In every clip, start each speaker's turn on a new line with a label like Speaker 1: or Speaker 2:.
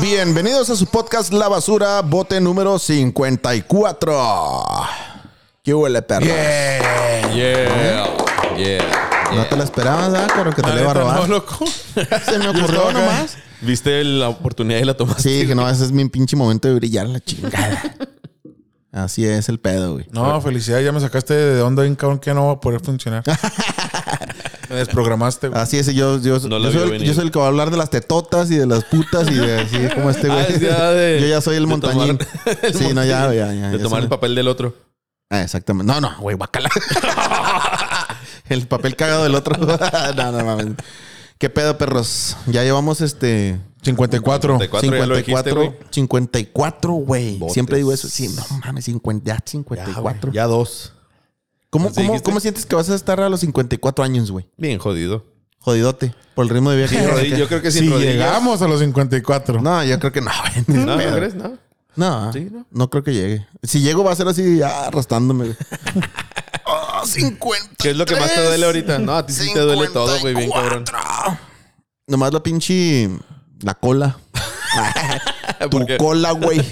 Speaker 1: Bienvenidos a su podcast La Basura, bote número 54. ¿Qué huele, perro?
Speaker 2: Yeah.
Speaker 3: Yeah. Yeah.
Speaker 1: No te la esperabas, ¿verdad? Pero que te
Speaker 2: La
Speaker 1: le iba a
Speaker 2: neta, no,
Speaker 1: robar.
Speaker 2: loco.
Speaker 1: Se me
Speaker 2: Yo estaba
Speaker 1: ocurrió
Speaker 2: acá.
Speaker 1: nomás.
Speaker 2: Viste la oportunidad y la tomaste.
Speaker 1: Sí, dije, no, ese es mi pinche momento de brillar la chingada. Así es el pedo, güey.
Speaker 4: No, felicidad, ya me sacaste de onda bien cabrón que no va a poder funcionar. me desprogramaste, güey.
Speaker 1: Así es, yo, yo,
Speaker 2: No la
Speaker 1: yo,
Speaker 2: vio
Speaker 1: soy, el-
Speaker 2: venir.
Speaker 1: yo soy el que va a hablar de las tetotas y de las putas y de así como este güey.
Speaker 2: Ah, es ya de-
Speaker 1: yo ya soy el
Speaker 2: de
Speaker 1: montañín.
Speaker 2: tomar- el
Speaker 1: sí, no, ya,
Speaker 2: montañín.
Speaker 1: ya, Ah, ya.
Speaker 2: De
Speaker 1: ya
Speaker 2: tomar
Speaker 1: se
Speaker 2: el
Speaker 1: me-
Speaker 2: papel del otro.
Speaker 1: Ah, exactamente. No, no, güey, guacala. el papel cagado del otro. no, no mames. ¿Qué pedo, perros? Ya llevamos este
Speaker 4: 54.
Speaker 2: 54, ya lo dijiste,
Speaker 1: 54,
Speaker 2: güey.
Speaker 1: 54, güey.
Speaker 3: Botes.
Speaker 1: Siempre digo eso. Sí, no mames, 50, ya 54.
Speaker 3: Ya dos.
Speaker 1: ¿Cómo,
Speaker 2: ¿Sí
Speaker 1: cómo,
Speaker 2: dijiste?
Speaker 1: ¿Cómo sientes que vas a estar a los 54 años, güey?
Speaker 2: Bien jodido.
Speaker 1: Jodidote. Por el ritmo de vida que llevas, ¿o qué?
Speaker 2: Yo creo que sin
Speaker 4: Si
Speaker 2: rodillas.
Speaker 4: llegamos a los 54.
Speaker 1: No, yo creo que no, güey. Ni
Speaker 2: ¿No,
Speaker 1: pedo.
Speaker 2: ¿No crees? No.
Speaker 1: No,
Speaker 2: Sí,
Speaker 1: no,
Speaker 2: ¿no?
Speaker 1: creo que llegue. Si llego va a ser así ya, arrastrándome. güey. oh, 50.
Speaker 2: ¿Qué es lo que más te duele ahorita? No, a ti sí te duele todo, güey, bien cabrón.
Speaker 1: Nomás la pinche la cola. tu
Speaker 2: Porque
Speaker 1: cola, güey.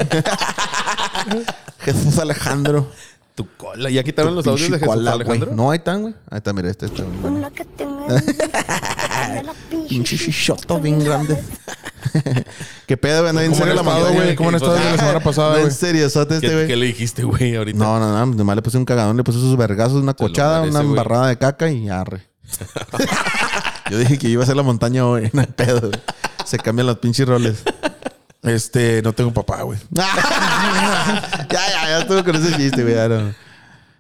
Speaker 1: Jesús Alejandro.
Speaker 2: tu cola. ¿Ya quitaron los audios
Speaker 1: Pinche
Speaker 2: de Jesús
Speaker 1: cola, güey.
Speaker 2: Alejandro?
Speaker 1: No, ahí están, güey. Ahí está, mira, este está. güey.
Speaker 5: Una que tenga la
Speaker 1: Pinche chichoto bien grande. Qué pedo, güey. No, pues, ah, en
Speaker 4: ¿Cómo
Speaker 1: serio
Speaker 4: han
Speaker 1: la
Speaker 4: estado,
Speaker 1: mandó,
Speaker 4: güey? ¿Cómo han estado desde la semana pasada,
Speaker 1: No, en
Speaker 4: güey?
Speaker 1: serio, sote este,
Speaker 2: ¿Qué,
Speaker 1: güey.
Speaker 2: qué le dijiste, güey, ahorita?
Speaker 1: No, no, no, nomás le puse pues, un cagadón, le puse sus vergazos, una
Speaker 2: lo
Speaker 1: cochada,
Speaker 2: merece,
Speaker 1: una
Speaker 2: güey.
Speaker 1: embarrada de caca y arre. Yo dije que iba a ser la montaña hoy, no hay pedo. güey. Se cambian los pinches roles.
Speaker 4: Este, no tengo papá, güey.
Speaker 1: ya, ya, ya estuvo con ese chiste, güey. Ya, no.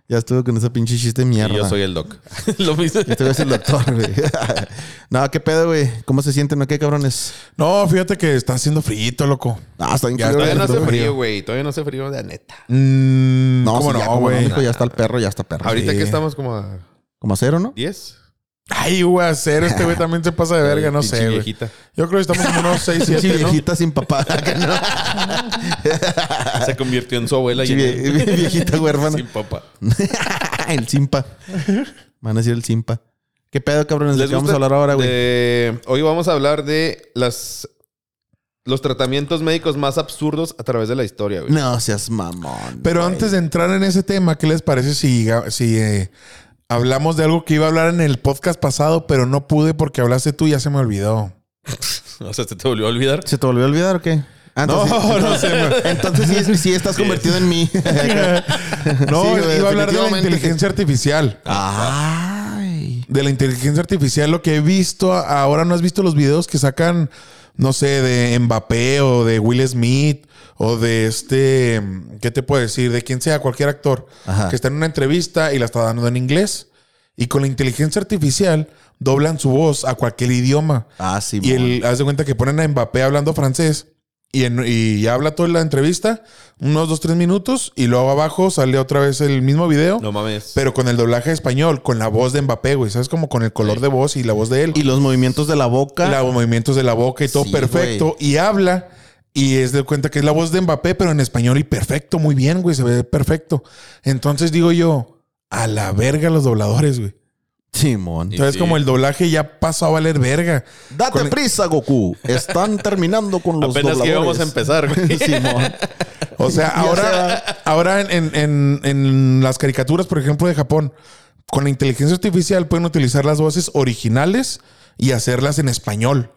Speaker 1: Ya estuvo con ese pinche chiste de mierda.
Speaker 2: Y yo soy el doc. lo mismo.
Speaker 1: Este güey es el doctor, güey. no, qué pedo, güey. ¿Cómo se sienten? ¿No qué cabrones?
Speaker 4: No, fíjate que está haciendo frío, loco.
Speaker 1: Ah, está bien
Speaker 4: Ya
Speaker 1: culero,
Speaker 2: Todavía no
Speaker 1: güey.
Speaker 2: hace
Speaker 4: frío.
Speaker 2: frío, güey. Todavía no hace frío, la neta.
Speaker 4: Mm,
Speaker 1: No,
Speaker 4: ¿Cómo
Speaker 1: sí, ya,
Speaker 4: no,
Speaker 1: cómo no,
Speaker 4: güey?
Speaker 1: mijo, ya está el perro, ya está el perro.
Speaker 2: Ahorita
Speaker 4: sí.
Speaker 2: que estamos como a
Speaker 1: Como a cero, ¿no?
Speaker 2: 10.
Speaker 4: Ay, güey, a cero. Este güey también se pasa de verga, no
Speaker 2: eh, Pinche
Speaker 4: sé, güey.
Speaker 2: viejita.
Speaker 4: Yo creo que estamos como unos 6,
Speaker 1: Pinche
Speaker 4: 7, ¿no?
Speaker 1: viejita sin papá. que no.
Speaker 2: Se convirtió en su abuela y
Speaker 1: Pinche
Speaker 2: en
Speaker 1: vie- viejita huérfana.
Speaker 2: sin papá.
Speaker 1: el simpa. Van a decir el simpa. ¿Qué pedo, cabrones? ¿De
Speaker 2: ¿Les
Speaker 1: qué vamos a
Speaker 2: gusta?
Speaker 1: hablar ahora, güey?
Speaker 2: De- Hoy vamos a hablar de las los tratamientos médicos más absurdos a través de la historia, güey.
Speaker 1: No seas mamón.
Speaker 4: Pero antes de entrar en ese tema, ¿qué les parece si, si eh, hablamos de algo que iba a hablar en el podcast pasado, pero no pude porque hablaste tú y ya se me olvidó?
Speaker 2: O sea, se te volvió a olvidar.
Speaker 1: ¿Se te volvió a olvidar o qué? Ah,
Speaker 4: No, no sé, güey.
Speaker 1: Entonces sí, sí estás convertido en mí.
Speaker 4: No,
Speaker 1: Sí, güey,
Speaker 4: iba a hablar de la
Speaker 1: definitivamente.
Speaker 4: inteligencia artificial.
Speaker 1: Ay.
Speaker 4: De la inteligencia artificial, lo que he visto a- ahora, ¿no has visto los videos que sacan, no sé, de Mbappé o de Will Smith o de este, ¿qué te puedo decir? De quien sea, cualquier actor
Speaker 1: Ajá.
Speaker 4: que está en una entrevista y la está dando en inglés. Y con la inteligencia artificial doblan su voz a cualquier idioma.
Speaker 1: Ah, sí,
Speaker 4: Y el, haz de cuenta que ponen a Mbappé hablando francés y, en- y habla toda la entrevista, unos dos, tres minutos, y luego abajo sale otra vez el mismo video,
Speaker 2: No mames.
Speaker 4: pero con el doblaje español, con la voz de Mbappé, güey, ¿sabes? Como con el color de voz y la voz de él.
Speaker 1: Y los movimientos de la boca.
Speaker 4: La- los movimientos de la boca y todo
Speaker 1: Sí,
Speaker 4: perfecto, y habla. Y es de cuenta que es la voz de Mbappé, pero en español y perfecto, muy bien, güey, se ve perfecto. Entonces digo yo, a la verga los dobladores, güey.
Speaker 1: Simón.
Speaker 2: Y
Speaker 4: Entonces
Speaker 2: sí.
Speaker 4: como el doblaje ya pasó a valer verga.
Speaker 1: Date
Speaker 4: Con-
Speaker 1: prisa, Goku. Están terminando con los
Speaker 2: Apenas que íbamos a
Speaker 1: dobladores.
Speaker 2: empezar, güey.
Speaker 1: Simón.
Speaker 4: O sea,
Speaker 1: Ya
Speaker 4: ahora, ahora en, en- en- en las caricaturas, por ejemplo, de Japón, con la inteligencia artificial pueden utilizar las voces originales y hacerlas en español.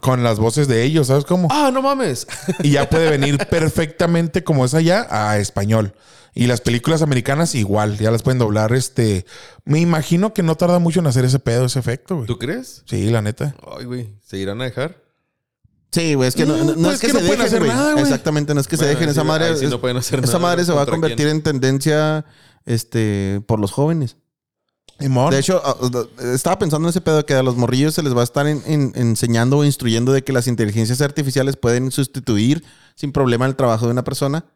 Speaker 4: Con las voces de ellos, ¿sabes cómo?
Speaker 2: Ah, no mames.
Speaker 4: Y ya puede venir perfectamente como es allá a español. Y las películas americanas igual, ya las pueden doblar. Este, me imagino que no tarda mucho en hacer ese pedo, ese efecto, güey.
Speaker 2: ¿Tú crees?
Speaker 4: Sí, la neta.
Speaker 2: Ay, güey. ¿Se irán a dejar?
Speaker 1: Sí, güey, es que no, no- no
Speaker 4: pues
Speaker 1: es que,
Speaker 4: que
Speaker 1: se
Speaker 4: no pueden
Speaker 1: dejen,
Speaker 4: hacer
Speaker 1: güey.
Speaker 4: nada, güey.
Speaker 1: Exactamente, no es que se
Speaker 2: Bueno,
Speaker 1: dejen.
Speaker 2: ahí
Speaker 1: Esa
Speaker 2: sí-
Speaker 1: madre,
Speaker 2: ahí sí
Speaker 1: es-
Speaker 2: no pueden hacer
Speaker 1: esa
Speaker 2: nada,
Speaker 1: madre se va a
Speaker 2: ¿contra
Speaker 1: convertir en tendencia este, por los jóvenes.
Speaker 4: Simón.
Speaker 1: De hecho, ah, ah, estaba pensando en ese pedo que a los morrillos se les va a estar en- en- enseñando o instruyendo de que las inteligencias artificiales pueden sustituir sin problema el trabajo de una persona.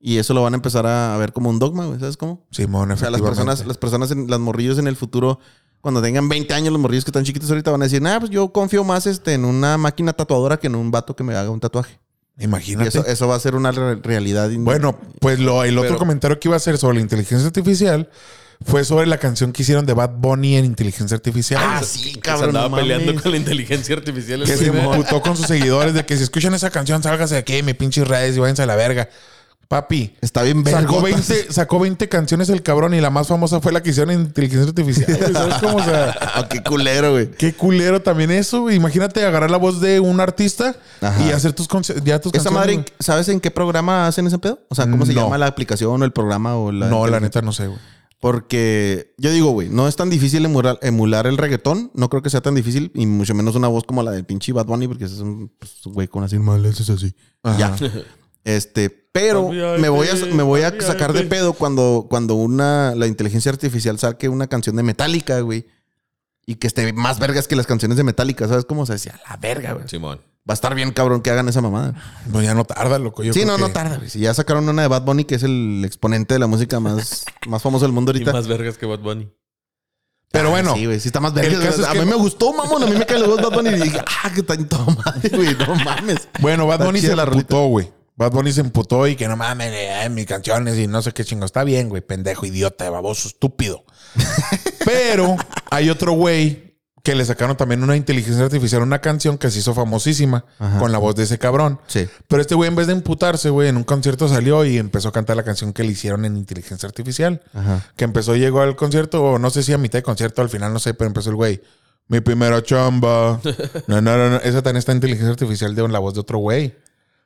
Speaker 1: Y eso lo van a empezar a, a ver como un dogma, güey, ¿sabes cómo?
Speaker 4: Simón,
Speaker 1: O sea, las
Speaker 4: efectivamente.
Speaker 1: personas, las personas, en, las morrillos en el futuro, cuando tengan 20 años, los morrillos que están chiquitos ahorita van a decir, nah, pues yo confío más este, en una máquina tatuadora que en un vato que me haga un tatuaje. Y
Speaker 4: Imagínate.
Speaker 1: eso, eso va a ser una re- realidad. in-
Speaker 4: Bueno, pues lo, el otro
Speaker 2: Pero-
Speaker 4: comentario que iba a hacer sobre la inteligencia artificial fue sobre la canción que hicieron de Bad Bunny en inteligencia artificial.
Speaker 1: Ah, sí,
Speaker 3: ah, Que se andaba
Speaker 1: no
Speaker 3: peleando
Speaker 1: mames.
Speaker 3: con la inteligencia artificial. el
Speaker 4: Que se
Speaker 3: güey, ¿verdad?
Speaker 4: emputó con sus seguidores de que si escuchan esa canción, sálgase de aquí, mi pinches redes y váyanse a la verga. Papi,
Speaker 1: Está bien
Speaker 4: sacó
Speaker 1: vergotas.
Speaker 4: 20, sacó 20 canciones el cabrón y la más famosa fue la que hicieron en inteligencia artificial. güey. ¿Sabes cómo? O sea,
Speaker 1: Ah, qué culero, güey.
Speaker 4: Qué culero también eso. güey. Imagínate agarrar la voz de un artista
Speaker 1: Ajá.
Speaker 4: y hacer tus, conci- ya tus
Speaker 1: Esa madre,
Speaker 4: canciones.
Speaker 1: ¿sabes en qué programa hacen ese pedo? O sea, ¿cómo se
Speaker 4: Pues No.
Speaker 1: llama la aplicación o el programa o la
Speaker 4: No, la neta no sé, güey.
Speaker 1: Porque yo digo, güey, no es tan difícil emular, emular el reggaetón. No creo que sea tan difícil. Y mucho menos una voz como la del pinche Bad Bunny, porque ese es un pues, un güey con así mal, ese es así.
Speaker 4: Ajá.
Speaker 1: Ya. Este, pero
Speaker 3: Olvídate,
Speaker 1: me voy a, me voy a sacar de
Speaker 3: olvídate.
Speaker 1: pedo cuando, cuando una, la inteligencia artificial saque una canción de Metallica, güey. Y que esté más vergas que las canciones de Metallica, ¿sabes cómo se decía? La verga, güey.
Speaker 3: Simón.
Speaker 1: Va a estar bien cabrón que hagan esa mamada.
Speaker 4: No, Pues ya no tarda, loco. Yo
Speaker 1: sí,
Speaker 4: creo
Speaker 1: no, no
Speaker 4: que-
Speaker 1: tarda, güey. Si ya sacaron una de Bad Bunny, que es el exponente de la música más, más famoso del mundo
Speaker 3: Y
Speaker 1: ahorita.
Speaker 3: más vergas que Bad Bunny.
Speaker 4: Pero bueno,
Speaker 1: Ah, Sí, güey, sí está más verga.
Speaker 4: El caso es
Speaker 1: a
Speaker 4: que-
Speaker 1: mí me gustó, mamón. A mí me cae los dos Bad Bunny y dije, ah, que tan todo madre, güey. No mames.
Speaker 4: bueno, Bad
Speaker 1: Está
Speaker 4: Bunny
Speaker 1: chida
Speaker 4: se
Speaker 1: la
Speaker 4: la
Speaker 1: rolita.
Speaker 4: emputó, güey. Bad Bunny se emputó y que no mames, eh, mis canciones y no sé qué chingo. Está bien, güey, pendejo, idiota, baboso, estúpido. Pero hay otro güey que le sacaron también una inteligencia artificial, una canción que se hizo famosísima
Speaker 1: Ajá.
Speaker 4: con la voz de ese cabrón.
Speaker 1: Sí.
Speaker 4: Pero este güey, en vez de emputarse, güey, en un concierto salió y empezó a cantar la canción que le hicieron en inteligencia artificial.
Speaker 1: Ajá.
Speaker 4: Que empezó, llegó al concierto, o no sé si a mitad de concierto, al final no sé, pero empezó el güey. Mi primera chamba. No, no, no, no. Esa también está inteligencia artificial de la voz de otro güey.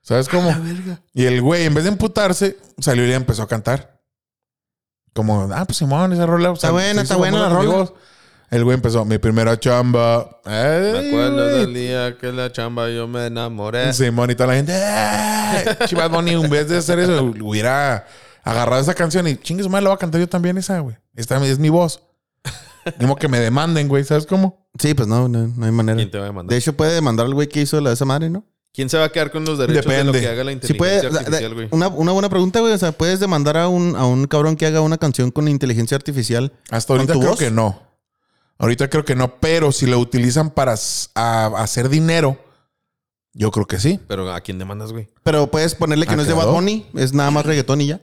Speaker 4: ¿Sabes cómo? Y el güey, en vez de emputarse, salió y le empezó a cantar. Como, ah, pues Simón, esa rola. o sea,
Speaker 1: Está buena,
Speaker 4: se
Speaker 1: está
Speaker 4: hizo
Speaker 1: buena
Speaker 4: famosa
Speaker 1: la
Speaker 4: con mi
Speaker 1: rola.
Speaker 4: voz. El güey empezó, mi primera chamba. Ay,
Speaker 2: Me acuerdo
Speaker 4: güey.
Speaker 2: del día que la chamba yo me
Speaker 1: Eh.
Speaker 2: enamoré.
Speaker 4: Simón y toda la gente. "Ah, Chivas Bunny, en vez de hacer eso, hubiera agarrado esa canción y chingue su madre, la voy a cantar yo también esa, güey. Esta es mi voz. Como que me demanden, güey, ¿sabes cómo?
Speaker 1: Sí, pues no, no, no hay manera.
Speaker 2: ¿Quién te va a demandar?
Speaker 1: De hecho, puede demandar al güey que hizo la de esa madre, ¿no?
Speaker 2: ¿Quién se va a quedar con los derechos de
Speaker 4: Depende.
Speaker 2: lo que haga la
Speaker 1: Sí, puede.
Speaker 2: inteligencia artificial, güey?
Speaker 1: una, una buena pregunta, güey. O sea, puedes demandar a un, a un cabrón que haga una canción con inteligencia artificial.
Speaker 4: Hasta
Speaker 1: ¿Con
Speaker 4: ahorita
Speaker 1: tu
Speaker 4: creo
Speaker 1: voz?
Speaker 4: que no. Ahorita creo que no, pero si lo utilizan para s- a- hacer dinero, yo creo que sí.
Speaker 2: Pero ¿a quién demandas, güey?
Speaker 1: Pero puedes ponerle que
Speaker 4: Ah,
Speaker 1: no es de
Speaker 4: claro.
Speaker 1: Bad Bunny, es nada más reggaetón y ya.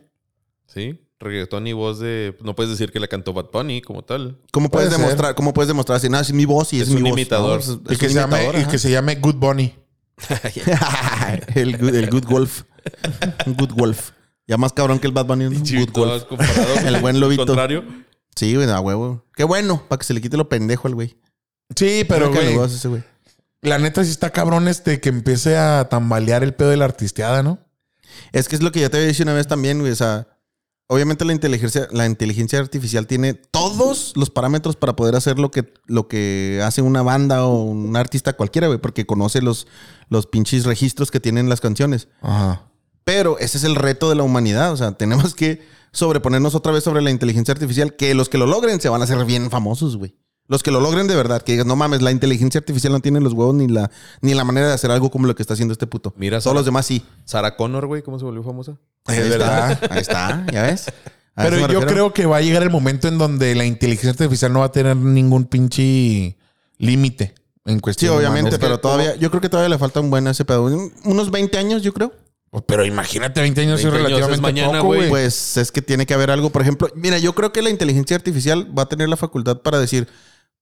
Speaker 2: Sí, reggaetón y voz de. No puedes decir que la cantó Bad Bunny como tal.
Speaker 1: ¿Cómo puedes
Speaker 4: Puede ser.
Speaker 1: demostrar? ¿Cómo puedes demostrar así? No, es mi voz y es,
Speaker 2: Es
Speaker 1: mi
Speaker 2: un
Speaker 1: voz.
Speaker 2: imitador.
Speaker 1: ¿no? Es-
Speaker 4: Y
Speaker 1: es
Speaker 4: que,
Speaker 1: un
Speaker 4: se llame,
Speaker 1: imitador,
Speaker 4: y
Speaker 1: ajá.
Speaker 4: que se llame Good Bunny.
Speaker 1: el, good- el Good Wolf. Un Good Wolf. Ya más cabrón que el Bad Bunny. Un Good Wolf.
Speaker 2: Todo comparado, güey.
Speaker 1: El buen lobito.
Speaker 2: Contrario.
Speaker 1: Sí, güey, a huevo. Qué bueno, para que se le quite lo pendejo al güey.
Speaker 4: Sí, pero
Speaker 1: Nunca
Speaker 4: güey,
Speaker 1: lo vas a ese güey.
Speaker 4: la neta sí está cabrón este que empiece a tambalear el pedo de la artisteada, ¿no?
Speaker 1: Es que es lo que ya te había dicho una vez también, güey. O sea, obviamente la inteligencia, la inteligencia artificial tiene todos los parámetros para poder hacer lo que, lo que hace una banda o un artista cualquiera, güey, porque conoce los, los pinches registros que tienen las canciones.
Speaker 4: Ajá.
Speaker 1: Pero ese es el reto de la humanidad. O sea, tenemos que sobreponernos otra vez sobre la inteligencia artificial, que los que lo logren se van a hacer bien famosos, güey. Los que lo logren de verdad, que digas, no mames, la inteligencia artificial no tiene los huevos ni la, ni la manera de hacer algo como lo que está haciendo este puto.
Speaker 2: Mira,
Speaker 1: todos
Speaker 2: Sara-
Speaker 1: los demás sí.
Speaker 2: Sarah Connor, güey, ¿cómo se volvió famosa?
Speaker 1: Ahí
Speaker 4: Es
Speaker 1: está,
Speaker 4: verdad.
Speaker 1: Ahí está, ya ves. A
Speaker 4: Pero
Speaker 1: eso me
Speaker 4: yo
Speaker 1: refiero.
Speaker 4: creo que va a llegar el momento en donde la inteligencia artificial no va a tener ningún pinche límite en
Speaker 1: Sí,
Speaker 4: cuestión.
Speaker 1: obviamente,
Speaker 4: humana.
Speaker 1: pero todavía, yo creo que todavía le falta un buen a ese pedo. Un- Unos 20 años, yo creo.
Speaker 4: Oh, Pero imagínate, 20
Speaker 2: 20
Speaker 4: años
Speaker 2: años
Speaker 4: es
Speaker 2: es
Speaker 4: relativamente
Speaker 2: mañana,
Speaker 4: poco,
Speaker 2: Ah, güey.
Speaker 4: güey.
Speaker 1: Pues es que tiene que haber algo. Por ejemplo, mira, yo creo que la inteligencia artificial va a tener la facultad para decir,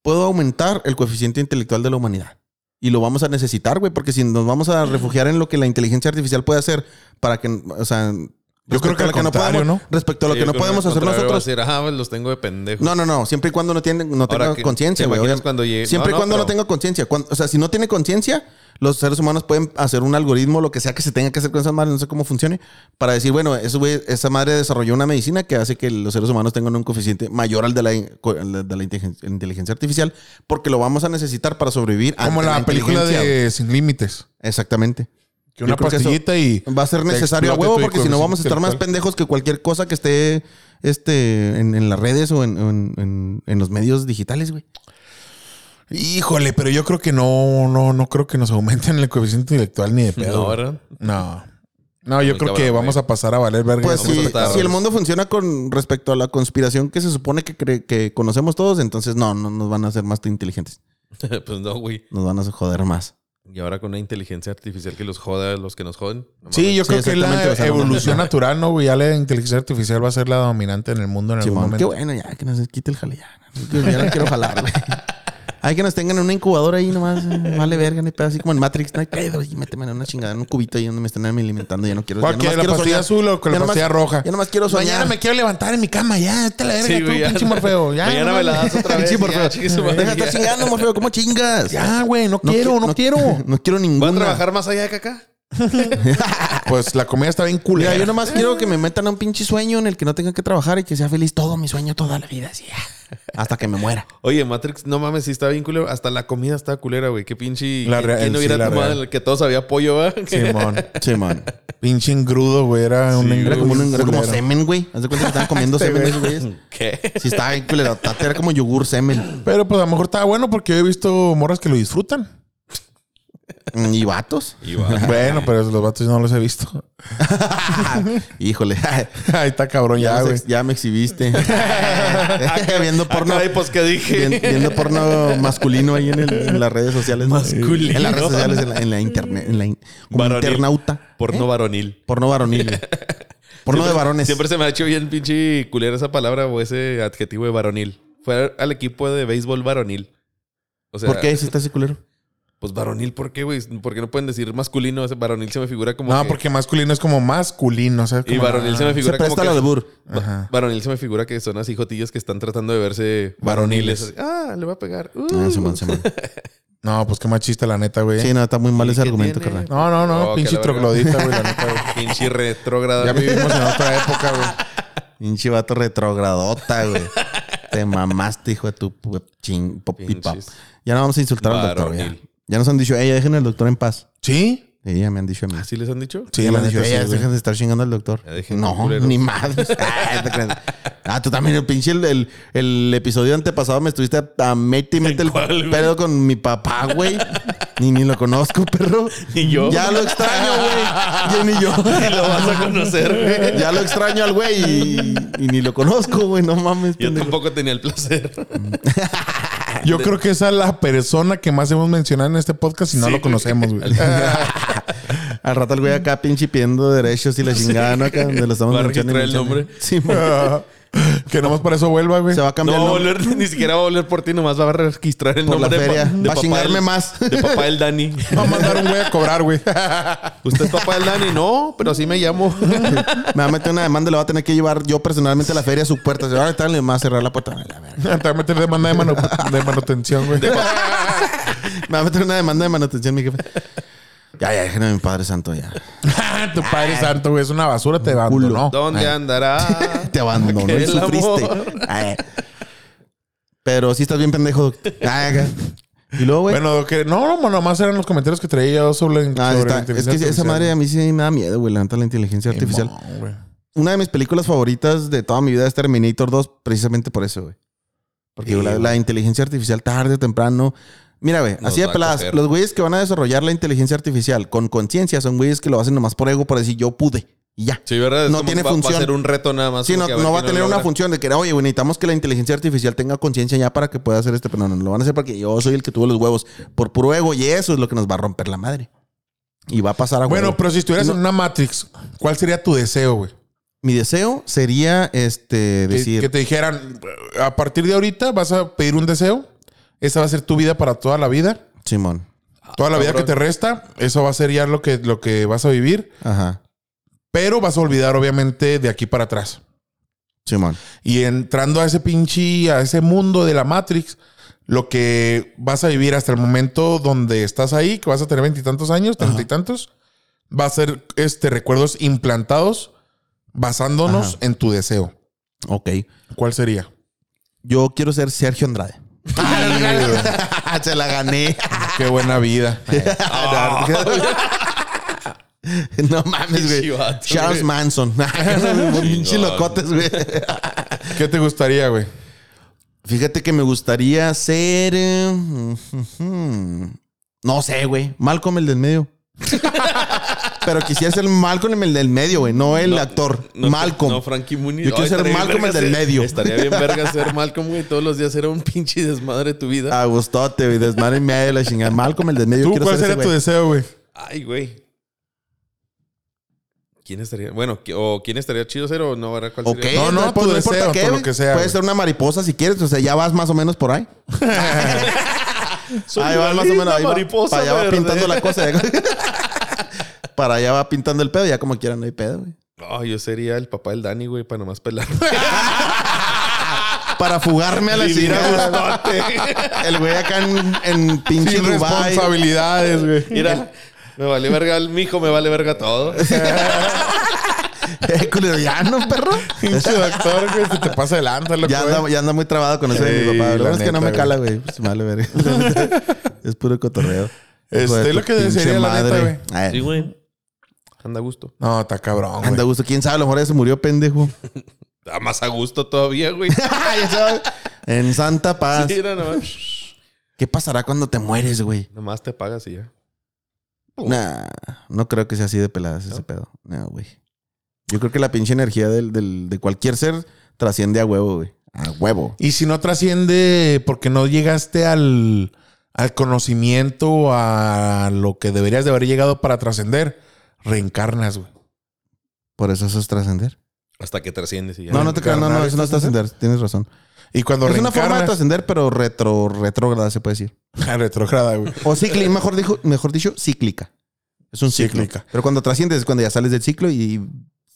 Speaker 1: puedo aumentar el coeficiente intelectual de la humanidad. Y lo vamos a necesitar, güey, porque si nos vamos a refugiar en lo que la inteligencia artificial puede hacer para que, o sea,
Speaker 4: Yo creo
Speaker 1: respecto
Speaker 4: que
Speaker 1: a lo
Speaker 4: al
Speaker 1: no
Speaker 4: contrario,
Speaker 1: podemos- respecto a lo
Speaker 2: Sí,
Speaker 1: que no
Speaker 2: con el
Speaker 1: podemos hacer
Speaker 2: contrario va a
Speaker 1: nosotros.
Speaker 2: Decir, ah, pues, los tengo de pendejos.
Speaker 1: No, no, no. Siempre y cuando no tiene, no
Speaker 2: Ahora
Speaker 1: tenga
Speaker 2: que-
Speaker 1: conciencia,
Speaker 2: ¿te
Speaker 1: güey.
Speaker 2: imaginas
Speaker 1: obvio.
Speaker 2: cuando llegue-
Speaker 1: Siempre y
Speaker 2: Eh, No, no,
Speaker 1: cuando no
Speaker 2: pero-
Speaker 1: tenga conciencia. Cuando- O sea, si no tiene conciencia, los seres humanos pueden hacer un algoritmo, lo que sea que se tenga que hacer con esa madre, no sé cómo funcione, para decir, bueno, eso, güey, esa madre desarrolló una medicina que hace que los seres humanos tengan un coeficiente mayor al de la, in- co- al de de la inteligen- inteligencia artificial, porque lo vamos a necesitar para sobrevivir.
Speaker 4: Como
Speaker 1: ante
Speaker 4: la, película
Speaker 1: inteligencia, güey.
Speaker 4: de Sin Límites.
Speaker 1: Exactamente.
Speaker 4: Que
Speaker 1: Yo
Speaker 4: una
Speaker 1: creo que eso-
Speaker 4: pastillita y...
Speaker 1: Va a ser
Speaker 4: te
Speaker 1: necesario a
Speaker 4: explota
Speaker 1: huevo
Speaker 4: tu
Speaker 1: porque si no vamos a estar más
Speaker 4: intelectual.
Speaker 1: pendejos que cualquier cosa que esté este, en, en las redes o en, en- en- en los medios digitales, güey.
Speaker 4: Híjole, pero yo creo que no, no, no creo que nos aumenten el coeficiente intelectual ni de pedo.
Speaker 2: No,
Speaker 4: güey.
Speaker 2: ¿verdad?
Speaker 4: No. No, yo
Speaker 2: Muy
Speaker 4: creo que
Speaker 2: cabrón,
Speaker 4: vamos
Speaker 2: güey.
Speaker 4: a pasar a valer verga.
Speaker 1: Pues
Speaker 4: Vamos a
Speaker 1: si,
Speaker 4: estar-
Speaker 1: si el mundo funciona con respecto a la conspiración que se supone que, cre- que conocemos todos, entonces no, no nos van a hacer más inteligentes.
Speaker 2: pues no, güey.
Speaker 1: Nos van a hacer joder más.
Speaker 2: Y ahora con una inteligencia artificial que los joda a los que nos joden. No
Speaker 4: Sí,
Speaker 2: mames.
Speaker 4: yo
Speaker 1: Sí,
Speaker 4: creo que es la
Speaker 1: exactamente, o sea, no
Speaker 4: evolución natural, ¿no, güey? Ya la inteligencia artificial va a ser la dominante en el mundo en algún
Speaker 1: Simón, qué
Speaker 4: momento.
Speaker 1: bueno, ya que nos quite el jale. Ya, ya no quiero jalar, güey. Hay que nos tengan en una incubadora ahí nomás. eh, Vale, verga, ni pedo. Así como en Matrix, no hay pedo. Y méteme en una chingada, en un cubito ahí donde me estén alimentando. Ya no quiero.
Speaker 4: ¿Cuál
Speaker 1: ya nomás
Speaker 4: quiere? ¿La
Speaker 1: quiero
Speaker 4: pastilla azul o con la
Speaker 1: Ya nomás-
Speaker 4: pastilla roja?
Speaker 1: Ya nomás quiero soñar.
Speaker 4: Mañana me quiero levantar en mi cama, ya, te la verga
Speaker 2: Sí,
Speaker 4: tú,
Speaker 2: güey, ya.
Speaker 4: pinche Morfeo. Ya,
Speaker 2: Mañana
Speaker 4: no
Speaker 2: me la das
Speaker 4: mames.
Speaker 2: otra vez.
Speaker 4: Pinche
Speaker 2: ya,
Speaker 4: Morfeo.
Speaker 2: chingue su madre.
Speaker 1: Deja de estar chingando, Morfeo. ¿Cómo chingas?
Speaker 4: Ya, güey, no, quiero,
Speaker 1: qui-
Speaker 4: no, quiero.
Speaker 1: No quiero ninguna.
Speaker 2: ¿Va a trabajar más allá que acá?
Speaker 4: Pues la comida está bien
Speaker 1: Mira,
Speaker 4: culera.
Speaker 1: yo nomás quiero que me metan a un pinche sueño en el que no tenga que trabajar y que sea feliz todo mi sueño toda la vida, así. ah, Hasta que me muera.
Speaker 2: Oye, Matrix, no mames, sí está bien culero. Hasta la comida está culera, güey. Qué pinche.
Speaker 4: La real,
Speaker 2: ¿Quién no
Speaker 4: sí,
Speaker 2: hubiera
Speaker 4: la
Speaker 2: tomado
Speaker 4: real.
Speaker 2: el que todos había pollo, va?
Speaker 4: Simón.
Speaker 1: Sí, man.
Speaker 4: Pinche engrudo, güey. Era un
Speaker 1: Era
Speaker 4: engrudo.
Speaker 1: como, un- era como
Speaker 4: culero.
Speaker 1: semen, güey. Haz de cuenta que estaban comiendo semen esos güeyes.
Speaker 2: ¿Qué?
Speaker 1: Sí, estaba bien culero. Tate Era como yogur semen.
Speaker 4: Pero pues a lo mejor estaba bueno porque yo he visto morras que lo disfrutan.
Speaker 1: Mm, Y vatos.
Speaker 2: Y va.
Speaker 4: bueno, pero los vatos yo no los he visto.
Speaker 1: Híjole.
Speaker 4: Ahí está cabrón ya,
Speaker 1: Ya, nos
Speaker 4: güey.
Speaker 1: ex- ya me exhibiste. viendo porno.
Speaker 2: Ay, pues qué dije.
Speaker 1: vien- viendo porno masculino ahí en, el- en las redes sociales.
Speaker 2: Masculino.
Speaker 1: En las redes sociales, en la, en la internet. En la in- como
Speaker 2: Varonil.
Speaker 1: internauta.
Speaker 4: ¿Eh?
Speaker 2: Porno varonil.
Speaker 1: Porno varonil. güey. Porno de
Speaker 2: Siempre-
Speaker 1: varones.
Speaker 2: Siempre se me ha hecho bien pinche culera esa palabra o ese adjetivo de varonil. Fue al equipo de béisbol varonil. O sea,
Speaker 1: ¿Por qué se está ese culero?
Speaker 2: Pues varonil, ¿por qué, güey? ¿Por qué no pueden decir masculino? Ese varonil se me figura como.
Speaker 4: No,
Speaker 2: que-
Speaker 4: porque masculino es como masculino, ¿sabes?
Speaker 2: Y
Speaker 4: Como-
Speaker 2: varonil se me
Speaker 1: Se
Speaker 2: figura como.
Speaker 1: presta al
Speaker 2: que-
Speaker 1: albur.
Speaker 2: Va-
Speaker 4: Ajá.
Speaker 2: Varonil se me figura que son así jotillos que están tratando de verse varoniles.
Speaker 4: Varoniles.
Speaker 2: Ah, le va a pegar. Uh.
Speaker 1: Ah, Simón, Simón.
Speaker 4: No, pues qué machista, la neta, güey.
Speaker 1: Sí, no, está muy mal ese
Speaker 2: ¿Y qué
Speaker 1: argumento,
Speaker 2: tiene?
Speaker 1: carnal.
Speaker 4: No, no, no,
Speaker 2: Oh,
Speaker 4: pinche
Speaker 2: que la verga.
Speaker 4: troglodita, güey, la neta, güey.
Speaker 2: Pinche retrógrada.
Speaker 4: Ya vivimos en otra época, güey.
Speaker 1: Pinche vato retrogradota, güey. Te mamaste, hijo de tu pu- chin, pop y pap.
Speaker 2: Pinches.
Speaker 1: Ya no vamos a insultar al doctor. Ya.
Speaker 2: Varonil.
Speaker 1: Ya nos han dicho, ella dejen al doctor en paz.
Speaker 4: ¿Sí?
Speaker 1: Sí, ya me han dicho a mí.
Speaker 2: ¿Así les han dicho?
Speaker 4: Sí,
Speaker 1: ya me
Speaker 4: la
Speaker 1: han dicho,
Speaker 4: neta, sí,
Speaker 1: ella
Speaker 4: güey.
Speaker 1: dejen de estar chingando al doctor.
Speaker 2: Ya dejen de
Speaker 1: No,
Speaker 2: culeros.
Speaker 1: ni madre. Ah, te creas. Ah, tú también, el pinche, el, el, el episodio antepasado me estuviste a, a mete y mete el
Speaker 2: cuál, güey?
Speaker 1: pedo con mi papá, güey. Ni, ni lo conozco, perro.
Speaker 2: Ni yo.
Speaker 1: Ya lo extraño, güey. Ya Ni yo.
Speaker 2: Lo vas a conocer, güey.
Speaker 1: Ya lo extraño al güey y, y ni lo conozco, güey. No mames,
Speaker 2: Yo
Speaker 1: pendejo.
Speaker 2: tampoco tenía el placer.
Speaker 4: Yo creo que esa es la persona que más hemos mencionado en este podcast y no
Speaker 2: Sí,
Speaker 4: lo conocemos, güey.
Speaker 1: Al rato el güey acá pinche pidiendo derechos y la chingada, ¿no? Acá donde lo estamos
Speaker 2: Va a
Speaker 1: mencionando y
Speaker 2: registrar el
Speaker 1: mencionando. Sí, mo-
Speaker 4: que nomás para eso vuelva, güey.
Speaker 1: se va a cambiar
Speaker 2: No va a
Speaker 1: el nombre
Speaker 2: volver, ni siquiera va a volver por ti, nomás va a registrar el
Speaker 1: por la
Speaker 2: nombre de,
Speaker 1: feria.
Speaker 2: pa- de
Speaker 1: Va a
Speaker 2: papá
Speaker 1: chingarme
Speaker 2: del-
Speaker 1: más.
Speaker 2: De papá del Dani.
Speaker 4: Va a mandar un güey a cobrar, güey.
Speaker 2: ¿Usted es papá del Dani? No, pero sí me llamo.
Speaker 1: Me va a meter una demanda y lo va a tener que llevar yo personalmente a la feria a su puerta. Se va a estar y me va a cerrar la puerta. A la verga.
Speaker 4: Te va a meter demanda de, manu- de manutención, güey.
Speaker 1: Me va a meter una demanda de manutención, mi jefe. Ya, ya, déjenme mi padre santo, ya.
Speaker 4: tu padre santo, güey. Es una basura, te abandonó.
Speaker 2: ¿Dónde
Speaker 1: Ah.
Speaker 2: andará?
Speaker 1: Te abandonó
Speaker 2: Aquel
Speaker 1: y sufriste.
Speaker 2: amor.
Speaker 1: Ay. Ah, eh. Pero sí estás bien pendejo. doctor. Ay, acá. y luego, güey.
Speaker 4: Bueno, que no, no, nomás eran los comentarios que traía yo sobre,
Speaker 1: Ah, sí
Speaker 4: sobre
Speaker 1: está.
Speaker 4: la
Speaker 1: Es
Speaker 4: inteligencia
Speaker 1: que esa
Speaker 4: artificial.
Speaker 1: madre a mí sí me da miedo, güey, la neta, la inteligencia artificial.
Speaker 4: Simón, güey.
Speaker 1: Una de mis películas favoritas de toda mi vida es Terminator 2, precisamente por eso, güey. Porque
Speaker 2: Sí,
Speaker 1: la,
Speaker 2: güey.
Speaker 1: la inteligencia artificial tarde o temprano. Mira, güey,
Speaker 2: Nos
Speaker 1: así de
Speaker 2: va a
Speaker 1: peladas.
Speaker 2: coger.
Speaker 1: Los güeyes que van a desarrollar la inteligencia artificial con conciencia son güeyes que lo hacen nomás por ego, por decir yo pude y ya.
Speaker 2: Sí, ¿verdad? Es
Speaker 1: No
Speaker 2: como
Speaker 1: tiene
Speaker 2: va- Va
Speaker 1: función.
Speaker 2: a ser un reto nada más.
Speaker 1: Sí,
Speaker 2: como
Speaker 1: no,
Speaker 2: que
Speaker 1: no
Speaker 2: ver
Speaker 1: va a
Speaker 2: quién lo
Speaker 1: tener una
Speaker 2: logra.
Speaker 1: función de que, oye, güey, necesitamos que la inteligencia artificial tenga conciencia ya para que pueda hacer este. Pero no, no, lo van a hacer porque yo soy el que tuvo los huevos por puro ego y eso es lo que nos va a romper la madre. Y va a pasar a
Speaker 4: Bueno,
Speaker 1: huevo.
Speaker 4: pero si estuvieras en una Matrix, ¿cuál sería tu deseo, güey?
Speaker 1: Mi deseo sería este
Speaker 4: Que-
Speaker 1: decir.
Speaker 4: Que te dijeran, a partir de ahorita vas a pedir un deseo, esa va a ser tu vida para toda la vida.
Speaker 1: Simón.
Speaker 4: Toda la vida que
Speaker 2: cabrón.
Speaker 4: te resta, eso va a ser ya lo que, lo que vas a vivir,
Speaker 1: Ajá.
Speaker 4: pero vas a olvidar obviamente de aquí para atrás.
Speaker 1: Simón.
Speaker 4: Y entrando a ese pinche, a ese mundo de la Matrix, lo que vas a vivir hasta el momento donde estás ahí, que vas a tener veintitantos años, treinta y tantos, va a ser este, recuerdos implantados basándonos
Speaker 1: Ajá.
Speaker 4: en tu deseo.
Speaker 1: Ok.
Speaker 4: ¿Cuál sería?
Speaker 1: Yo quiero ser Sergio Andrade. Se la gané.
Speaker 4: Qué buena vida.
Speaker 1: no mames, güey.
Speaker 2: Pinche vato,
Speaker 1: Charles
Speaker 2: güey.
Speaker 1: Manson. Pinche
Speaker 2: Chingón.
Speaker 1: locotes, güey.
Speaker 4: ¿Qué te gustaría, güey?
Speaker 1: Fíjate que me gustaría ser. eh, mm, mm, mm. No sé, güey. Malcolm el del medio. Pero quisiera ser Malcolm el del medio, güey. No el
Speaker 3: No,
Speaker 1: actor.
Speaker 3: No,
Speaker 1: Malcolm.
Speaker 3: No, Frankie Muniz.
Speaker 1: Yo quiero
Speaker 3: Ay,
Speaker 1: ser
Speaker 3: estaría bien
Speaker 1: Malcolm,
Speaker 3: verga
Speaker 1: el del
Speaker 3: ser-
Speaker 1: medio.
Speaker 3: Estaría bien verga ser Malcolm, güey. Todos los días era un pinche desmadre tu vida.
Speaker 1: A gustote, güey. Desmadre en medio, la chingada. Malcolm el del medio.
Speaker 4: ¿Tú
Speaker 1: quiero
Speaker 4: cuál
Speaker 1: ser ese
Speaker 4: sería tu
Speaker 1: güey.
Speaker 4: deseo, güey?
Speaker 3: Ay, güey. ¿Quién estaría? Bueno, qui- o quién estaría chido ser o no, ¿verdad? ¿Cuál
Speaker 1: Ok,
Speaker 3: sería?
Speaker 4: No, no,
Speaker 1: pues
Speaker 4: tu deseo, por lo
Speaker 1: güey.
Speaker 4: que sea,
Speaker 1: Puede
Speaker 4: güey.
Speaker 1: ser una mariposa si quieres, o sea, ya vas más o menos por ahí.
Speaker 3: Soy
Speaker 1: ahí
Speaker 3: una
Speaker 1: vas más o
Speaker 3: linda
Speaker 1: menos. Ahí va,
Speaker 3: mariposa
Speaker 1: para allá va
Speaker 3: verde.
Speaker 1: pintando la cosa. ya. para allá va pintando el pedo, ya como quieran, no hay pedo, güey.
Speaker 3: No, yo sería el papá del Dani, güey, para nomás pelar.
Speaker 1: Para fugarme a la
Speaker 3: Vivir a
Speaker 1: chingada. El güey acá en, en pinche
Speaker 4: Sin
Speaker 1: Dubái.
Speaker 4: responsabilidades, güey.
Speaker 3: Mira, me vale verga el mijo, me vale verga todo.
Speaker 1: Eh, culero, ya no, perro.
Speaker 4: Pinche doctor, güey, se te pasa el anta, loco.
Speaker 1: Ya
Speaker 4: güey.
Speaker 1: anda, ya anda muy trabado con eso de
Speaker 4: Sí,
Speaker 1: mi papá. Lo
Speaker 4: la
Speaker 1: bueno es que no me
Speaker 4: neta,
Speaker 1: cala, güey. Pues, vale, verga. es puro cotorreo.
Speaker 4: Este,
Speaker 1: Hijo de
Speaker 4: lo
Speaker 1: tu
Speaker 4: que
Speaker 1: pinche
Speaker 4: desearía, la neta,
Speaker 1: madre.
Speaker 4: güey.
Speaker 1: Ay,
Speaker 3: güey. Anda a gusto.
Speaker 4: Ah, No, está cabrón, güey.
Speaker 1: Anda a gusto. ¿Quién sabe? A lo mejor ya se murió, pendejo.
Speaker 3: Ah, más a gusto todavía, güey.
Speaker 1: Ya sabes. en Santa Paz.
Speaker 3: Mira, nomás.
Speaker 1: ¿Qué pasará cuando te mueres, güey?
Speaker 3: Nomás te pagas y ya.
Speaker 1: Nah, no creo que sea así de peladas ese pedo. No, güey. Yo creo que la pinche energía del, del- de cualquier ser trasciende a huevo, güey. A huevo.
Speaker 4: Y si no trasciende porque no llegaste al, al conocimiento, a lo que deberías de haber llegado para trascender, reencarnas, güey.
Speaker 1: Por eso eso es trascender.
Speaker 3: Hasta que trasciendes y ya.
Speaker 1: No, no te creo. No, no,
Speaker 4: Reencarnar
Speaker 1: eso no es
Speaker 4: es trascender.
Speaker 1: trascender. Tienes razón.
Speaker 4: Y cuando
Speaker 1: es una
Speaker 4: reencarnas...
Speaker 1: forma de trascender, pero retro, retrógrada se puede decir.
Speaker 4: Retrógrada, güey.
Speaker 1: O cíclica, mejor, dijo, mejor dicho, cíclica. Es un ciclo.
Speaker 4: Cíclica.
Speaker 1: Pero cuando trasciendes es cuando ya sales del ciclo y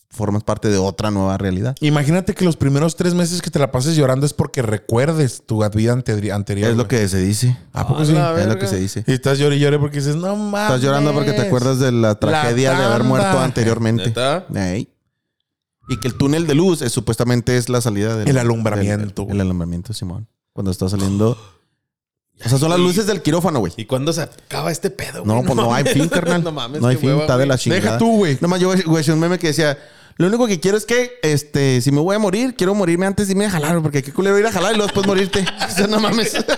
Speaker 1: formas parte de otra nueva realidad.
Speaker 4: Imagínate que los primeros tres meses que te la pases llorando es porque recuerdes tu vida anteri- anterior.
Speaker 1: es lo
Speaker 4: güey.
Speaker 1: que se dice.
Speaker 4: ¿A poco sí?
Speaker 1: Es lo que se dice.
Speaker 4: Y estás llorando y llorando porque dices, no mames.
Speaker 1: Estás llorando porque te acuerdas de la tragedia de haber
Speaker 4: tanda.
Speaker 1: muerto anteriormente.
Speaker 3: ¿Neta?
Speaker 1: Ey. Y que el túnel de luz es, supuestamente es la salida del...
Speaker 4: El alumbramiento,
Speaker 1: del-
Speaker 4: güey.
Speaker 1: el alumbramiento, Simón. Cuando está saliendo... O sea, son las luces del quirófano, güey.
Speaker 3: ¿Y cuándo se acaba este pedo, güey?
Speaker 1: No, pues no hay
Speaker 3: mames.
Speaker 1: fin, carnal.
Speaker 3: No mames,
Speaker 1: No hay
Speaker 3: qué
Speaker 1: fin,
Speaker 3: hueva,
Speaker 1: está de
Speaker 3: güey.
Speaker 1: la chingada.
Speaker 4: Deja tú, güey.
Speaker 1: Nomás yo, güey, es un meme que decía... Lo único que quiero es que, este, si me voy a morir, quiero morirme antes de irme a jalar, güey, porque qué culero ir a jalar y luego después morirte. O sea, no mames. antes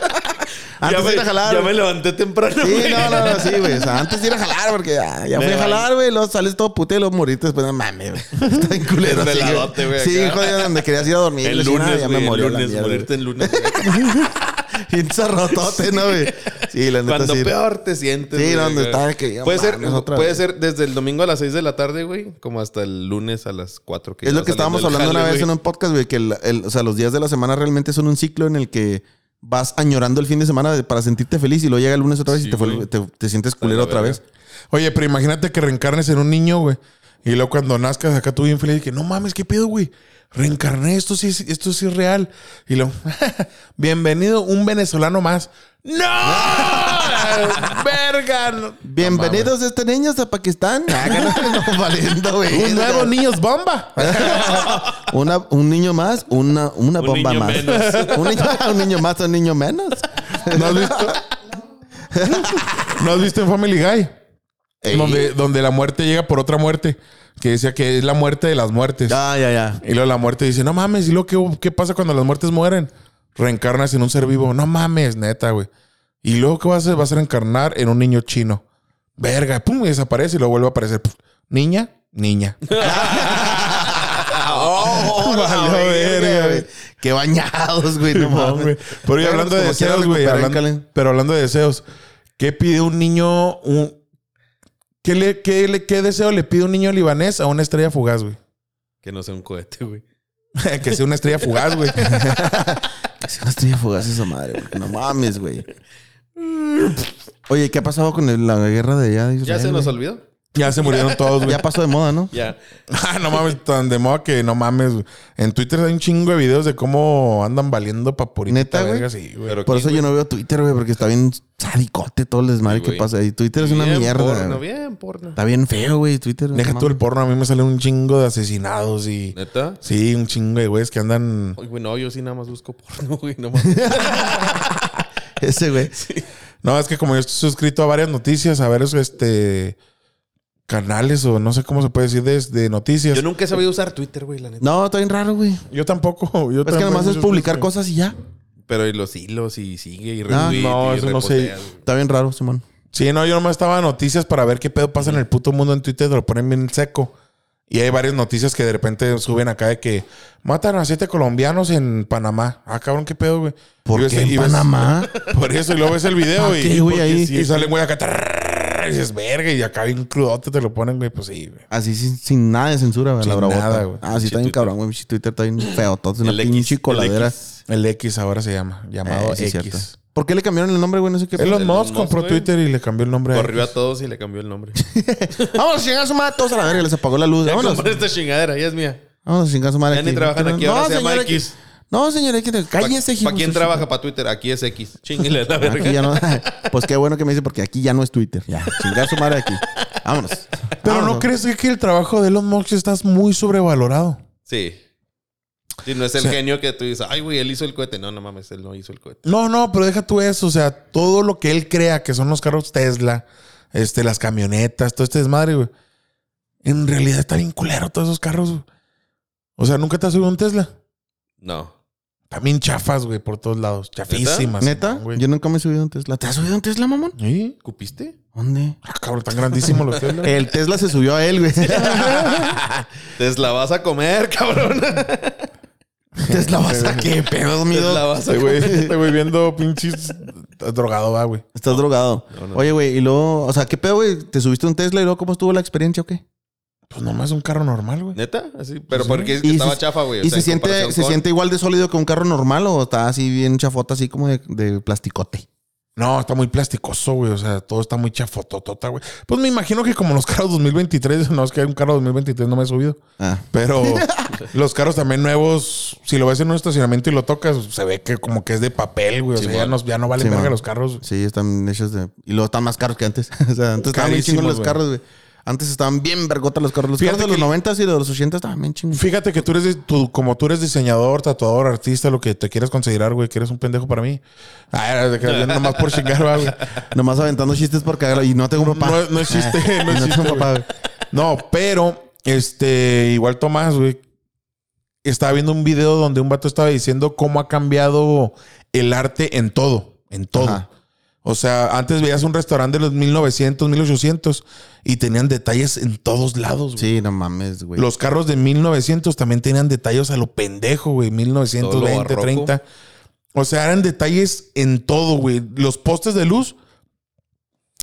Speaker 3: Ya
Speaker 1: de
Speaker 3: me,
Speaker 1: ir a jalar.
Speaker 3: ya me levanté temprano,
Speaker 1: Sí,
Speaker 3: güey.
Speaker 1: no, no, no, sí, güey. O sea, antes de ir a jalar, porque ya, ya
Speaker 3: Me
Speaker 1: fui a
Speaker 3: vale.
Speaker 1: jalar, güey. Luego sales todo puto y luego moriste después. No mames, güey. Está en culero.
Speaker 3: El
Speaker 1: sí,
Speaker 3: veladote, güey,
Speaker 1: Sí,
Speaker 3: acá.
Speaker 1: joder, donde querías ir a dormir.
Speaker 3: El
Speaker 1: la chingada,
Speaker 3: lunes,
Speaker 1: ya
Speaker 3: güey.
Speaker 1: me
Speaker 3: El
Speaker 1: murió la
Speaker 3: lunes,
Speaker 1: mierda.
Speaker 3: morirte el lunes. güey.
Speaker 1: Pinche zarrotote, ¿no, güey? Sí, la neta
Speaker 3: Cuando
Speaker 1: sí.
Speaker 3: peor te sientes.
Speaker 1: Sí,
Speaker 3: güey,
Speaker 1: donde
Speaker 3: acá.
Speaker 1: estaba que ya
Speaker 3: Puede ser,
Speaker 1: mames, otra
Speaker 3: puede
Speaker 1: vez.
Speaker 3: ser desde el domingo a las 6 de la tarde, güey, como hasta el lunes a las 4.
Speaker 1: Es lo que estábamos hablando una vez en un podcast, güey, que el- el- o sea, los días de la semana realmente son un ciclo en el que vas añorando el fin de semana de- para sentirte feliz y luego llega el lunes otra vez
Speaker 3: Sí,
Speaker 1: y te, fue-
Speaker 3: güey.
Speaker 1: te, te sientes culero
Speaker 3: la
Speaker 1: otra
Speaker 3: verga.
Speaker 1: vez.
Speaker 4: Oye, pero imagínate que reencarnes en un niño, güey. Y luego cuando nazcas acá tú bien feliz y que no mames, ¿qué pedo, güey? Reencarné, esto sí, es- esto sí es real. Y luego, bienvenido un venezolano más. ¡No! ¡Verga! no-
Speaker 1: Bienvenidos este niños a Pakistán. Ah, no, no, valiendo, güey.
Speaker 4: Un nuevo niños bomba.
Speaker 1: Una- un niño más, una, una bomba
Speaker 3: niño
Speaker 1: más.
Speaker 3: menos.
Speaker 1: un, niño, un niño más, un niño menos.
Speaker 4: ¿No has visto? ¿No has visto en Family Guy?
Speaker 1: Ey.
Speaker 4: Donde, donde la muerte llega por otra muerte. Que decía que es la muerte de las muertes.
Speaker 1: Ya, ya, ya.
Speaker 4: Y luego la muerte dice, no mames, ¿y luego qué, qué pasa cuando las muertes mueren? Reencarnas en un ser vivo. No mames, neta, güey. Y luego, ¿qué vas a hacer? Vas a reencarnar en un niño chino. Verga, pum, y desaparece y luego vuelve a aparecer. Puf, niña, niña.
Speaker 1: Oh, la
Speaker 4: Valió verga,
Speaker 1: güey. Qué bañados, güey. No
Speaker 4: Simón, güey.
Speaker 1: mames.
Speaker 4: Pero y
Speaker 1: Pero
Speaker 4: hablando de
Speaker 1: como quiera
Speaker 4: deseos, güey.
Speaker 1: recuperar el
Speaker 4: hablando-
Speaker 1: calen-
Speaker 4: pero hablando de deseos, ¿qué pide un niño? Un, ¿qué, le, qué, le- qué deseo le pide un niño libanés a una estrella fugaz, güey?
Speaker 3: Que no sea un cohete, güey.
Speaker 4: que sea una estrella fugaz, güey.
Speaker 1: Es una estrella fugaz esa madre, güey. No mames, güey. Oye, ¿qué ha pasado con el- la guerra de allá de
Speaker 3: Ya
Speaker 1: Israel,
Speaker 3: se nos
Speaker 1: güey?
Speaker 3: olvidó.
Speaker 4: ya se murieron todos, güey.
Speaker 1: Ya pasó de moda, ¿no?
Speaker 3: Ya.
Speaker 4: Ah, no mames, tan de moda que no mames. güey. En Twitter hay un chingo de videos de cómo andan valiendo pa' purita
Speaker 1: ¿Neta, güey?
Speaker 4: verga, sí, güey.
Speaker 3: Pero
Speaker 1: Por eso yo no veo Twitter, güey, porque está bien sadicote todo el desmadre
Speaker 3: Sí,
Speaker 1: que
Speaker 3: güey.
Speaker 1: pasa. Y Twitter es una
Speaker 3: bien
Speaker 1: mierda.
Speaker 3: Porno,
Speaker 1: güey.
Speaker 3: bien porno.
Speaker 1: Está bien feo, güey, Twitter.
Speaker 4: Deja
Speaker 1: no
Speaker 4: tú el
Speaker 1: mames.
Speaker 4: porno, a mí me sale un chingo de asesinados y...
Speaker 3: ¿Neta?
Speaker 4: Sí, un chingo de güeyes que andan...
Speaker 3: Ay, güey, no, yo sí nada más busco porno, güey. No mames.
Speaker 1: Ese, güey.
Speaker 4: No, es que como yo estoy suscrito a varias noticias, a varios este, canales o no sé cómo se puede decir de, de noticias.
Speaker 3: Yo
Speaker 4: Yo,
Speaker 3: nunca he sabido usar Twitter, güey, la neta.
Speaker 1: No, está bien raro, güey.
Speaker 4: tampoco. Yo
Speaker 1: Es que nomás es publicar cosas y ya.
Speaker 3: Pero y los hilos y sigue y
Speaker 1: Ah,
Speaker 3: retweet
Speaker 4: no,
Speaker 3: y
Speaker 4: eso no sé.
Speaker 3: reposteas, güey.
Speaker 1: Está bien raro, Simón.
Speaker 4: Sí, no, yo nomás estaba a noticias para ver qué pedo pasa en el puto mundo en Twitter, lo ponen bien seco. Y hay varias noticias que de repente suben acá de que matan a siete colombianos en Panamá. Ah, cabrón, qué pedo, güey.
Speaker 1: ¿Por
Speaker 4: Y ves-
Speaker 1: qué
Speaker 4: y
Speaker 1: en
Speaker 4: ves-
Speaker 1: Panamá?
Speaker 4: Por eso, y luego ves el video
Speaker 1: ¿Pa'
Speaker 4: y,
Speaker 1: qué, güey,
Speaker 4: porque
Speaker 1: ahí?
Speaker 4: sí, y salen, güey, acá. trrr, Y dices, verga, y acá bien crudote te lo ponen, güey. Pues sí, güey.
Speaker 1: Así sin, sin nada de censura, güey.
Speaker 4: Sin
Speaker 1: la bravota.
Speaker 4: nada, güey.
Speaker 1: Ah, sí, está bien cabrón, güey. Pinche Twitter está bien feo. Todo es una
Speaker 3: El X,
Speaker 1: pinche
Speaker 3: el
Speaker 1: coladera.
Speaker 3: X. Ah,
Speaker 4: El X ahora se llama, llamado
Speaker 1: Eh, sí,
Speaker 4: X.
Speaker 1: cierto. ¿Por qué le cambiaron el nombre, güey? No sé qué.
Speaker 4: Elon
Speaker 3: Elon
Speaker 4: Musk
Speaker 3: Musk,
Speaker 4: compró
Speaker 3: güey.
Speaker 4: Twitter y le cambió el nombre. a
Speaker 3: Corrió
Speaker 1: pues
Speaker 3: a
Speaker 4: X.
Speaker 3: todos y le cambió el nombre.
Speaker 1: Vamos a chingar a su madre. Todos a la verga. Les apagó la luz.
Speaker 3: Ya
Speaker 1: Vámonos.
Speaker 3: compré esta chingadera, ya es mía.
Speaker 1: Vamos a chingar a su madre.
Speaker 3: Ya ni trabajan aquí, ahora se llama
Speaker 1: señor
Speaker 3: X.
Speaker 1: No, señor X.
Speaker 3: ¿Para
Speaker 1: Cállese, hijo de
Speaker 3: quién
Speaker 1: su-
Speaker 3: trabaja? ¿Para Twitter? Aquí es X. Chinguele la verga.
Speaker 1: Aquí ya no. Pues qué bueno que me dice, porque aquí ya no es Twitter. Ya, chingar a su madre aquí. Vámonos.
Speaker 4: Pero
Speaker 1: Vámonos.
Speaker 4: ¿no crees que el trabajo de Elon Musk está muy sobrevalorado?
Speaker 3: Sí. Si no es el
Speaker 4: O sea-
Speaker 3: genio que tú dices, ay, güey, él hizo el cohete. No, no mames, él no hizo el cohete.
Speaker 4: No, no, pero deja tú eso. O sea, todo lo que él crea que son los carros Tesla, este, las camionetas, todo este desmadre, güey. En realidad está bien culero todos esos carros. güey. O sea, nunca te has subido un Tesla.
Speaker 3: No.
Speaker 4: También chafas, güey, por todos lados. Chafísimas.
Speaker 1: Neta,
Speaker 4: güey.
Speaker 1: yo nunca me he subido a un Tesla. ¿Te has subido a un Tesla, mamón?
Speaker 4: ¿Sí?
Speaker 3: ¿Cupiste?
Speaker 1: ¿Dónde?
Speaker 4: Ah, cabrón, tan grandísimos los Tesla.
Speaker 1: El Tesla se subió a él, güey.
Speaker 3: Te la vas a comer, cabrón.
Speaker 1: Tesla vas a qué pedo, mi
Speaker 3: Te
Speaker 1: dog?
Speaker 3: la vas a
Speaker 4: Este
Speaker 3: comer.
Speaker 4: güey, este güey viendo pinches drogado, va, güey.
Speaker 1: Estás drogado. Oye, güey, y luego, o sea, ¿qué pedo, güey? ¿Te subiste a un Tesla y luego cómo estuvo la experiencia o qué?
Speaker 4: Pues nomás un carro normal, güey.
Speaker 3: ¿Neta? Así, pero porque es que
Speaker 1: Y
Speaker 3: estaba
Speaker 1: se-
Speaker 3: chafa, güey. o
Speaker 1: ¿Y
Speaker 3: sea,
Speaker 1: se,
Speaker 3: en
Speaker 1: siente,
Speaker 3: comparación
Speaker 1: se
Speaker 3: con-
Speaker 1: siente igual de sólido que un carro normal o está así bien chafota, así como de, de plasticote?
Speaker 4: No, está muy plasticoso, güey. O sea, todo está muy chafototota, güey. Pues me imagino que como los carros 2023, no es que hay un carro 2023 no me he subido.
Speaker 1: Ah.
Speaker 4: Pero los carros también nuevos, si lo ves en un estacionamiento y lo tocas, se ve que como que es de papel, güey. O sea, ya no, ya no valen
Speaker 1: Sí,
Speaker 4: verga
Speaker 1: man.
Speaker 4: los carros.
Speaker 1: Sí, están hechos de. Y luego están más caros que antes. o sea, antes estaban bien
Speaker 4: Carísimos,
Speaker 1: chingos los
Speaker 4: güey.
Speaker 1: carros, güey. Antes estaban bien vergotas los carros. Los
Speaker 4: Fíjate
Speaker 1: carros de
Speaker 4: que-
Speaker 1: los 90 y de los 80 estaban bien chingos.
Speaker 4: Fíjate que tú eres, tú- como tú eres diseñador, tatuador, artista, lo que te quieras considerar, güey, que eres un pendejo para mí. Ah, era de que yo nomás por chingar, va, güey.
Speaker 1: Nomás aventando chistes por cagar. Y no tengo papá.
Speaker 4: No, no existe,
Speaker 1: Eh,
Speaker 4: no
Speaker 1: y
Speaker 4: existe.
Speaker 1: tengo
Speaker 4: güey.
Speaker 1: papá, güey.
Speaker 4: No, pero, este, igual Tomás, güey, estaba viendo un video donde un vato estaba diciendo cómo ha cambiado el arte en todo, en todo.
Speaker 1: Ajá.
Speaker 4: O sea, antes veías un restaurante de los 1900, 1800 y tenían detalles en todos lados, güey.
Speaker 1: Sí, no mames, güey.
Speaker 4: Los carros de 1900 también tenían detalles a lo pendejo, güey. 1920,
Speaker 3: Todo lo barroco.
Speaker 4: 30. O sea, eran detalles en todo, güey. Los postes de luz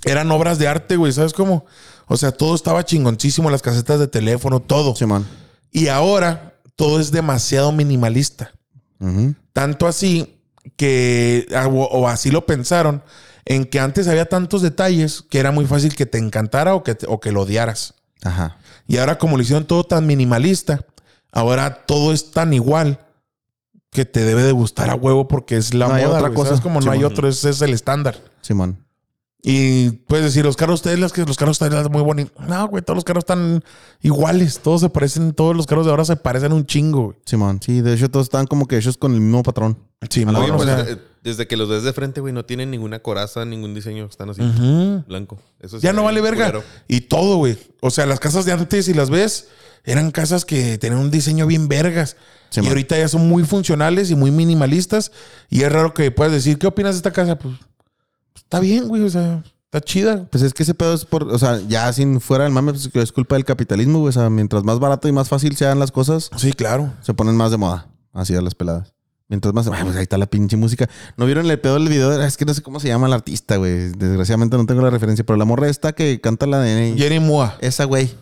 Speaker 4: eran obras de arte, güey. ¿Sabes cómo? O sea, todo estaba chingoncísimo. Las casetas de teléfono, todo.
Speaker 1: Simón.
Speaker 4: Y ahora todo es demasiado minimalista.
Speaker 1: Ujú.
Speaker 4: Tanto así que, ah, o, o así lo pensaron, en que antes había tantos detalles que era muy fácil que te encantara o que, te- o que lo odiaras.
Speaker 1: Ajá.
Speaker 4: Y ahora como lo hicieron todo tan minimalista, ahora todo es tan igual que te debe de gustar a huevo porque es la
Speaker 1: No hay
Speaker 4: moda.
Speaker 1: otra
Speaker 4: güey,
Speaker 1: cosa.
Speaker 4: ¿sabes? Como no
Speaker 1: Sí,
Speaker 4: hay
Speaker 1: bueno.
Speaker 4: otro, ese es el estándar.
Speaker 1: Simón.
Speaker 4: Y puedes decir, los carros Tesla, que los carros Tesla muy bonitos. No, güey, todos los carros están iguales. Todos se parecen, todos los carros de ahora se parecen un chingo, güey.
Speaker 1: Simón. Sí, de hecho todos estaban como que hechos con el mismo patrón.
Speaker 4: Sí,
Speaker 1: A la
Speaker 3: Oye,
Speaker 1: no,
Speaker 3: pues,
Speaker 1: o sea-
Speaker 3: eh, desde que los ves de frente, güey, no tienen ninguna coraza, ningún diseño. Están así, blanco. Eso sí
Speaker 4: Ya no
Speaker 3: está
Speaker 4: vale
Speaker 3: bien
Speaker 4: verga.
Speaker 3: culero.
Speaker 4: Y todo, güey. O sea, las casas de antes, si las ves, eran casas que tenían un diseño bien vergas.
Speaker 1: Sí,
Speaker 4: y
Speaker 1: man.
Speaker 4: ahorita ya son muy funcionales y muy minimalistas. Y es raro que puedas decir, ¿qué opinas de esta casa? Pues está bien, güey. O sea, está chida.
Speaker 1: Pues es que ese pedo es por, o sea, ya sin fuera del mame, pues que es culpa del capitalismo, güey. O sea, mientras más barato y más fácil sean las cosas,
Speaker 4: Sí, claro.
Speaker 1: se ponen más de moda. Así a las peladas. Mientras más, Ah, pues ahí está la pinche música. ¿No vieron el pedo del video? Ah, Es que no sé cómo se llama el artista, güey. Desgraciadamente no tengo la referencia, pero la morra esta que canta la de
Speaker 4: Jerry Mua.
Speaker 1: esa güey.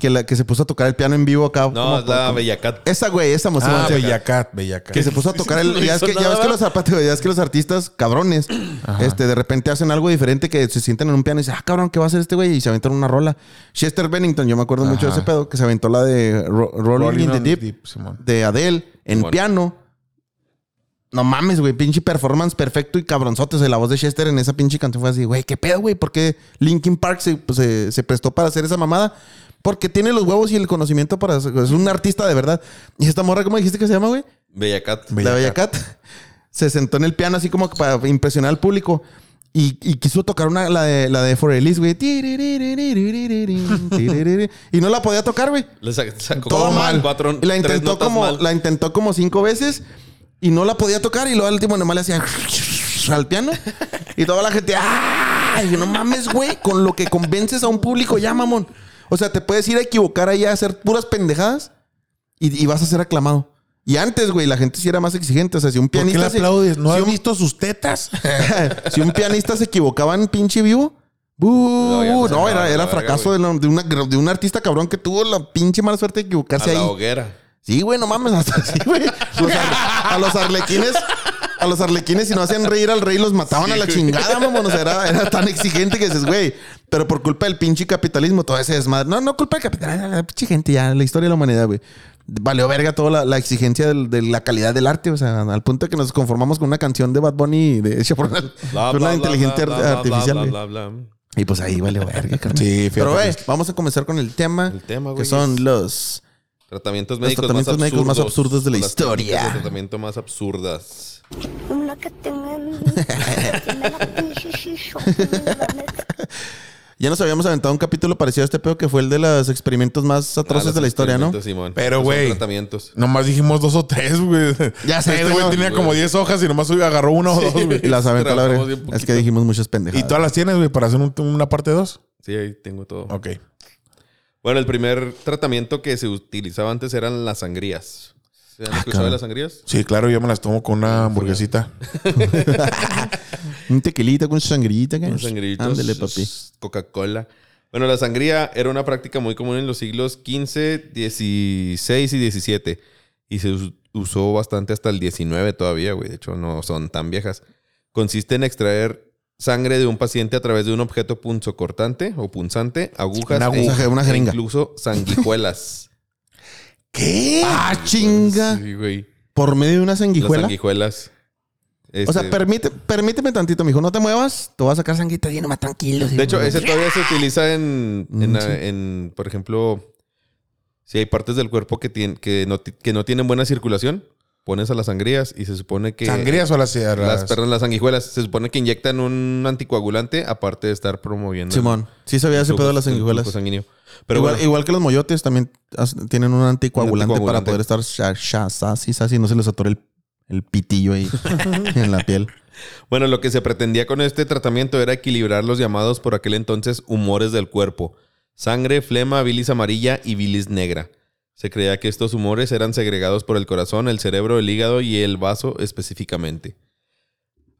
Speaker 1: Que la que se puso a tocar el piano en vivo acá.
Speaker 3: No,
Speaker 1: como
Speaker 3: es
Speaker 1: por-
Speaker 3: la
Speaker 1: como-
Speaker 3: Bellacat.
Speaker 1: Esa güey, esa música.
Speaker 4: Ah, Bellacat, Bellacat.
Speaker 1: Que se puso a tocar el.
Speaker 3: No
Speaker 1: ya, es
Speaker 3: hizo
Speaker 1: que, ya
Speaker 3: nada,
Speaker 1: ves que
Speaker 3: ¿verdad?
Speaker 1: los zapatos, ya ves que los artistas, cabrones, este, de repente hacen algo diferente que se sienten en un piano y dicen, ah, cabrón, ¿qué va a hacer este güey? Y se aventan una rola. Chester Bennington, yo me acuerdo mucho de ese pedo, que se aventó la de Ro- Rolling, in the
Speaker 4: on
Speaker 1: Deep,
Speaker 4: Simón.
Speaker 1: de Adele en
Speaker 3: Simón.
Speaker 1: piano. No mames, güey, pinche performance perfecto y cabronzotes. la voz de Chester en esa pinche canción fue así, güey, ¿qué pedo, güey? ¿Por qué Linkin Park se, pues, se- se prestó para hacer esa mamada? Porque tiene los huevos y el conocimiento para... hacer- Es un artista de verdad. Y esta morra, ¿cómo dijiste que se llama, güey?
Speaker 3: Bellacat.
Speaker 1: la Bella Cat se sentó en el piano así como que para impresionar al público y, y quiso tocar una, la de, la de For Elise, güey. Y no la podía tocar, güey.
Speaker 3: Le sa- sacó
Speaker 1: Todo
Speaker 3: como
Speaker 1: mal.
Speaker 3: cuatro-
Speaker 1: Y la
Speaker 3: tres
Speaker 1: intentó
Speaker 3: notas
Speaker 1: como,
Speaker 3: mal.
Speaker 1: la intentó como cinco veces y no la podía tocar y luego al último nomás le hacía al piano y toda la gente ¡ah! Ay, no mames, güey, con lo que convences a un público ya, mamón. O sea, te puedes ir a equivocar ahí a hacer puras pendejadas y, y vas a ser aclamado. Y antes, güey, la gente sí era más exigente. O sea, si un
Speaker 4: ¿Por qué
Speaker 1: pianista.
Speaker 4: le
Speaker 1: se-
Speaker 4: aplaudes? ¿No
Speaker 1: si
Speaker 4: has
Speaker 1: un-
Speaker 4: visto sus tetas?
Speaker 1: si un pianista se equivocaba en pinche vivo, ¡bu!
Speaker 2: No, ya
Speaker 1: no,
Speaker 2: no se acababa
Speaker 1: era,
Speaker 2: la
Speaker 1: era
Speaker 2: verga,
Speaker 1: fracaso de, la- de una- de un artista cabrón que tuvo la pinche mala suerte de equivocarse
Speaker 2: a la
Speaker 1: ahí.
Speaker 2: hoguera.
Speaker 1: Sí, güey, no mames, hasta así, güey. Los ar- a los arlequines, a los arlequines, si no hacían reír al rey, los mataban a la chingada, mamón. O sea, era, era tan exigente que dices, güey. Pero por culpa del pinche capitalismo, todo ese desmadre. No, no culpa del capitalismo, la pinche gente ya, la historia de la humanidad, güey. Valió verga toda la, la exigencia del- de la calidad del arte, o sea, al punto de que nos conformamos con una canción de Bad Bunny y de Chaparral.
Speaker 2: Bla,
Speaker 1: Con una
Speaker 2: bla, bla,
Speaker 1: inteligencia
Speaker 2: bla,
Speaker 1: ar-
Speaker 2: bla, bla,
Speaker 1: artificial,
Speaker 2: bla,
Speaker 1: güey.
Speaker 2: bla, bla, bla.
Speaker 1: Y pues ahí valió verga, carnal.
Speaker 4: Sí, fíjate.
Speaker 1: Pero, güey, vamos a comenzar con el tema,
Speaker 2: El tema,
Speaker 1: que
Speaker 2: güey.
Speaker 1: son los...
Speaker 2: Tratamientos
Speaker 1: Los
Speaker 2: médicos,
Speaker 1: tratamientos
Speaker 2: más,
Speaker 1: médicos
Speaker 2: absurdos,
Speaker 1: más absurdos de la
Speaker 2: Las técnicas
Speaker 1: historia.
Speaker 2: De tratamiento más absurdas.
Speaker 5: Una que tenga en- tiene la pinche shisho, la neta.
Speaker 1: Ya nos habíamos aventado un capítulo parecido a este pedo que fue el de los experimentos más atroces
Speaker 2: Ah,
Speaker 1: de la
Speaker 2: los
Speaker 1: historia, ¿no?
Speaker 2: experimentos, Simón.
Speaker 4: Pero,
Speaker 2: Son
Speaker 4: güey.
Speaker 2: Tratamientos.
Speaker 4: Nomás dijimos dos o tres, güey.
Speaker 1: Ya sé,
Speaker 4: Este güey
Speaker 1: güey.
Speaker 4: tenía como 10 hojas y nomás agarró una o dos, güey.
Speaker 1: Y las aventó a la verga.
Speaker 2: Trabajamos bien
Speaker 1: Es
Speaker 2: poquito.
Speaker 1: que dijimos muchas pendejadas.
Speaker 4: ¿Y todas las tienes, güey, para hacer un- una parte dos?
Speaker 2: Sí, ahí tengo todo.
Speaker 4: Ok.
Speaker 2: Bueno, el primer tratamiento que se utilizaba antes eran las sangrías. ¿Se
Speaker 1: Ah,
Speaker 2: han escuchado de las sangrías?
Speaker 4: Sí, claro, yo me las tomo con una hamburguesita.
Speaker 1: Un tequilita con sangrillita. ¿qué?
Speaker 2: Los sangrillitos.
Speaker 1: Ándale, papi.
Speaker 2: Coca-Cola. Bueno, la sangría era una práctica muy común en los siglos XV, XVI y XVII. Y se us- usó bastante hasta el XIX todavía, güey. De hecho, no son tan viejas. Consiste en extraer sangre de un paciente a través de un objeto punzocortante o punzante, agujas,
Speaker 1: Una aguja,
Speaker 2: e-
Speaker 1: una
Speaker 2: e
Speaker 1: jeringa.
Speaker 2: incluso sanguijuelas.
Speaker 1: ¿Qué? ¡Ah, chinga!
Speaker 2: Sí, güey.
Speaker 1: Por medio de una
Speaker 2: Las
Speaker 1: sanguijuela.
Speaker 2: sanguijuelas.
Speaker 1: O sea,
Speaker 2: Este,
Speaker 1: permite, permíteme tantito, mijo. No te muevas. Te voy a sacar sanguita llena más tranquilo. sí,
Speaker 2: De hecho,
Speaker 1: güey.
Speaker 2: ese todavía se utiliza en, en,
Speaker 1: Mm,
Speaker 2: a-
Speaker 1: sí.
Speaker 2: en, por ejemplo, si hay partes del cuerpo que, tien- que, no, ti- que no tienen buena circulación, pones a las sangrías y se supone que...
Speaker 4: ¿Sangrías o las
Speaker 2: Las,
Speaker 4: sierras?
Speaker 2: perdón, las sanguijuelas. Se supone que inyectan un anticoagulante aparte de estar promoviendo... el-
Speaker 1: Simón, sí sabía ese
Speaker 2: el
Speaker 1: pedo de
Speaker 2: flujo-
Speaker 1: las
Speaker 2: el flujo
Speaker 1: sanguijuelas.
Speaker 2: sanguíneo. Pero
Speaker 1: igual,
Speaker 2: bueno,
Speaker 1: igual que los moyotes también has- tienen un anticoagulante,
Speaker 2: Un
Speaker 1: para
Speaker 2: anticoagulante.
Speaker 1: poder estar sha, sha, sa, si, sa, si, no se les atore el, el pitillo ahí en la piel.
Speaker 2: Bueno, lo que se pretendía con este tratamiento era equilibrar los llamados por aquel entonces humores del cuerpo: sangre, flema, bilis amarilla y bilis negra. Se creía que estos humores eran segregados por el corazón, el cerebro, el hígado y el vaso específicamente.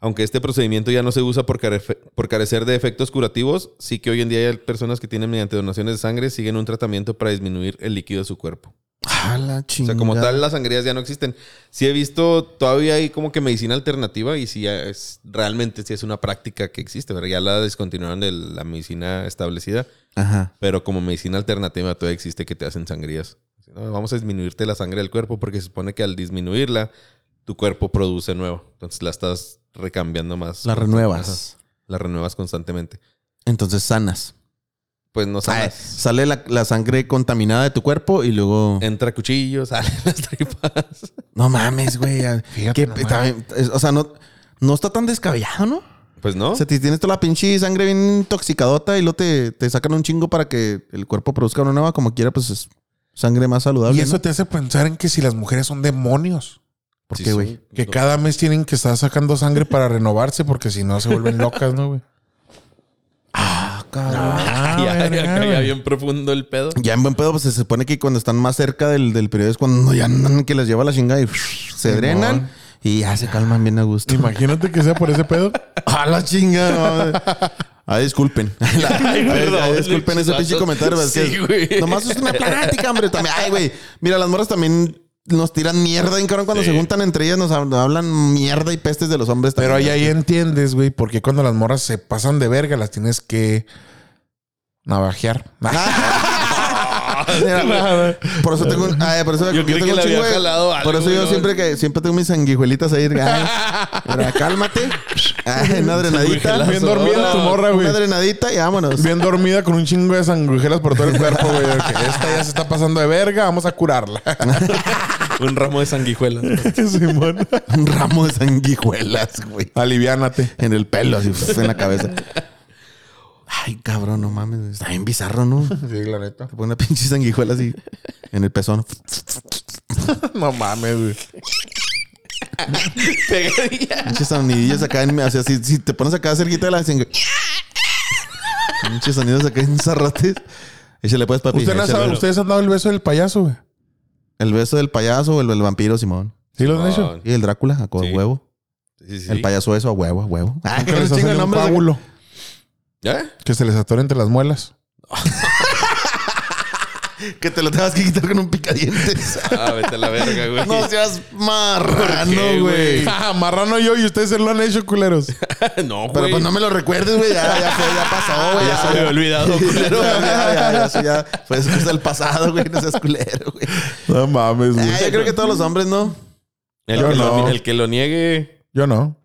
Speaker 2: Aunque este procedimiento ya no se usa por, carefe- por carecer de efectos curativos, sí que hoy en día hay personas que tienen mediante donaciones de sangre siguen un tratamiento para disminuir el líquido de su cuerpo.
Speaker 1: Ah, la
Speaker 2: O
Speaker 1: chingada.
Speaker 2: sea, como tal, las sangrías ya no existen. Sí he visto, todavía hay como que medicina alternativa y sí es, realmente sí es una práctica que existe, pero ya la descontinuaron de la medicina establecida.
Speaker 1: Ajá.
Speaker 2: Pero como medicina alternativa todavía existe que te hacen sangrías. No, vamos a disminuirte la sangre del cuerpo porque se supone que al disminuirla, tu cuerpo produce nuevo. Entonces la estás recambiando más.
Speaker 1: La renuevas.
Speaker 2: Ajá. La renuevas constantemente.
Speaker 1: Entonces sanas.
Speaker 2: Pues no
Speaker 1: Sale,
Speaker 2: sabes.
Speaker 1: sale la, la sangre contaminada de tu cuerpo y luego.
Speaker 2: Entra cuchillos, salen las tripas.
Speaker 1: No mames, güey. ya-
Speaker 4: Fíjate
Speaker 1: qué
Speaker 4: nomás.
Speaker 1: pe- también- es- o sea, no, no está tan descabellado, ¿no?
Speaker 2: Pues no.
Speaker 1: O sea, te tienes toda la pinche sangre bien intoxicadota y luego te, te sacan un chingo para que el cuerpo produzca una nueva, como quiera, pues es sangre más saludable.
Speaker 4: Y eso
Speaker 1: ¿no?
Speaker 4: te hace pensar en que si las mujeres son demonios,
Speaker 1: ¿Por
Speaker 2: Sí,
Speaker 1: qué,
Speaker 2: son-
Speaker 1: güey?
Speaker 4: que cada mes tienen que estar sacando sangre para renovarse porque si no se vuelven locas, ¿no, güey?
Speaker 1: Ah, cabrón.
Speaker 4: Ah,
Speaker 2: ya, ya,
Speaker 4: verga,
Speaker 2: ya, ya
Speaker 4: güey.
Speaker 2: bien profundo el pedo.
Speaker 1: Ya en buen pedo, pues se supone que cuando están más cerca del, del periodo es cuando ya andan que les lleva la chingada y se drenan y ya se calman bien a gusto.
Speaker 4: Imagínate que sea por ese pedo.
Speaker 1: A la chinga, no mames. Ah, disculpen. Ay,
Speaker 2: perdón,
Speaker 1: ay, disculpen ese
Speaker 2: chingazos.
Speaker 1: pinche comentario. es que
Speaker 2: Sí, güey.
Speaker 1: Nomás es una plática, hombre. También, ay, güey. Mira, las morras también nos tiran mierda. En cabrón, cuando se juntan entre ellas nos hab- hablan mierda y pestes de los hombres
Speaker 4: Pero ahí,
Speaker 1: también.
Speaker 4: ahí entiendes, güey, porque cuando las morras se pasan de verga, las tienes que navajear.
Speaker 2: Ah,
Speaker 1: Mira, por eso tengo un- ay, por eso yo,
Speaker 2: creí
Speaker 1: tengo
Speaker 2: que
Speaker 1: un
Speaker 2: le
Speaker 1: chingo
Speaker 2: había
Speaker 1: de-
Speaker 2: jalado algo,
Speaker 1: Por eso yo
Speaker 2: ¿no?
Speaker 1: siempre que siempre tengo mis sanguijuelitas ahí. ay, mira, cálmate. Ay, una drenadita.
Speaker 4: Ah, Bien dormida tu morra, güey.
Speaker 1: Una drenadita y vámonos.
Speaker 4: Bien dormida con un chingo de sanguijuelas por todo el cuerpo, güey. de que Esta ya se está pasando de verga, vamos a curarla.
Speaker 2: Un ramo de sanguijuelas.
Speaker 4: Simón.
Speaker 1: Un ramo de sanguijuelas, güey.
Speaker 4: Aliviánate.
Speaker 1: En el pelo, así uf, en la cabeza. Ay, cabrón, no mames. Está bien bizarro, ¿no? Te
Speaker 4: Sí, la neta.
Speaker 1: pone una pinche sanguijuela así en el pezón.
Speaker 4: No mames, güey.
Speaker 1: Pinches sonidillos acá en así, así, Si te pones acá cerquita de la sangu- Muchos sonidos acá en zarrates. Échale pues, papi.
Speaker 4: Usted no
Speaker 1: échale.
Speaker 4: sabe- Ustedes han dado el beso del payaso, güey.
Speaker 1: El beso del payaso o el, el vampiro, Simón.
Speaker 4: ¿Sí lo han hecho?
Speaker 1: Y el Drácula, a co- a
Speaker 2: Sí.
Speaker 1: huevo.
Speaker 2: Sí, sí,
Speaker 1: El
Speaker 2: sí.
Speaker 1: payaso eso, a huevo, a huevo. Ah,
Speaker 4: Que les hacen un pábulo
Speaker 2: ¿Eh?
Speaker 4: que se les atore entre las muelas.
Speaker 1: Que te lo tengas que quitar con un picadientes.
Speaker 2: Ah, vete a la verga, güey.
Speaker 1: no seas marrano, güey.
Speaker 2: qué, güey?
Speaker 4: Ja, Ah, Marrano yo y ustedes se lo han hecho, culeros.
Speaker 2: no, güey.
Speaker 1: Pero pues no me lo recuerdes, güey. Ya, ya fue, ya pasó, güey.
Speaker 2: Ya se me había olvidado, culero.
Speaker 1: Ya, ya, ya, ya, eso ya fue eso es del pasado, güey. No seas culero, güey.
Speaker 4: No mames, güey.
Speaker 1: Ah, yo creo que todos los hombres, ¿no?
Speaker 2: El,
Speaker 4: Yo
Speaker 2: que
Speaker 4: no.
Speaker 2: lo, el que lo niegue.
Speaker 4: Yo no.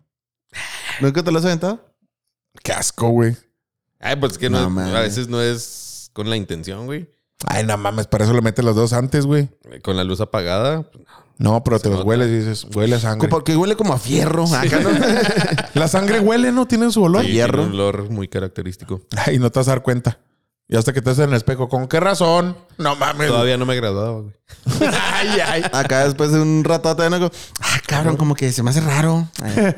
Speaker 1: ¿Nunca te lo has aventado?
Speaker 4: Qué asco, güey.
Speaker 2: Ay, pues que no,
Speaker 1: No,
Speaker 2: es-
Speaker 1: mames.
Speaker 2: a veces no es con la intención, güey.
Speaker 4: Ay, no mames, para eso le metes las dos antes, güey.
Speaker 2: Con la luz apagada.
Speaker 4: No, pero te los
Speaker 2: nota.
Speaker 4: hueles y dices, huele a sangre.
Speaker 1: Porque huele como a fierro. Acá no.
Speaker 4: La sangre huele, ¿no? Tienen su olor.
Speaker 2: sí,
Speaker 1: hierro.
Speaker 2: tiene Un olor muy característico.
Speaker 4: Ay, no te vas a dar cuenta. Y hasta que te haces en el espejo. ¿Con qué razón? No mames.
Speaker 2: Todavía no me graduaba, güey.
Speaker 4: Ay, ay.
Speaker 1: Acá después de un rato te algo. Ah, cabrón, como que se me hace raro. Ay.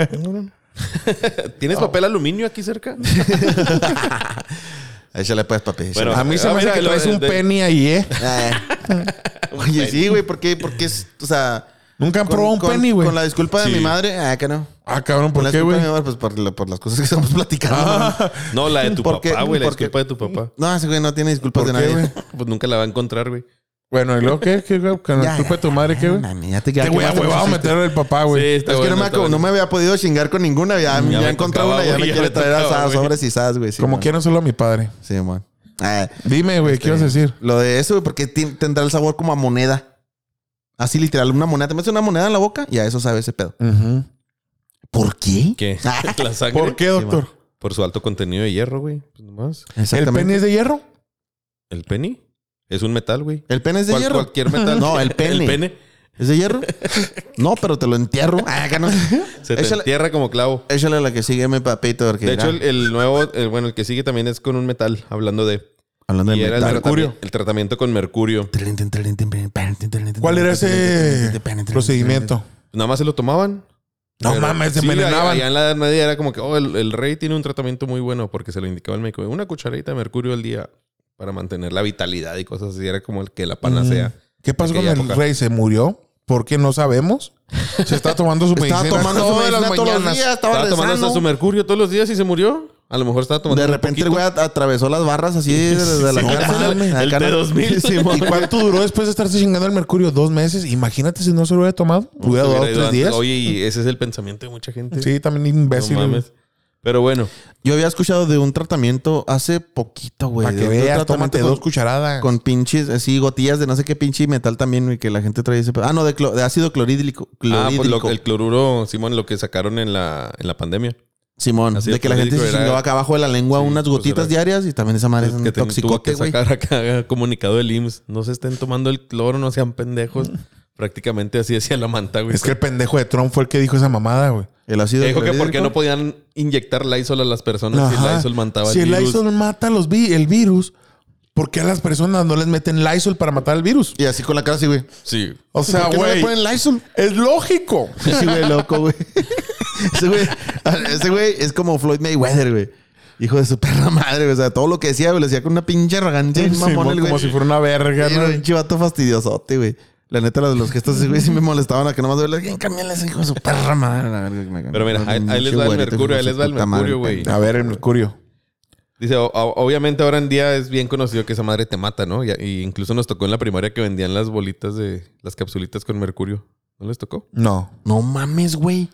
Speaker 2: ¿Tienes papel aluminio aquí cerca?
Speaker 1: Échale pues, papi. échale.
Speaker 2: Bueno,
Speaker 4: A mí se
Speaker 2: Ah,
Speaker 4: me hace
Speaker 2: mira,
Speaker 4: que
Speaker 2: lo
Speaker 4: traes
Speaker 2: del-
Speaker 4: un
Speaker 2: del-
Speaker 4: penny ahí, ¿eh?
Speaker 1: Ay. Oye, sí, güey, ¿por qué? Porque es, o sea.
Speaker 4: Nunca han
Speaker 1: con-
Speaker 4: probado Ah, un
Speaker 1: con-
Speaker 4: penny, güey.
Speaker 1: Con la disculpa de mi madre, ah, que no.
Speaker 4: Ah, cabrón,
Speaker 1: Con
Speaker 4: ¿por
Speaker 1: la
Speaker 4: qué,
Speaker 1: disculpa
Speaker 4: güey?
Speaker 1: de mi madre, pues por, la- por las cosas que estamos platicando.
Speaker 4: Ah,
Speaker 2: No, la de tu
Speaker 1: ¿Por qué?
Speaker 2: papá, güey. La
Speaker 1: ¿Por qué?
Speaker 2: disculpa de tu papá.
Speaker 1: No, ese güey no tiene disculpas
Speaker 4: ¿Por
Speaker 1: de
Speaker 4: qué,
Speaker 1: nadie.
Speaker 4: güey?
Speaker 2: Pues nunca la va a encontrar, güey.
Speaker 4: Bueno, ¿y luego qué? ¿Qué, güey? ¿Con la
Speaker 1: Ya,
Speaker 4: culpa de
Speaker 1: ya,
Speaker 4: tu madre qué, güey?
Speaker 1: Mami, ya te ya
Speaker 4: Te voy a
Speaker 1: quemaste
Speaker 4: huevado
Speaker 1: mucho
Speaker 4: meter el papá,
Speaker 2: Sí,
Speaker 4: güey.
Speaker 2: está
Speaker 1: es que no
Speaker 2: bueno,
Speaker 1: me,
Speaker 2: está
Speaker 1: acu-
Speaker 2: bueno.
Speaker 1: no me había podido chingar con ninguna. Ya, ya,
Speaker 2: Ya me
Speaker 1: encontré
Speaker 2: tocaba,
Speaker 1: una, ya
Speaker 2: güey,
Speaker 1: me
Speaker 2: ya
Speaker 1: quiere
Speaker 2: me
Speaker 1: traer a
Speaker 2: tocaba,
Speaker 1: sas,
Speaker 2: güey.
Speaker 1: sobres y sas, güey. sí,
Speaker 4: Como
Speaker 1: mon.
Speaker 4: quiero solo a mi padre.
Speaker 1: Sí, mon. Ah,
Speaker 4: Dime, güey, ¿qué ibas a decir?
Speaker 1: lo de eso, güey, porque ti- tendrá el sabor como a moneda. Así literal, una moneda. Te metes una moneda en la boca y a eso sabe ese pedo. ¿Por qué?
Speaker 2: ¿Qué? La sangre.
Speaker 4: ¿Por qué, doctor?
Speaker 2: Por su alto contenido de hierro, güey. Pues nomás.
Speaker 4: ¿El
Speaker 1: Exactamente.
Speaker 4: penny es de hierro?
Speaker 2: ¿El penny? Es un metal, güey.
Speaker 1: ¿El pene es de
Speaker 2: Cual-
Speaker 1: hierro?
Speaker 2: Cualquier metal.
Speaker 1: No, el pene.
Speaker 2: El pene.
Speaker 1: ¿Es de hierro? no, pero te lo entierro. Ah, acá no.
Speaker 2: Se te
Speaker 1: Échale-
Speaker 2: entierra como clavo.
Speaker 1: Échale la que sigue mi papito. porque
Speaker 2: De hecho, el,
Speaker 1: mira,
Speaker 2: el nuevo, el- bueno, el que sigue también es con un metal, hablando de.
Speaker 1: hablando
Speaker 2: Y
Speaker 1: de
Speaker 2: era el,
Speaker 1: metal.
Speaker 2: mercurio. el tratamiento con mercurio.
Speaker 4: ¿Cuál era ese procedimiento?
Speaker 2: Nada más se lo tomaban.
Speaker 4: No
Speaker 2: pero-
Speaker 4: mames, se
Speaker 2: sí,
Speaker 4: envenenaban.
Speaker 2: Allá en la Edad Media era como que, oh, el, el rey tiene un tratamiento muy bueno porque se lo indicaba el médico. Una cucharadita de mercurio al día para mantener la vitalidad y cosas así. Era como el que la
Speaker 1: Mm.
Speaker 2: panacea.
Speaker 4: ¿Qué pasó con
Speaker 2: Aquella
Speaker 4: el
Speaker 2: época.
Speaker 4: rey? ¿Se murió? ¿Por qué no sabemos? Se está tomando su medicina.
Speaker 1: Estaba tomando su
Speaker 4: todas las
Speaker 1: medicina todos los
Speaker 4: mañanas.
Speaker 1: días. Estaba,
Speaker 2: Estaba tomando
Speaker 1: rezando.
Speaker 2: hasta su mercurio todos los días y se murió. A lo mejor estaba tomando.
Speaker 1: De
Speaker 2: un
Speaker 1: repente el
Speaker 2: poquito.
Speaker 1: güey at- atravesó las barras así de, de la
Speaker 4: sí,
Speaker 1: cárcel.
Speaker 4: mames.
Speaker 1: La
Speaker 2: El
Speaker 1: cara-
Speaker 2: T2000.
Speaker 1: Sí,
Speaker 4: ¿Y
Speaker 1: mon.
Speaker 4: cuánto duró después de estarse chingando el mercurio? ¿Dos meses? Imagínate si no se lo hubiera tomado. Hubiera
Speaker 2: Se
Speaker 4: durado
Speaker 2: hubiera ido
Speaker 4: tres
Speaker 2: antes.
Speaker 4: días.
Speaker 2: Oye, y ese es el pensamiento de mucha gente.
Speaker 4: Sí, también
Speaker 2: No
Speaker 4: imbécil. güey.
Speaker 2: mames. Pero bueno,
Speaker 1: Yo había escuchado de un tratamiento hace poquito, güey.
Speaker 4: Para
Speaker 1: de
Speaker 4: que
Speaker 1: un
Speaker 4: veas,
Speaker 1: tratamiento
Speaker 4: tómate
Speaker 1: con-
Speaker 4: dos cucharadas.
Speaker 1: Con pinches, así, gotillas de no sé qué pinche metal también, y que la gente trae ese... pe- Ah, no, de, clo- de ácido clorhídrico.
Speaker 2: ah, pues lo-
Speaker 1: clorhídrico.
Speaker 2: el cloruro, Simón, lo que sacaron en la, en la pandemia.
Speaker 1: Simón,
Speaker 2: ácido
Speaker 1: de que la gente se
Speaker 2: clorhídrico era-
Speaker 1: chingaba acá abajo de la lengua
Speaker 2: Sí,
Speaker 1: unas
Speaker 2: pues
Speaker 1: gotitas
Speaker 2: era- pues
Speaker 1: diarias y también esa madre es
Speaker 2: que
Speaker 1: un
Speaker 2: ten- tuvo
Speaker 1: toxicote,
Speaker 2: que
Speaker 1: güey.
Speaker 2: sacar acá comunicado del IMSS. No se estén tomando el cloro, no sean pendejos. Prácticamente así decía la manta, güey.
Speaker 4: Mm. Es que el pendejo de Trump fue el que dijo esa mamada, güey.
Speaker 1: El ácido
Speaker 2: dijo que porque
Speaker 1: clorhídrico.
Speaker 2: no podían inyectar Lysol a las personas si
Speaker 4: Ajá.
Speaker 2: Lysol mataba
Speaker 4: si
Speaker 2: el
Speaker 4: el
Speaker 2: virus.
Speaker 4: Lysol mata los vi- el virus, ¿por qué a las personas no les meten Lysol para matar el virus?
Speaker 1: Y así con la cara así, güey.
Speaker 2: Sí.
Speaker 4: O sea,
Speaker 1: ¿Por qué no
Speaker 4: güey.
Speaker 1: le ponen Lysol?
Speaker 4: es lógico.
Speaker 1: Ese güey loco, güey. Ese güey, ese güey es como Floyd Mayweather, güey. Hijo de su perra madre, güey. O sea, todo lo que decía, güey, lo decía con una pinche arrogancia y un
Speaker 4: Simón,
Speaker 1: mamón el güey.
Speaker 4: como si fuera una verga,
Speaker 1: Sí, era un
Speaker 4: ¿no?
Speaker 1: chivato fastidiosote, güey. La neta, los, los gestos de ese güey sí me molestaban a que nomás verles. Bien, cámbiale ese hijo de su perra madre. la verga, que me-
Speaker 2: Pero mira, ahí- ahí les va el
Speaker 1: Güerito,
Speaker 2: mercurio,
Speaker 1: hijo
Speaker 2: ahí
Speaker 1: de
Speaker 2: les
Speaker 1: su
Speaker 2: va el
Speaker 1: puta madre,
Speaker 2: mercurio, güey.
Speaker 1: pendejo.
Speaker 4: A ver, el mercurio.
Speaker 2: Dice, o- o- obviamente ahora en día es bien conocido que esa madre te mata, ¿no? Y, y incluso nos tocó en la primaria que vendían las bolitas de las capsulitas con mercurio. ¿No les tocó?
Speaker 4: No.
Speaker 1: No mames, güey.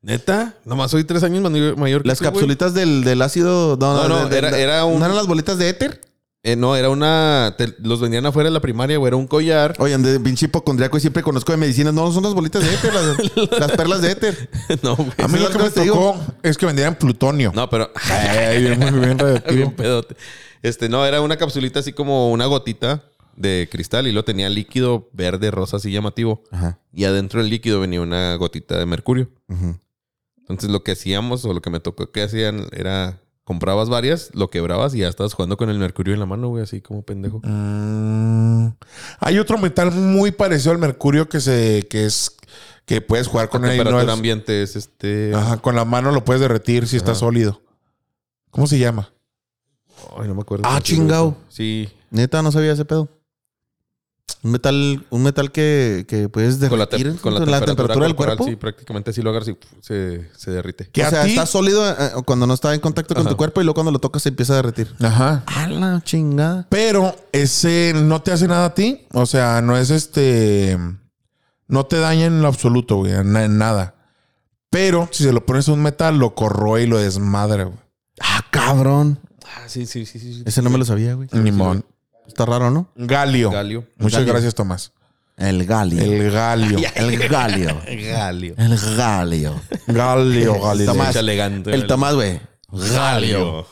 Speaker 2: ¿Neta? Nomás soy tres años mani- mayor que
Speaker 1: Las
Speaker 2: tú, güey.
Speaker 1: capsulitas del, del ácido. No, no,
Speaker 2: No, no,
Speaker 1: de- de-
Speaker 2: era-
Speaker 1: de-
Speaker 2: era un-
Speaker 1: ¿No eran las bolitas de éter?
Speaker 2: Eh, no, era una... te- los vendían afuera de la primaria, güey. Era un collar.
Speaker 1: Oye, de pinche hipocondriaco y siempre conozco de medicinas. No, son las bolitas de éter, las, las perlas de éter.
Speaker 2: no, güey.
Speaker 4: A mí
Speaker 1: Eso
Speaker 4: lo
Speaker 1: es
Speaker 4: que
Speaker 1: lo
Speaker 4: me
Speaker 1: que te
Speaker 4: tocó es que vendieran plutonio.
Speaker 2: No, pero...
Speaker 4: Ay, bien, muy bien
Speaker 2: bien
Speaker 4: radioactivo.
Speaker 2: pedote. Este, no, era una capsulita así como una gotita de cristal y lo tenía líquido verde, rosa, así llamativo.
Speaker 1: Ajá.
Speaker 2: Y adentro del líquido venía una gotita de mercurio.
Speaker 1: Ujú.
Speaker 2: Entonces lo que hacíamos o lo que me tocó que hacían era comprabas varias, lo quebrabas y ya estabas jugando con el mercurio en la mano, güey, así como pendejo.
Speaker 4: Mm. Hay otro metal muy parecido al mercurio que se que es que puedes jugar con
Speaker 2: La
Speaker 4: él y no
Speaker 2: temperatura
Speaker 4: es-
Speaker 2: ambiente es este
Speaker 4: Ajá, con la mano lo puedes derretir si está sólido. ¿Cómo se llama?
Speaker 2: Ay, no me acuerdo.
Speaker 1: Ah,
Speaker 2: cómo se llama
Speaker 1: chingao.
Speaker 2: eso. Sí.
Speaker 1: Neta, no sabía ese pedo. Un metal, un metal que, que puedes
Speaker 2: Con la, te-
Speaker 1: derretir
Speaker 2: con la temperatura,
Speaker 1: del
Speaker 2: corporal,
Speaker 1: cuerpo.
Speaker 2: Sí, prácticamente así lo agarras y pf, se, se derrite.
Speaker 4: Que
Speaker 1: o
Speaker 4: a
Speaker 1: sea,
Speaker 4: ti-
Speaker 1: está sólido eh, cuando no está en contacto con
Speaker 2: Ajá.
Speaker 1: tu cuerpo y luego cuando lo tocas se empieza a derretir.
Speaker 4: Ajá.
Speaker 1: ¡A la chingada!
Speaker 4: Pero ese no te hace nada a ti. O sea, no es este. No te daña en lo absoluto, güey. En, en nada. Pero si se lo pones a un metal, lo corroe y lo desmadra, güey.
Speaker 1: ¡Ah, cabrón!
Speaker 2: Ah, sí, sí, sí. sí, sí.
Speaker 1: Ese no me lo sabía, güey.
Speaker 4: Limón.
Speaker 1: Está raro, ¿no?
Speaker 4: Galio.
Speaker 2: Galio.
Speaker 4: Muchas
Speaker 1: Galio.
Speaker 4: gracias, Tomás.
Speaker 1: El galio.
Speaker 4: El galio.
Speaker 1: El galio.
Speaker 2: Galio.
Speaker 1: El galio.
Speaker 4: Galio, galio.
Speaker 1: Tomás.
Speaker 2: Mucha elegante.
Speaker 1: El Tomás, güey. Galio.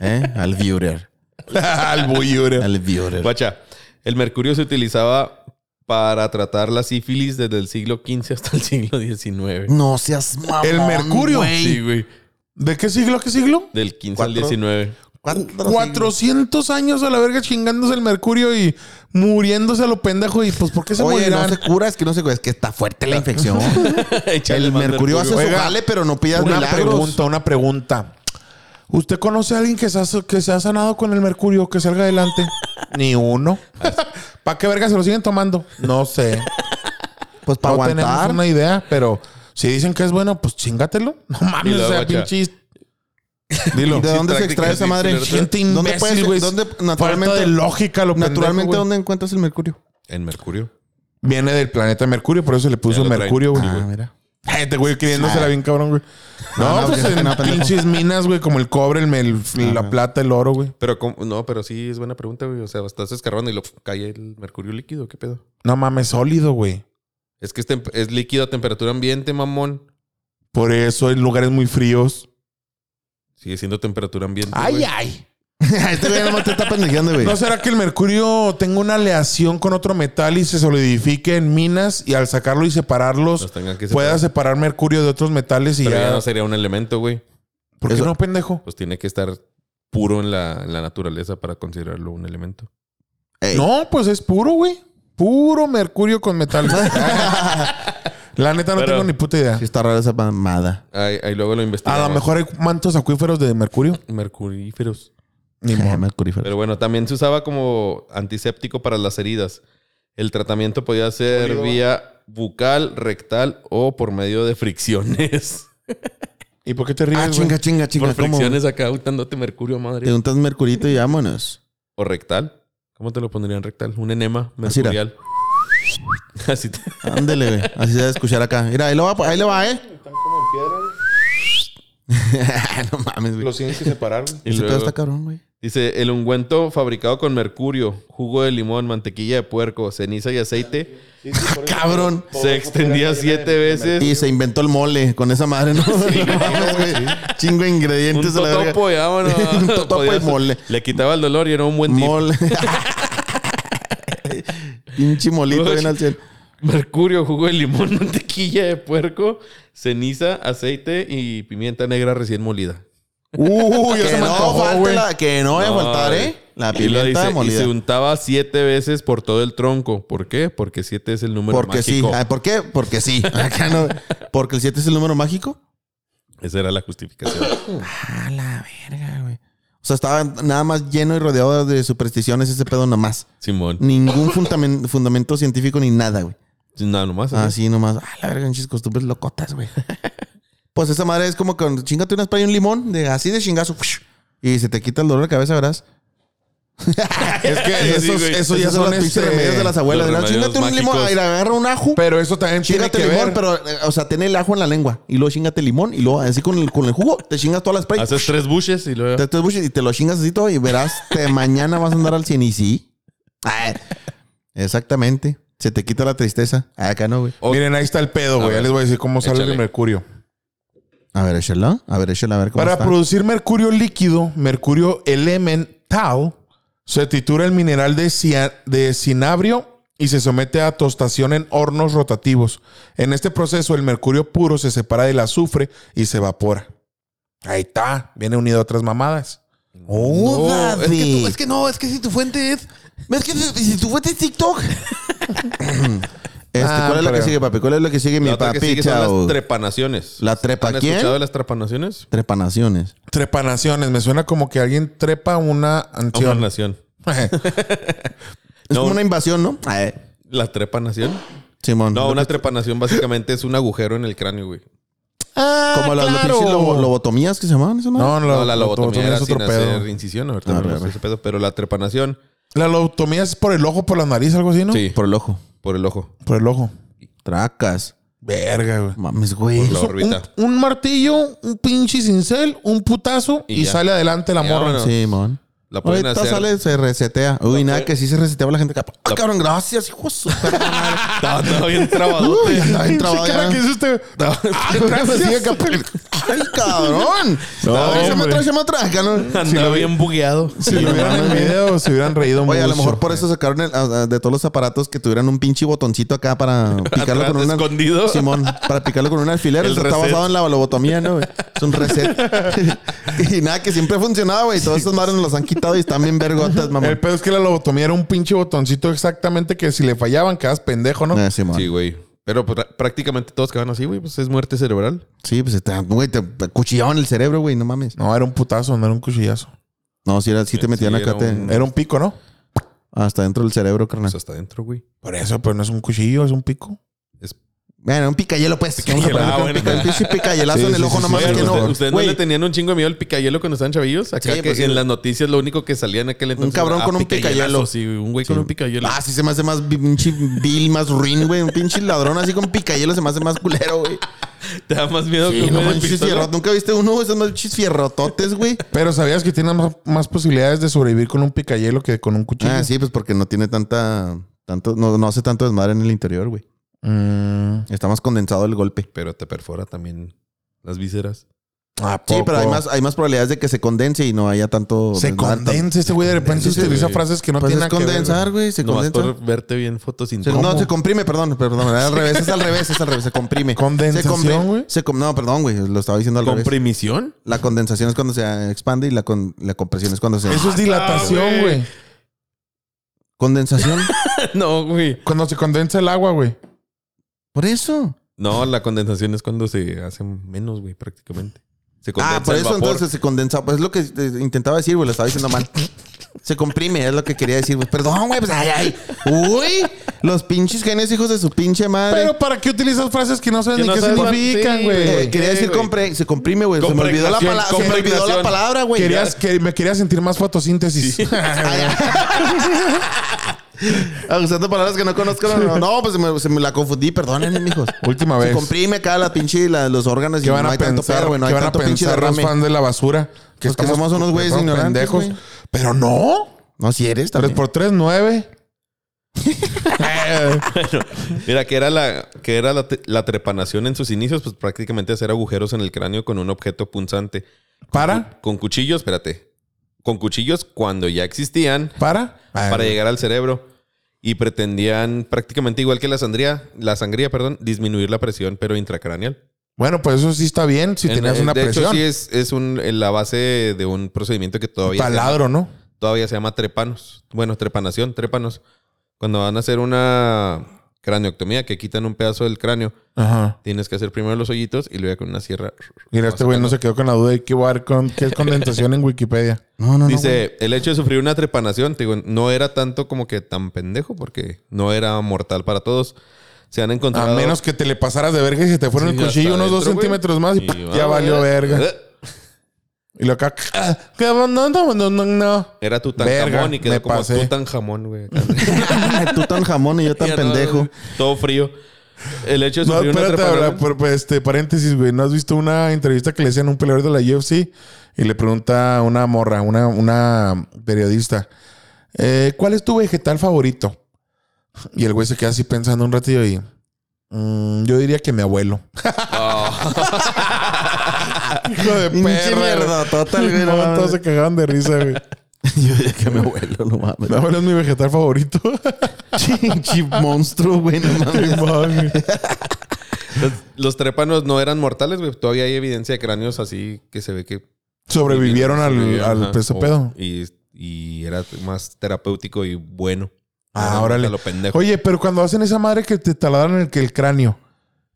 Speaker 1: ¿Eh? Al viewer.
Speaker 4: Al bullure.
Speaker 1: Al viewer.
Speaker 2: Guacha, el mercurio se utilizaba para tratar la sífilis desde el siglo XV hasta el siglo XIX.
Speaker 1: No seas mamón,
Speaker 4: El mercurio.
Speaker 1: güey.
Speaker 2: Sí, güey.
Speaker 4: ¿De qué siglo? ¿Qué siglo?
Speaker 2: Del 15
Speaker 1: Cuatro.
Speaker 2: al 19.
Speaker 1: Cuatro.
Speaker 4: 400 años a la verga chingándose el mercurio y muriéndose a lo pendejo. Y pues, ¿por qué se
Speaker 1: Oye, no
Speaker 4: morirán?
Speaker 1: se cura, es que no se cura, es que está fuerte la infección.
Speaker 2: Échale
Speaker 1: el
Speaker 2: más
Speaker 1: mercurio hace su
Speaker 4: Oiga,
Speaker 1: jale, pero no pidas
Speaker 4: Una
Speaker 1: milagros.
Speaker 4: pregunta, una pregunta. ¿Usted conoce a alguien que se, ha, que se ha sanado con el mercurio que salga adelante? Ni uno. ¿Para qué verga se lo siguen tomando? No sé.
Speaker 1: Pues para
Speaker 4: no tenemos
Speaker 1: aguantar.
Speaker 4: una idea, pero si dicen que es bueno, pues chingatelo. No
Speaker 2: Y
Speaker 4: mames,
Speaker 2: luego,
Speaker 4: o sea,
Speaker 2: guacha.
Speaker 4: pinche
Speaker 1: ¿Y
Speaker 2: Dilo.
Speaker 1: ¿De dónde se extrae esa madre?
Speaker 4: gente
Speaker 1: ¿Dónde
Speaker 4: imbécil,
Speaker 1: puedes,
Speaker 4: güey.
Speaker 1: dónde
Speaker 4: Falta de
Speaker 1: naturalmente,
Speaker 4: lógica lo pendejo,
Speaker 1: naturalmente
Speaker 4: güey.
Speaker 1: dónde encuentras el mercurio?
Speaker 2: En mercurio.
Speaker 4: Viene del planeta Mercurio, por eso le puso
Speaker 2: Ya lo
Speaker 4: Mercurio, güey.
Speaker 2: traen.
Speaker 1: Ah, mira. Ah.
Speaker 4: Este güey queriéndosela bien cabrón, güey. No,
Speaker 1: no,
Speaker 4: pues
Speaker 1: no,
Speaker 4: en
Speaker 1: no, pendejo.
Speaker 4: pinches minas, güey, como el cobre, el, el- la plata, el oro, güey.
Speaker 2: Pero, ¿cómo? no, pero sí es buena pregunta, güey. O sea, estás escarbando y lo cae el mercurio líquido. ¿Qué pedo?
Speaker 4: No mames, sólido, güey.
Speaker 2: Es que es, tem- es líquido a temperatura ambiente, mamón.
Speaker 4: Por eso en lugares muy fríos.
Speaker 2: Sigue siendo temperatura ambiente.
Speaker 4: Ay,
Speaker 2: güey.
Speaker 4: ay.
Speaker 1: este güey nomás te está pendejeando, güey.
Speaker 4: ¿No será que el mercurio tenga una aleación con otro metal y se solidifique en minas y al sacarlo y separarlos
Speaker 2: Los tengan que
Speaker 4: pueda
Speaker 2: separar.
Speaker 4: separar mercurio de otros metales y
Speaker 2: Pero ya
Speaker 4: ya?
Speaker 2: no sería un elemento, güey.
Speaker 4: ¿Por qué
Speaker 1: Eso-
Speaker 4: no, pendejo?
Speaker 2: Pues tiene que estar puro en la, en la naturaleza para considerarlo un elemento.
Speaker 1: Ey.
Speaker 4: No, pues es puro, güey. Puro mercurio con metal. la neta no
Speaker 2: Pero-
Speaker 4: tengo ni puta idea.
Speaker 1: Sí está rara esa mamada.
Speaker 2: Ahí, ahí luego lo
Speaker 4: A
Speaker 2: investigamos.
Speaker 4: lo mejor hay mantos acuíferos de mercurio.
Speaker 2: Mercuríferos.
Speaker 4: Ni modo.
Speaker 1: Mercurífero.
Speaker 2: Pero bueno, también se usaba como antiséptico para las heridas. El tratamiento podía ser vía bucal, rectal o por medio de fricciones.
Speaker 4: ¿Y por qué te ríes,
Speaker 1: Ah,
Speaker 4: güey?
Speaker 1: chinga, chinga, chinga.
Speaker 2: por
Speaker 1: ¿cómo?
Speaker 2: fricciones acá untándote mercurio,
Speaker 1: Te
Speaker 2: madre.
Speaker 1: untas mercurito y vámonos.
Speaker 2: O rectal. ¿Cómo te lo pondrían rectal? Un enema
Speaker 1: Así era.
Speaker 2: mercurial. Así te-
Speaker 1: Ándele, güey. Así se va a escuchar acá. Mira, ahí lo va, ahí lo va, ¿eh? no mames, güey.
Speaker 4: Los tienes que separar, güey.
Speaker 2: Y
Speaker 1: Ese pedo
Speaker 2: luego-
Speaker 1: está cabrón, güey.
Speaker 2: Dice, el ungüento fabricado con mercurio, jugo de limón, mantequilla de puerco, ceniza y aceite
Speaker 1: Cabrón.
Speaker 2: se extendía siete
Speaker 1: Y
Speaker 2: veces.
Speaker 1: se inventó el mole con esa madre, ¿no? No mames, güey. Chingo de
Speaker 2: Un
Speaker 1: ingredientes a la verga.
Speaker 2: totopo, y vámonos.
Speaker 1: Un totopo y
Speaker 2: Podías-
Speaker 1: mole.
Speaker 2: Le quitaba el dolor y era un buen tipo.
Speaker 1: Mole. Pinche molito bien al cielo.
Speaker 2: Mercurio, jugo de limón, mantequilla de puerco, ceniza, aceite y pimienta negra recién molida.
Speaker 4: Uy, ya se
Speaker 1: Que
Speaker 4: me
Speaker 1: no,
Speaker 4: antojó,
Speaker 1: falte
Speaker 4: güey.
Speaker 1: la- que no vaya a faltar, ¿eh? La
Speaker 2: Y lo
Speaker 1: pimienta
Speaker 2: dice, Y
Speaker 1: molida.
Speaker 2: se untaba siete veces por todo el tronco. ¿Por qué? Porque siete es el número
Speaker 1: Porque sí.
Speaker 2: mágico.
Speaker 1: Ah, ¿Por qué? Porque sí. Acá no. Porque el 7 es el número mágico.
Speaker 2: Esa era la justificación.
Speaker 1: A Ah, la verga, güey. O sea, estaba nada más lleno y rodeado de supersticiones ese pedo nomás.
Speaker 2: Simón.
Speaker 1: Ningún fundamen- fundamento científico ni nada, güey.
Speaker 2: Nada nomás. ¿eh? ¿no?
Speaker 1: Así nomás. Ah, la verga, pinches costumbres locotas, güey. Pues esa madre es como con chingate una spray y un limón, de, así de chingazo. Y se te quita el dolor de cabeza, verás.
Speaker 4: Es que
Speaker 2: Sí,
Speaker 4: esos,
Speaker 2: güey.
Speaker 4: esos
Speaker 1: Esos
Speaker 4: ya
Speaker 1: son
Speaker 4: son
Speaker 1: los pinches
Speaker 4: este,
Speaker 1: remedios de las abuelas.
Speaker 2: los
Speaker 1: ¿no?
Speaker 2: remedios
Speaker 1: Chingate un limón,
Speaker 2: mágicos.
Speaker 1: ay, agarra un ajo.
Speaker 4: Pero eso también tiene
Speaker 1: Chingate
Speaker 4: que
Speaker 1: limón,
Speaker 4: ver.
Speaker 1: pero, eh, o sea, tiene el ajo en la lengua. Y luego chingate limón. Y luego, así con el, con el jugo, te chingas todas las spray.
Speaker 2: Haces tres bushes y luego...
Speaker 1: Te te buches y te lo chingas así todo y verás, te, mañana vas a andar al cien y sí. Ah, exactamente. Se te quita la tristeza. Ah, Acá no, güey.
Speaker 2: O-
Speaker 4: Miren, ahí está el pedo, güey. Ya
Speaker 2: ver.
Speaker 4: les voy a decir cómo sale
Speaker 2: Échale.
Speaker 4: el mercurio.
Speaker 1: A ver, échala. A ver, échala. A ver cómo
Speaker 4: Para
Speaker 1: está.
Speaker 4: producir mercurio líquido, mercurio elemental, se titura el mineral de, cia- de cinabrio y se somete a tostación en hornos rotativos. En este proceso, el mercurio puro se separa del azufre y se evapora. Ahí está. Viene unido a otras mamadas.
Speaker 1: Oh,
Speaker 2: No, es que
Speaker 1: David.
Speaker 2: tú- es que no, es que si tu fuente es...
Speaker 1: Es que si, si tú fuiste TikTok. Este,
Speaker 4: Ah,
Speaker 1: ¿Cuál es la que
Speaker 4: pero-
Speaker 1: sigue, papi? ¿Cuál es la que sigue, mi
Speaker 2: La otra que
Speaker 1: papi?
Speaker 2: sigue son
Speaker 1: Chao.
Speaker 2: las trepanaciones.
Speaker 1: ¿La trepa
Speaker 2: ¿Han
Speaker 1: quién?
Speaker 2: escuchado de las trepanaciones?
Speaker 1: Trepanaciones.
Speaker 4: Trepanaciones. Me suena como que alguien trepa una ansión.
Speaker 2: Trepanación.
Speaker 1: Es
Speaker 2: No.
Speaker 1: como una invasión, ¿no? Ay,
Speaker 2: ¿La trepanación?
Speaker 1: Simón.
Speaker 2: No, una trepanación básicamente es un agujero en el cráneo, güey.
Speaker 1: Como las las pinches lobo- Ah, lobotomías que se llamaban, ¿eso no?
Speaker 4: No,
Speaker 2: No,
Speaker 4: la,
Speaker 2: la lobotomía
Speaker 4: lobotomía
Speaker 2: era
Speaker 4: es otro
Speaker 2: sin hacer
Speaker 4: pedo.
Speaker 2: incisión, ahorita
Speaker 1: Ah,
Speaker 2: no
Speaker 1: re,
Speaker 2: sé
Speaker 1: re.
Speaker 2: ese pedo, pero la trepanación,
Speaker 4: La lobotomía es por el ojo, por la nariz, algo así, ¿no?
Speaker 2: sí,
Speaker 1: Por el ojo.
Speaker 2: por el ojo,
Speaker 4: Por el ojo.
Speaker 1: Tracas.
Speaker 4: Verga, güey.
Speaker 1: Mames, güey.
Speaker 2: por la
Speaker 4: Eso,
Speaker 2: órbita.
Speaker 4: Un, un martillo, un pinche cincel, un putazo
Speaker 2: Y
Speaker 4: y,
Speaker 2: ya.
Speaker 4: sale adelante la
Speaker 2: Ya,
Speaker 4: morra.
Speaker 2: vámonos.
Speaker 1: Simón.
Speaker 2: La pueden
Speaker 1: Ahorita
Speaker 2: hacer-
Speaker 1: sale, se resetea. Uy, nada, que sí se reseteaba la gente. acá. Ah, cabrón, gracias, hijo de su perra madre.
Speaker 2: Estaba estaba bien trabado.
Speaker 1: Uy, andaba bien
Speaker 4: Pinche
Speaker 1: trabado
Speaker 4: cara
Speaker 1: ya.
Speaker 4: que hizo este-
Speaker 1: Ah,
Speaker 4: Gracias.
Speaker 1: ¡Ay, cabrón! Tráigame otra, tráigame otra. cabrón.
Speaker 3: Andaba bien bugueado.
Speaker 4: Si lo vieran en video, se hubieran reído mucho.
Speaker 1: Oye, a lo mejor por eso sacaron el- a- a- de todos los aparatos que tuvieran un pinche botoncito acá para picarlo
Speaker 2: Atrás,
Speaker 1: con un
Speaker 2: escondido.
Speaker 1: Simón, para picarlo con un alfiler.
Speaker 2: El
Speaker 1: Eso está
Speaker 2: reset.
Speaker 1: basado en la lobotomía, ¿no? güey? Es un reset. y nada, que siempre ha funcionado, güey. Todos estos madres nos los han quitado y están bien vergotas,
Speaker 4: El
Speaker 1: mamón.
Speaker 4: pedo es que la lobotomía era un pinche botoncito exactamente que si le fallaban quedas pendejo, ¿no?
Speaker 1: Eh, Simón.
Speaker 2: Sí,
Speaker 1: Sí,
Speaker 2: güey. Pero pues, pra- prácticamente todos quedan así, güey. Pues es muerte cerebral.
Speaker 1: pues te, güey, te cuchillaban el cerebro, güey. No mames.
Speaker 4: No, era un putazo, no era un cuchillazo.
Speaker 1: No, si, era, si te metían
Speaker 2: Eh, era
Speaker 1: acá te-
Speaker 2: un-
Speaker 4: Era un pico, ¿no?
Speaker 1: hasta dentro del cerebro, carnal.
Speaker 2: Pues hasta adentro, güey.
Speaker 4: Por eso, pero no es un cuchillo, es un pico.
Speaker 1: Bueno, un picayelo, pues. Vamos a
Speaker 2: Picayelo,
Speaker 1: ponerle
Speaker 2: ah,
Speaker 1: un
Speaker 2: bueno.
Speaker 1: pica- un pinche picayelazo
Speaker 4: Sí,
Speaker 1: en el
Speaker 4: sí,
Speaker 1: ojo,
Speaker 4: sí,
Speaker 1: no
Speaker 4: sí,
Speaker 1: mames
Speaker 4: sí,
Speaker 1: que
Speaker 4: sí.
Speaker 1: no.
Speaker 2: ¿Ustedes ustedes no
Speaker 1: Güey,
Speaker 2: le tenían un chingo de miedo al picayelo cuando estaban chavillos? Acá
Speaker 1: Sí,
Speaker 2: que
Speaker 1: pues, sí.
Speaker 2: en las noticias lo único que salía en aquel entonces.
Speaker 1: cabrón
Speaker 2: era,
Speaker 1: con
Speaker 2: ah,
Speaker 1: un picayelo.
Speaker 2: Sí, un güey con un picayelo.
Speaker 1: Ah, sí se me hace más vi- pinche vil, más ruin, güey. Un pinche ladrón así con picayelo se me hace más culero, güey.
Speaker 2: Te da más miedo que
Speaker 1: Sí, no
Speaker 2: un güey de
Speaker 1: manches,
Speaker 2: pistola.
Speaker 1: fierro- Nunca viste uno, güey. Esos más pinches fierrototes, güey.
Speaker 4: Pero sabías que tienes más, más posibilidades de sobrevivir con un picayelo que con un cuchillo.
Speaker 1: Ah, sí, pues porque no tiene tanta... Tanto, no, no hace tanto desmadre en el interior, güey.
Speaker 4: Mm.
Speaker 1: Está más condensado el golpe.
Speaker 2: Pero te perfora también las vísceras.
Speaker 4: ¿A
Speaker 1: Sí, pero hay
Speaker 4: poco?
Speaker 1: más, hay más probabilidades de que se condense y no haya tanto...
Speaker 4: Se
Speaker 1: desmadre, tan-
Speaker 4: condensa este güey. De repente
Speaker 1: Condensa,
Speaker 4: utiliza
Speaker 2: güey.
Speaker 4: frases que no
Speaker 1: Pues
Speaker 4: tienen
Speaker 1: es
Speaker 4: nada que ver.
Speaker 1: condensar, güey. Se
Speaker 2: Nomás
Speaker 1: condensa.
Speaker 2: por verte bien
Speaker 1: Se-
Speaker 2: fotosintético.
Speaker 1: no, se comprime, perdón, perdón, al revés, es al revés, es al revés, se comprime.
Speaker 4: Condensación,
Speaker 1: Se comprime-
Speaker 4: güey.
Speaker 1: se com- No, perdón, güey, lo estaba diciendo al revés.
Speaker 2: ¿Comprimición?
Speaker 1: La condensación es cuando se expande y la, con- la compresión es cuando se...
Speaker 4: Eso es
Speaker 2: Ah,
Speaker 4: dilatación,
Speaker 2: güey.
Speaker 4: güey.
Speaker 1: ¿Condensación?
Speaker 2: no, güey.
Speaker 4: Cuando se condensa el agua, güey.
Speaker 1: Por eso.
Speaker 2: No, la condensación es cuando se hace menos, güey, prácticamente. Se condensa
Speaker 1: Ah, por
Speaker 2: el
Speaker 1: eso
Speaker 2: vapor.
Speaker 1: entonces se condensa. Pues es lo que eh, intentaba decir, güey, lo estaba diciendo mal. Se comprime, es lo que quería decir, güey. Perdón, güey, pues ay, ay. Uy, los pinches genes hijos de su pinche madre.
Speaker 4: Pero ¿para qué utilizas frases que no saben
Speaker 2: Que
Speaker 4: ni
Speaker 2: no
Speaker 4: qué
Speaker 2: saben-
Speaker 4: significan,
Speaker 2: sí,
Speaker 4: güey?
Speaker 1: Eh, quería
Speaker 2: Sí,
Speaker 1: decir
Speaker 2: güey.
Speaker 1: compre- se comprime, güey. Se me olvidó la, pala- se me olvidó la
Speaker 2: Compregnación.
Speaker 1: palabra, güey.
Speaker 4: Querías que me quería sentir más fotosíntesis.
Speaker 1: Ah, Usando palabras que no conozco. No, no, no, pues se me, se me la confundí, perdonen, mijos.
Speaker 4: Última
Speaker 1: Se
Speaker 4: vez.
Speaker 1: comprime acá la pinche, la- los órganos
Speaker 4: ¿Qué van
Speaker 1: no
Speaker 4: a
Speaker 1: hay tanto
Speaker 4: pensar?
Speaker 1: perro, güey. No hay
Speaker 4: ¿Qué van a
Speaker 1: tanto pinche
Speaker 4: pensar los
Speaker 1: derrame.
Speaker 4: fans de la basura?
Speaker 1: Pues que somos unos güeyes
Speaker 4: perros
Speaker 1: ignorantes, güey.
Speaker 4: Pero no.
Speaker 1: No, si eres
Speaker 4: 3
Speaker 1: también.
Speaker 4: por 3 9.
Speaker 2: Mira, que era, la, que era la, te- la trepanación en sus inicios, pues prácticamente hacer agujeros en el cráneo con un objeto punzante.
Speaker 4: Para,
Speaker 2: Con cuchillos, espérate. Con cuchillos cuando ya existían
Speaker 4: para. Ah,
Speaker 2: para llegar al cerebro. Y pretendían prácticamente igual que la sangría, la sangría, perdón, disminuir la presión, pero intracraneal.
Speaker 4: Bueno, pues eso sí está bien si
Speaker 2: En-
Speaker 4: tenías
Speaker 2: en-
Speaker 4: una
Speaker 2: de hecho,
Speaker 4: presión.
Speaker 2: sí es, es un, en la base de un procedimiento que todavía se llama-
Speaker 4: Taladro, ¿no?
Speaker 2: todavía se llama trepanos. Bueno, trepanación, trépanos. Cuando van a hacer una craneoctomía, que quitan un pedazo del cráneo,
Speaker 4: Ajá.
Speaker 2: tienes que hacer primero los hoyitos y luego con una sierra.
Speaker 4: Mira, este güey no se quedó con la duda de qué, va a haber con, qué es condensación en Wikipedia.
Speaker 1: No, no, no. güey.
Speaker 2: Dice, el hecho de sufrir una trepanación, te digo, no era tanto como que tan pendejo, porque no era mortal para todos. Se han
Speaker 4: A
Speaker 2: encontrado...
Speaker 4: menos que te le pasaras de verga y se te fuera
Speaker 2: Sí,
Speaker 4: el
Speaker 2: hasta
Speaker 4: cuchillo unos dos
Speaker 2: adentro, güey.
Speaker 4: centímetros más y,
Speaker 2: Y
Speaker 4: ¡pah!
Speaker 2: va,
Speaker 4: ya valió
Speaker 2: güey.
Speaker 4: verga. Y lo acá. ¡ah! ¿Qué va? No, no, no, no, no.
Speaker 2: Era Tutankamón
Speaker 4: Verga,
Speaker 2: y quedó
Speaker 4: me
Speaker 2: como
Speaker 4: pasé.
Speaker 2: Tutanjamón, güey.
Speaker 1: Tú tan jamón y yo tan
Speaker 2: Ya no,
Speaker 1: pendejo.
Speaker 2: güey. todo frío. El hecho de
Speaker 4: No,
Speaker 2: sufrir una
Speaker 4: espérate,
Speaker 2: trepanación...
Speaker 4: ahora, por- por este, paréntesis, güey. ¿No has visto una entrevista que le hacían a un peleador de la UFC? Y le pregunta a una morra, una, una periodista, eh, ¿cuál es tu vegetal favorito? Y el güey se queda así pensando un ratillo y... "Mm, yo diría que mi abuelo. Hijo de
Speaker 1: Pinche
Speaker 4: perra.
Speaker 1: mierda, total, güey.
Speaker 4: No,
Speaker 1: No,
Speaker 4: todos se cagaban de risa, güey.
Speaker 1: Yo diría que mi abuelo, no
Speaker 4: Mi
Speaker 1: mames.
Speaker 4: abuelo es mi vegetal favorito.
Speaker 1: Pinche monstruo, güey, no mames.
Speaker 4: Mami.
Speaker 2: Los, los trépanos no eran mortales, güey. Todavía hay evidencia de cráneos así que se ve que...
Speaker 4: Sobrevivieron al,
Speaker 2: Sobrevivieron,
Speaker 4: al
Speaker 2: ajá.
Speaker 4: peso
Speaker 2: O-
Speaker 4: pedo.
Speaker 2: Y, y era más terapéutico y bueno.
Speaker 4: Ah,
Speaker 2: A
Speaker 4: órale.
Speaker 2: lo pendejo.
Speaker 4: Oye, pero cuando hacen esa madre que te taladran el, que el cráneo,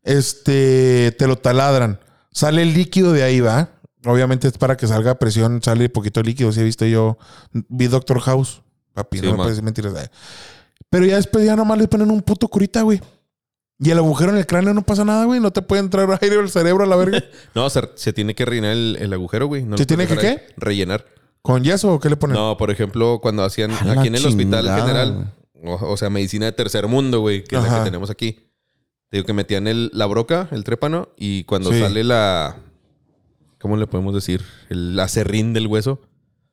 Speaker 4: este, te lo taladran, sale el líquido de ahí, ¿va? Obviamente es para que salga presión, sale poquito líquido, si he visto yo, vi Doctor House, papi,
Speaker 2: Sí,
Speaker 4: no me
Speaker 2: man.
Speaker 4: puedes decir mentiras. eh. Pero ya después ya nomás le ponen un puto curita, güey. Y el agujero en el cráneo no pasa nada, güey. No te puede entrar aire al cerebro a la verga.
Speaker 2: No, se, se tiene que rellenar el, el agujero, güey. No
Speaker 4: ¿Se
Speaker 2: lo puedes
Speaker 4: tiene que Ah.
Speaker 2: dejar ahí. Rellenar.
Speaker 4: ¿Con yeso o qué le ponen?
Speaker 2: No, por ejemplo, cuando hacían
Speaker 1: A la
Speaker 2: aquí en el hospital
Speaker 1: chingada,
Speaker 2: general, o, o sea, medicina de tercer mundo, güey, que es la
Speaker 4: Ajá.
Speaker 2: que tenemos aquí. Te digo que metían el, la broca, el trépano, y cuando
Speaker 4: Sí.
Speaker 2: sale la. ¿Cómo le podemos decir? El acerrín del hueso,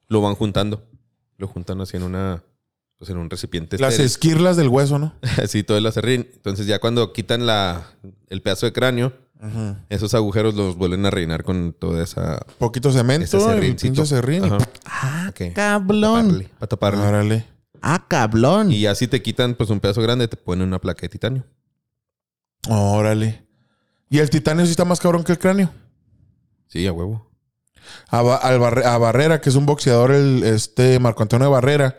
Speaker 2: lo van juntando. Lo juntan así en una. Pues en un recipiente.
Speaker 4: Las
Speaker 2: estéril.
Speaker 4: esquirlas del hueso, ¿no?
Speaker 2: Así todo el acerrín. Entonces, ya cuando quitan la, el pedazo de cráneo, esos agujeros los vuelven a rellenar con toda esa.
Speaker 4: Poquito
Speaker 2: Ese
Speaker 4: cemento, el
Speaker 2: serríncito.
Speaker 4: pinche serrín.
Speaker 2: Ajá.
Speaker 1: Ah,
Speaker 2: Ok.
Speaker 1: cablón.
Speaker 2: Para taparle.
Speaker 4: Órale.
Speaker 1: Ah, cablón.
Speaker 2: Y ya si te quitan pues un pedazo grande, te ponen una placa de titanio.
Speaker 4: Órale. Y el titanio sí está más cabrón que el cráneo.
Speaker 2: Sí, a huevo.
Speaker 4: A, Ba- al Barre- a Barrera, que es un boxeador, el, este Marco Antonio Barrera,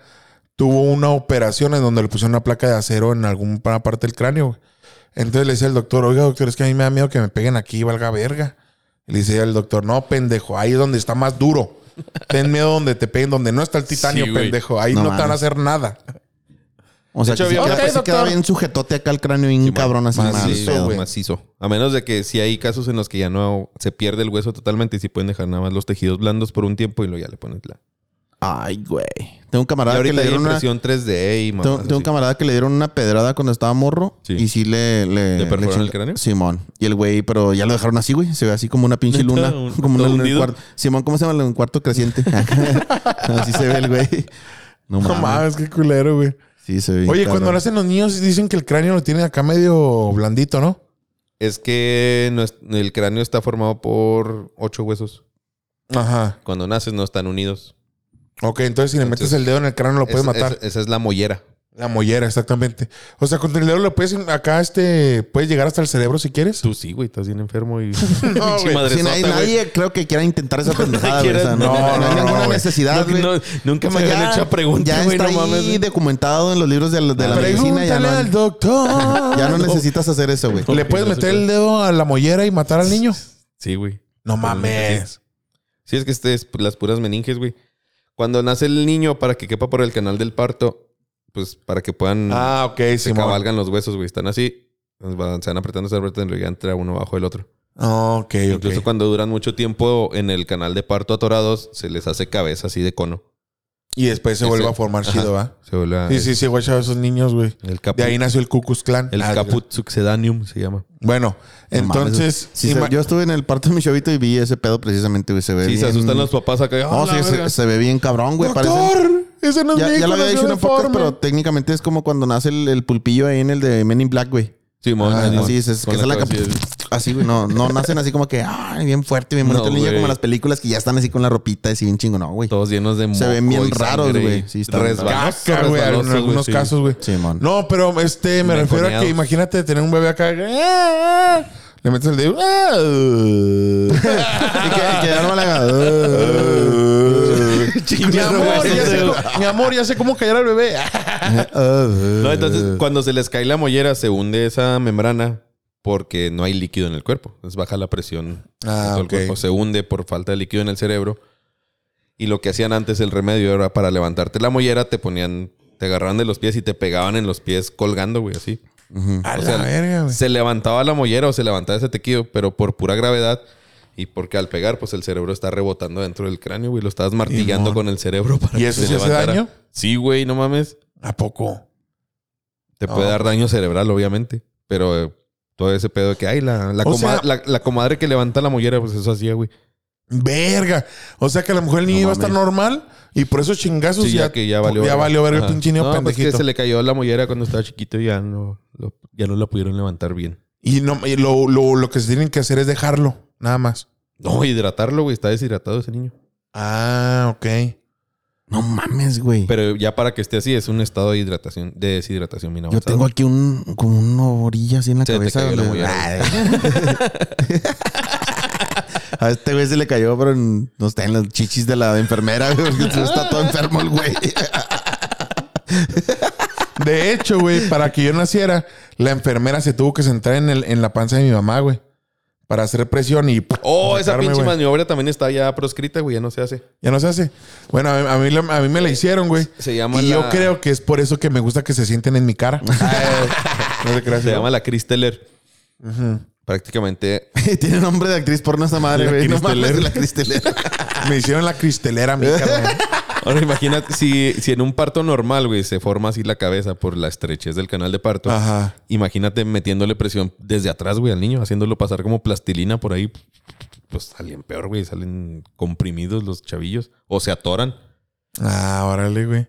Speaker 4: tuvo una operación en donde le pusieron una placa de acero en alguna parte del cráneo. güey. Entonces le decía al doctor, oiga doctor, es que a mí me da miedo que me peguen aquí, valga verga. Y le decía al doctor, no, pendejo, ahí es donde está más duro. Ten miedo donde te peguen, donde no está el titanio,
Speaker 2: Sí, güey.
Speaker 4: pendejo. Ahí
Speaker 1: No
Speaker 4: no, te van a
Speaker 1: mames.
Speaker 4: hacer nada.
Speaker 1: o sea,
Speaker 2: de hecho,
Speaker 1: que sí
Speaker 2: había
Speaker 1: queda, pues,
Speaker 2: una-
Speaker 1: sí queda bien sujetote acá el cráneo bien cabrón así.
Speaker 4: macizo,
Speaker 1: mal pedo.
Speaker 4: güey.
Speaker 2: macizo. A menos de que si hay casos en los que ya no se pierde el hueso totalmente y si pueden dejar nada más los tejidos blandos por un tiempo y luego ya le ponen la.
Speaker 1: Ay, güey. Tengo un
Speaker 2: Y
Speaker 1: camarada que
Speaker 2: ahorita
Speaker 1: le
Speaker 2: hay
Speaker 1: dieron una...
Speaker 2: impresión 3D y
Speaker 1: Tengo,
Speaker 2: mamadas
Speaker 1: tengo un
Speaker 2: así.
Speaker 1: camarada que le dieron una pedrada cuando estaba morro
Speaker 2: Sí.
Speaker 1: y sí le... ¿Le,
Speaker 2: ¿Le perforaron
Speaker 1: chinga-
Speaker 2: el cráneo?
Speaker 1: Simón. Y el güey, pero ya lo dejaron así, güey. Se ve así como una pinche luna.
Speaker 2: Neta, un-
Speaker 1: como una luna
Speaker 2: todo
Speaker 1: en
Speaker 2: hundido.
Speaker 1: cuarto. Simón, ¿cómo se llama? Un cuarto creciente. así se ve el güey. No
Speaker 4: No
Speaker 1: mames.
Speaker 4: mames, qué culero, güey.
Speaker 1: Sí, se ve.
Speaker 4: Oye, cuando
Speaker 1: cabrón.
Speaker 4: nacen los niños dicen que el cráneo lo tienen acá medio blandito, ¿no?
Speaker 2: Es que no es- el cráneo está formado por ocho huesos.
Speaker 4: Ajá.
Speaker 2: Cuando naces no están unidos.
Speaker 4: Ok, entonces si le
Speaker 2: Entonces,
Speaker 4: metes el dedo en el cráneo lo puedes
Speaker 2: Es-
Speaker 4: matar.
Speaker 2: es- esa es la mollera.
Speaker 4: La mollera, exactamente. O sea, con el dedo le puedes acá este puedes llegar hasta el cerebro si quieres.
Speaker 2: Tú sí, güey, estás bien enfermo y.
Speaker 4: No, güey.
Speaker 1: Sí, nadie, nadie creo que quiera intentar esa pendejada, güey. O sea,
Speaker 2: quieran-
Speaker 1: no,
Speaker 4: no,
Speaker 1: no, no hay
Speaker 4: no,
Speaker 1: ninguna
Speaker 4: güey.
Speaker 1: necesidad, güey.
Speaker 2: nunca
Speaker 1: O sea,
Speaker 2: me habían
Speaker 1: ya-
Speaker 2: hecho pregunta,
Speaker 1: Ya
Speaker 2: güey,
Speaker 1: está
Speaker 2: no
Speaker 1: ahí
Speaker 2: mames.
Speaker 1: documentado en los libros de, la- de la medicina.
Speaker 4: Pregúntale
Speaker 1: Ya no,
Speaker 4: al doctor.
Speaker 1: ya no necesitas hacer eso, güey.
Speaker 4: ¿Le puedes meter el dedo a la mollera y matar al niño?
Speaker 2: Sí, güey.
Speaker 4: No
Speaker 1: Pues,
Speaker 4: mames.
Speaker 2: Sí, es que este es las puras meninges, güey. Cuando nace el niño, para que quepa por el canal del parto, pues para que
Speaker 1: Mm.
Speaker 2: puedan
Speaker 4: Ah, ok,
Speaker 2: se
Speaker 4: sí.
Speaker 2: cabalgan los huesos, güey. Están así, nos van- se van apretando, se van apretando y ya entra uno bajo el otro.
Speaker 4: Ok, ok.
Speaker 2: Incluso cuando duran mucho tiempo en el canal de parto atorados, se les hace cabeza así de cono.
Speaker 4: Y después se
Speaker 2: Ese-
Speaker 4: vuelve a formar
Speaker 2: Ajá.
Speaker 4: chido, ¿va?
Speaker 2: Se
Speaker 1: Ah,
Speaker 2: vuelve a-
Speaker 4: Sí, sí, sí, güey, chavos, esos niños, güey.
Speaker 2: El caput,
Speaker 4: De ahí nació el Cucus Clan.
Speaker 2: el
Speaker 4: Ah,
Speaker 2: caput succedaneum se llama.
Speaker 4: Bueno,
Speaker 1: No mames,
Speaker 4: entonces.
Speaker 1: sí se-
Speaker 4: ima-
Speaker 1: yo estuve en el parto de mi chavito y vi ese pedo precisamente, güey. Se ve
Speaker 2: Sí, se
Speaker 1: bien-
Speaker 2: asustan los papás acá.
Speaker 1: No,
Speaker 2: ¡Ah, la
Speaker 1: sí, se,
Speaker 2: verga!
Speaker 1: se ve bien cabrón, güey. Parece.
Speaker 4: ¡Doctor! Ese no es
Speaker 1: Ya,
Speaker 4: mi
Speaker 1: ya lo
Speaker 4: hijo,
Speaker 1: había dicho
Speaker 4: nació
Speaker 1: en un podcast,
Speaker 4: deforme.
Speaker 1: pero técnicamente es como cuando nace el, el pulpillo ahí en el de Men in Black, güey.
Speaker 2: Simón,
Speaker 1: Ah,
Speaker 2: Simón.
Speaker 1: así es, es
Speaker 2: Con
Speaker 1: que sale acá,
Speaker 2: cabecilla.
Speaker 1: así, güey. No, no nacen así como que, ay, bien fuerte, bien bonito
Speaker 2: No,
Speaker 1: el niño,
Speaker 2: güey.
Speaker 1: como en las películas que ya están así con la ropita, así bien chingo, no, güey.
Speaker 2: Todos llenos de
Speaker 1: Se ven bien raros, güey. Sí,
Speaker 2: Sí,
Speaker 1: están-
Speaker 4: Caca, güey, en algunos casos, güey.
Speaker 1: Simón.
Speaker 4: No, pero este, me refiero a que
Speaker 2: Mejoneados.
Speaker 4: imagínate tener un bebé acá. ¡ah! Le metes el dedo. ¡ah!
Speaker 1: Y que, y que arma la-
Speaker 4: mi, amor, ya sé,
Speaker 2: güey.
Speaker 4: cómo- mi amor, ya sé cómo callar al bebé.
Speaker 2: No, entonces cuando se les cae la mollera se hunde esa membrana porque no hay líquido en el cuerpo. Entonces baja la presión.
Speaker 4: Ah,
Speaker 2: de todo el
Speaker 4: ok.
Speaker 2: cuerpo se hunde por falta de líquido en el cerebro. Y lo que hacían antes el remedio era para levantarte la mollera te ponían, te agarraban de los pies y te pegaban en los pies colgando, güey, así.
Speaker 4: A
Speaker 2: sea,
Speaker 4: la verga, güey.
Speaker 2: Se levantaba la mollera o se levantaba ese tequido, pero por pura gravedad. Y porque al pegar, pues el cerebro está rebotando dentro del cráneo, güey. Lo estabas martillando
Speaker 4: Simón.
Speaker 2: con el cerebro para
Speaker 4: ¿Y
Speaker 2: que
Speaker 4: eso
Speaker 2: se
Speaker 4: sí hace
Speaker 2: levantara.
Speaker 4: daño?
Speaker 2: Sí, güey, no mames.
Speaker 4: ¿A poco?
Speaker 2: Te
Speaker 4: No.
Speaker 2: puede dar daño cerebral, obviamente. Pero eh, todo ese pedo de que hay, la, la,
Speaker 4: O
Speaker 2: coma-
Speaker 4: sea-
Speaker 2: la, la comadre que levanta la mollera, pues eso hacía, güey.
Speaker 4: Verga. O sea que a lo mejor el niño
Speaker 1: No
Speaker 4: iba a estar
Speaker 1: mames.
Speaker 4: normal y por esos chingazos
Speaker 2: Sí, ya que ya valió.
Speaker 4: Ya valió verga el
Speaker 2: Ajá.
Speaker 4: pinche niño
Speaker 2: no, pues
Speaker 4: pendejito.
Speaker 2: que se le cayó la mollera cuando estaba chiquito y ya no, lo- ya no la pudieron levantar bien.
Speaker 4: Y, no, y lo, lo, lo que se tienen que hacer es dejarlo, nada más.
Speaker 2: No, hidratarlo, güey. Está deshidratado ese niño.
Speaker 4: Ah, ok.
Speaker 1: No mames, güey.
Speaker 2: Pero ya para que esté así, es un estado de hidratación, de deshidratación bien
Speaker 1: Yo
Speaker 2: avanzado.
Speaker 1: tengo aquí un, como una orilla así en la
Speaker 2: Se te
Speaker 1: cabeza.
Speaker 2: cayó la
Speaker 1: donde-
Speaker 2: mollera.
Speaker 1: Ay. A este güey se le cayó, pero en- no está en las chichis de la enfermera, güey. porque Está todo enfermo el güey.
Speaker 4: De De hecho, güey, para que yo naciera, la enfermera se tuvo que sentar en, el, en la panza de mi mamá, güey. Para hacer presión y... ¡pum!
Speaker 2: Oh, esa
Speaker 4: sacarme,
Speaker 2: pinche
Speaker 4: güey.
Speaker 2: maniobra también está ya proscrita, güey, ya no se hace.
Speaker 4: Ya no se hace. Bueno, a mí, a mí la- a mí me la hicieron, güey.
Speaker 2: Se llama
Speaker 4: Y
Speaker 2: la-
Speaker 4: yo creo que es por eso que me gusta que se sienten en mi cara.
Speaker 1: Ah,
Speaker 4: no te creas.
Speaker 2: Se
Speaker 4: yo.
Speaker 2: llama la Cristeler. Prácticamente
Speaker 1: Tiene nombre de actriz porno esa madre,
Speaker 4: La
Speaker 1: güey. No mames,
Speaker 4: Cristelera.
Speaker 1: la cristelera.
Speaker 4: Me hicieron la cristelera, mi carnal.
Speaker 2: Ahora imagínate si, si en un parto normal, güey, se forma así la cabeza por la estrechez del canal de parto.
Speaker 4: Ajá.
Speaker 2: Imagínate metiéndole presión desde atrás, güey, al niño, haciéndolo pasar como plastilina por ahí. Pues salen peor, güey, salen comprimidos los chavillos o se atoran.
Speaker 4: Ah, órale, güey.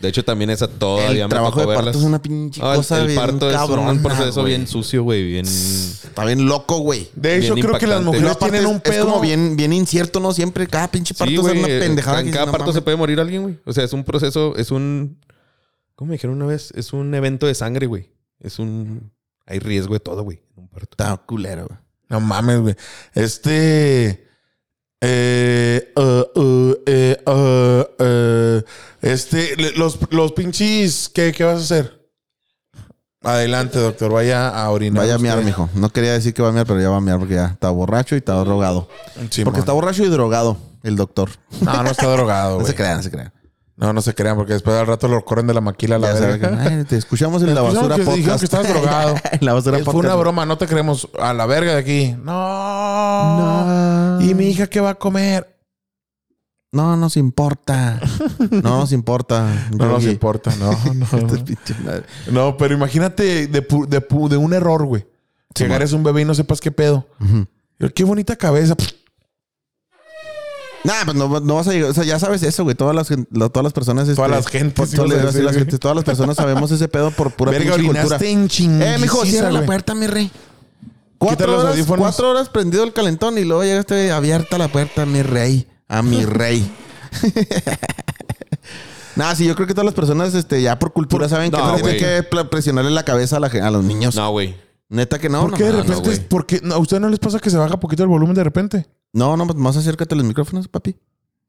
Speaker 2: De hecho, también esa todavía
Speaker 1: El trabajo de parto es una pinche
Speaker 2: Ah, el-
Speaker 1: cosa
Speaker 2: el,
Speaker 1: bien
Speaker 2: parto es
Speaker 1: cabrona,
Speaker 2: un proceso
Speaker 1: güey.
Speaker 2: bien sucio, güey, bien...
Speaker 1: Está bien loco, güey.
Speaker 4: De hecho,
Speaker 2: Bien
Speaker 4: creo que las
Speaker 2: impactante.
Speaker 1: Pero
Speaker 4: mujeres
Speaker 1: aparte es,
Speaker 4: tienen un
Speaker 1: es
Speaker 4: pedo.
Speaker 1: como bien, bien incierto, ¿no? Siempre cada pinche parto
Speaker 2: Sí,
Speaker 1: es una
Speaker 2: güey,
Speaker 1: pendejada.
Speaker 2: En
Speaker 1: que
Speaker 2: cada
Speaker 1: dices, no
Speaker 2: parto se
Speaker 1: mames.
Speaker 2: puede morir alguien, güey. O sea, es un proceso, es un. ¿Cómo me dijeron una vez? Es un evento de sangre, güey. Es un. Hay riesgo de todo, güey. en Un parto.
Speaker 1: Está culero, güey.
Speaker 4: No mames, güey. Este. Eh, uh, uh, eh, uh, uh, este. le- Los, los pinches. ¿qué, ¿Qué vas a hacer? Adelante, doctor. Vaya a orinar.
Speaker 1: Vaya a
Speaker 4: usted.
Speaker 1: miar, mijo. No quería decir que va a miar, pero ya va a miar porque ya está borracho y está drogado.
Speaker 4: Sí,
Speaker 1: Porque está
Speaker 4: man.
Speaker 1: borracho y drogado el doctor.
Speaker 4: No, no está drogado,
Speaker 1: No
Speaker 4: güey.
Speaker 1: se crean, no se crean.
Speaker 4: No, no se crean, porque después al rato lo corren de la maquila a la
Speaker 1: Ya se
Speaker 4: verga.
Speaker 1: ve que, "Ay, te escuchamos en la
Speaker 4: Escuchamos
Speaker 1: basura
Speaker 4: que dijeron
Speaker 1: podcast.
Speaker 4: que estabas drogado.
Speaker 1: en la basura
Speaker 4: Es- Fue
Speaker 1: podcast.
Speaker 4: una broma, no te creemos a la verga de aquí. No.
Speaker 1: No.
Speaker 4: ¿Y mi hija qué va a comer?
Speaker 1: No nos importa. No nos importa.
Speaker 4: No nos
Speaker 1: Yogi. Este
Speaker 4: importa, no, no.
Speaker 1: Estas pinches madres.
Speaker 4: No, pero imagínate de, pu- de, pu- de un error, güey. Que agarres un bebé y no sepas qué pedo.
Speaker 1: Ujú.
Speaker 4: Qué bonita cabeza. Pff,
Speaker 1: Nah, pues no, no vas a llegar. O sea, ya sabes eso, güey. Todas las, gen- la- todas las personas. este,
Speaker 4: Todas las gentes,
Speaker 1: pues,
Speaker 4: ibas a
Speaker 1: todas, las-
Speaker 4: decir,
Speaker 1: las
Speaker 4: güey.
Speaker 1: gentes, todas las personas sabemos ese pedo por pura
Speaker 4: Verga,
Speaker 1: pinche cultura.
Speaker 4: orinaste en chinguiza,
Speaker 1: Eh, mijo, cierra la
Speaker 4: güey.
Speaker 1: puerta, mi rey. Cuatro
Speaker 4: los
Speaker 1: horas,
Speaker 4: audífonos.
Speaker 1: cuatro horas prendido el calentón y luego llegaste abierta la puerta, mi rey. A mi rey. Nah, sí, yo creo que todas las personas, este, ya por cultura saben que
Speaker 2: no,
Speaker 1: no tienen
Speaker 2: güey.
Speaker 1: que pla- presionarle la cabeza a, la gen- a los niños.
Speaker 2: No, güey.
Speaker 1: Neta que no,
Speaker 4: ¿Por
Speaker 1: no.
Speaker 4: qué de
Speaker 1: no, no,
Speaker 4: repente?
Speaker 1: güey.
Speaker 4: es- ¿por qué? No, ¿A ustedes no les pasa que se baja poquito el volumen de repente?
Speaker 1: No, no, pues más acércate a los micrófonos, papi.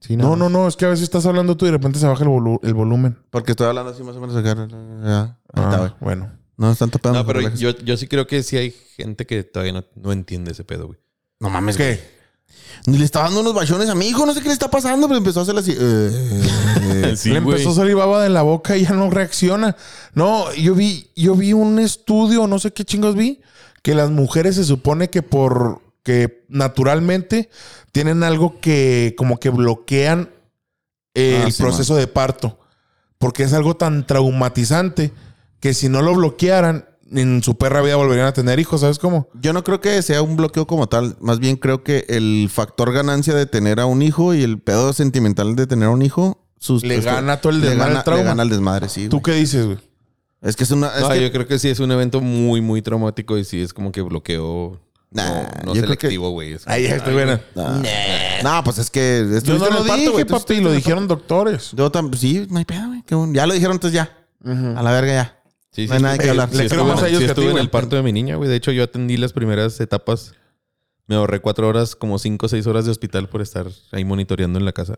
Speaker 4: No, no, no. Es que a veces estás hablando tú y de repente se baja el, volu- el volumen.
Speaker 1: Porque estoy hablando así más o menos acá. Ya, Ahí está,
Speaker 4: Ah,
Speaker 1: güey.
Speaker 4: bueno.
Speaker 1: No, están topando.
Speaker 2: No, pero yo, yo sí creo que sí hay gente que todavía no, no entiende ese pedo, güey.
Speaker 1: No mames,
Speaker 4: ¿Qué?
Speaker 1: güey. Ni le está dando unos bachones a mi hijo, no sé qué le está pasando, pero empezó a hacer así. eh, eh,
Speaker 2: Sí,
Speaker 4: Le empezó a salir baba de la boca y ya no reacciona. No, yo vi, yo vi un estudio, no sé qué chingos vi, que las mujeres se supone que por que naturalmente tienen algo que como que bloquean eh,
Speaker 1: Ah,
Speaker 4: el
Speaker 1: sí,
Speaker 4: proceso de parto, porque es algo tan traumatizante que si no lo bloquearan en su perra vida volverían a tener hijos, ¿sabes cómo?
Speaker 1: Yo no creo que sea un bloqueo como tal. Más bien creo que el factor ganancia de tener a un hijo y el pedo sentimental de tener a un hijo. sus-
Speaker 4: Le
Speaker 1: este,
Speaker 4: gana todo el
Speaker 1: le
Speaker 4: desmadre
Speaker 1: gana-
Speaker 4: al trauma.
Speaker 1: Le gana el desmadre, sí.
Speaker 4: ¿Tú
Speaker 1: güey.
Speaker 4: qué dices, güey?
Speaker 1: Es que es una. Es
Speaker 2: No,
Speaker 1: que-
Speaker 2: yo creo que sí es un evento muy, muy traumático y sí es como que bloqueo.
Speaker 1: Nah,
Speaker 2: no no
Speaker 1: Ah, yo creo que-
Speaker 2: selectivo, güey. Es-
Speaker 4: Ahí está, bueno.
Speaker 1: Nah. No, pues es que.
Speaker 4: Yo
Speaker 1: estuviste
Speaker 4: no
Speaker 1: en
Speaker 4: lo
Speaker 1: el parto,
Speaker 4: dije,
Speaker 1: güey, tú
Speaker 4: papi,
Speaker 1: estuviste
Speaker 4: lo
Speaker 1: en el parto.
Speaker 4: dijeron doctores.
Speaker 1: Yo también. Sí, no hay pedo, güey. qué bueno. Ya lo dijeron, entonces ya. A la verga, ya.
Speaker 2: Sí, sí,
Speaker 1: No hay nada que
Speaker 2: eh,
Speaker 1: hablar.
Speaker 2: sí
Speaker 1: Le
Speaker 2: estuve
Speaker 4: creo más
Speaker 2: en-
Speaker 4: a ellos
Speaker 2: sí
Speaker 4: que a ti,
Speaker 2: estuve en
Speaker 4: güey.
Speaker 2: el parto de mi niña, güey. De hecho, yo atendí las primeras etapas. Me ahorré cuatro horas, como cinco o seis horas de hospital por estar ahí monitoreando en la casa.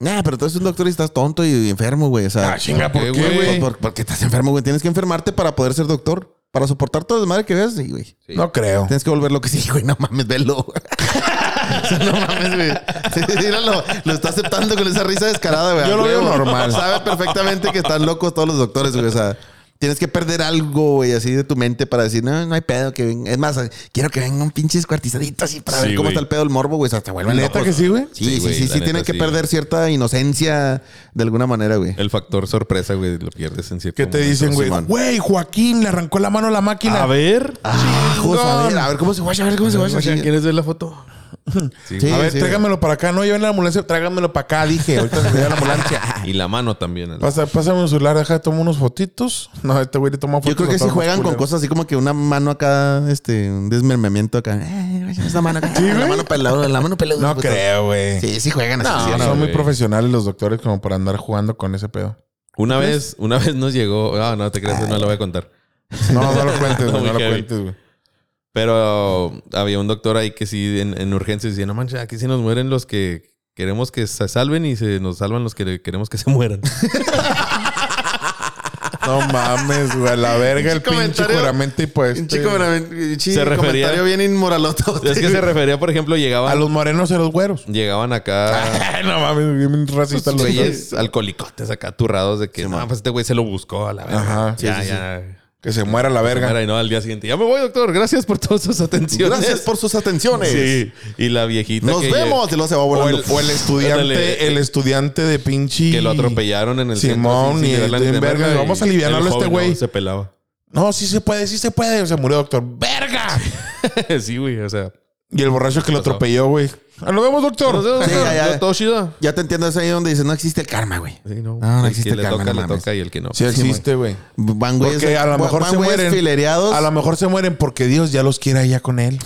Speaker 1: Nah, pero tú eres un doctor y estás tonto y enfermo, güey. O sea,
Speaker 4: chinga,
Speaker 2: ¿por qué, güey?
Speaker 1: Pues, por- porque estás enfermo, güey. Tienes que enfermarte para poder ser doctor. Para soportar todo el desmadre que veas, sí, güey.
Speaker 4: No creo.
Speaker 1: Tienes que volver lo que sí, güey. No mames, velo. o sea, no mames, güey. Sí, sí, míralo. Lo está aceptando con esa risa descarada, güey.
Speaker 4: Yo lo
Speaker 1: A
Speaker 4: veo
Speaker 1: huevo.
Speaker 4: normal.
Speaker 1: Sabe perfectamente que están locos todos los doctores, güey. O sea, tienes que perder algo, güey, así de tu mente para decir, no, no hay pedo. que venga. Es más, quiero que venga un pinche descuartizadito así para ver cómo está el pedo del morbo, güey. O sea, te vuelven
Speaker 4: ¿Neta
Speaker 1: locos.
Speaker 4: que sí, güey?
Speaker 1: Sí,
Speaker 2: Sí,
Speaker 1: sí,
Speaker 2: güey,
Speaker 1: sí,
Speaker 2: la
Speaker 1: sí,
Speaker 2: neta,
Speaker 1: tienen que
Speaker 2: sí.
Speaker 1: perder cierta inocencia de alguna manera, güey.
Speaker 4: Eh,
Speaker 2: El factor sorpresa, güey, lo pierdes en cierto
Speaker 4: ¿Qué te
Speaker 2: momento.
Speaker 4: dicen, güey?
Speaker 1: Simón.
Speaker 4: Güey, Joaquín le arrancó la mano a la máquina.
Speaker 3: ver.
Speaker 2: Ah,
Speaker 1: Ajos, a ver, a ver cómo se guacha, a ver cómo se guacha. Sí,
Speaker 3: ¿Quieres ver la foto?
Speaker 2: Sí,
Speaker 1: sí,
Speaker 4: A ver,
Speaker 1: sí,
Speaker 4: tráigamelo para acá. No, lleven la ambulancia, tráigamelo para acá, dije. Ahorita se me dio la ambulancia.
Speaker 2: Y la mano también. ¿no?
Speaker 4: Pasa, pásame un celular, deja, tomo unos fotitos. No, este güey le toma fotos.
Speaker 1: Yo creo
Speaker 4: a
Speaker 1: que sí
Speaker 4: todos los
Speaker 1: juegan con
Speaker 4: culeros.
Speaker 1: cosas así como que una mano acá, este, un desmermamiento acá. Eh, guacha, esa mano acá. la mano peluda, la mano peluda.
Speaker 4: No
Speaker 1: puto.
Speaker 4: creo, güey.
Speaker 1: Sí, sí juegan así. sí,
Speaker 4: No,
Speaker 1: no.
Speaker 4: son muy
Speaker 2: güey.
Speaker 4: profesionales los doctores como para andar jugando con ese pedo.
Speaker 2: Una vez, una vez nos llegó. Ah, no te creas, no lo voy a contar.
Speaker 4: No, no lo cuentes, güey.
Speaker 2: Muy
Speaker 4: No lo
Speaker 2: heavy.
Speaker 4: cuentes, güey.
Speaker 2: Pero había un doctor ahí que sí, en, en urgencias, decía: No manches, aquí sí nos mueren los que queremos que se salven y se nos salvan los que queremos que se mueran.
Speaker 4: No mames, güey. a La verga, el
Speaker 1: Pinche
Speaker 4: pinche
Speaker 1: comentario.
Speaker 4: juramento y pues.
Speaker 1: Pinche cobramiento, pinche
Speaker 2: Se refería-
Speaker 1: Este, comentario bien inmoralotote.
Speaker 2: Es que se refería, por ejemplo,
Speaker 4: A
Speaker 2: llegaban,
Speaker 4: los morenos y a los güeros.
Speaker 2: llegaban acá
Speaker 4: no mames, bien racista los güeyes.
Speaker 2: güeyes alcoholicotes acá aturrados de que no, pues este güey se lo buscó a la verga.
Speaker 4: Ajá, sí,
Speaker 2: ya,
Speaker 4: sí, sí.
Speaker 2: ya.
Speaker 4: Que se muera la verga.
Speaker 2: Mira, y no, al día siguiente. Ya me voy, doctor. Gracias por todas sus atenciones.
Speaker 1: Gracias por sus atenciones.
Speaker 2: Sí. Y la viejita
Speaker 1: Nos
Speaker 2: que,
Speaker 1: vemos. Y luego se va
Speaker 4: O
Speaker 1: volando.
Speaker 4: el, o el estudiante,
Speaker 2: Ándale.
Speaker 4: el estudiante de pinche.
Speaker 2: que lo atropellaron en el
Speaker 4: Simón,
Speaker 2: centro, así,
Speaker 4: y
Speaker 2: sin llevarla
Speaker 4: el-
Speaker 2: ni de
Speaker 4: en verga,
Speaker 2: verga,
Speaker 4: vamos
Speaker 2: y
Speaker 4: a alivianarlo
Speaker 2: el
Speaker 4: a este
Speaker 2: joven,
Speaker 4: güey.
Speaker 2: no, Se pelaba.
Speaker 4: No, sí se puede, sí se puede. Se murió, doctor. ¡Verga!
Speaker 2: sí, güey, o sea.
Speaker 4: Y el borracho que lo atropelló, güey. Ah, Nos vemos, doctor.
Speaker 1: Sí, ya, ya.
Speaker 2: Todo chido.
Speaker 1: Ya te entiendo, es ahí donde dice no existe el karma, güey.
Speaker 2: Sí, no.
Speaker 1: Ah, no
Speaker 2: el
Speaker 1: existe
Speaker 2: que
Speaker 1: el
Speaker 2: le
Speaker 1: karma,
Speaker 2: toca,
Speaker 1: no
Speaker 2: le
Speaker 1: mames.
Speaker 2: toca y el que no.
Speaker 4: Sí existe, güey.
Speaker 1: Van güeyes,
Speaker 4: Porque a lo
Speaker 1: van-
Speaker 4: mejor
Speaker 1: van
Speaker 4: se
Speaker 1: güeyes
Speaker 4: mueren.
Speaker 1: filereados.
Speaker 4: A lo mejor se mueren porque Dios ya los quiere allá con él.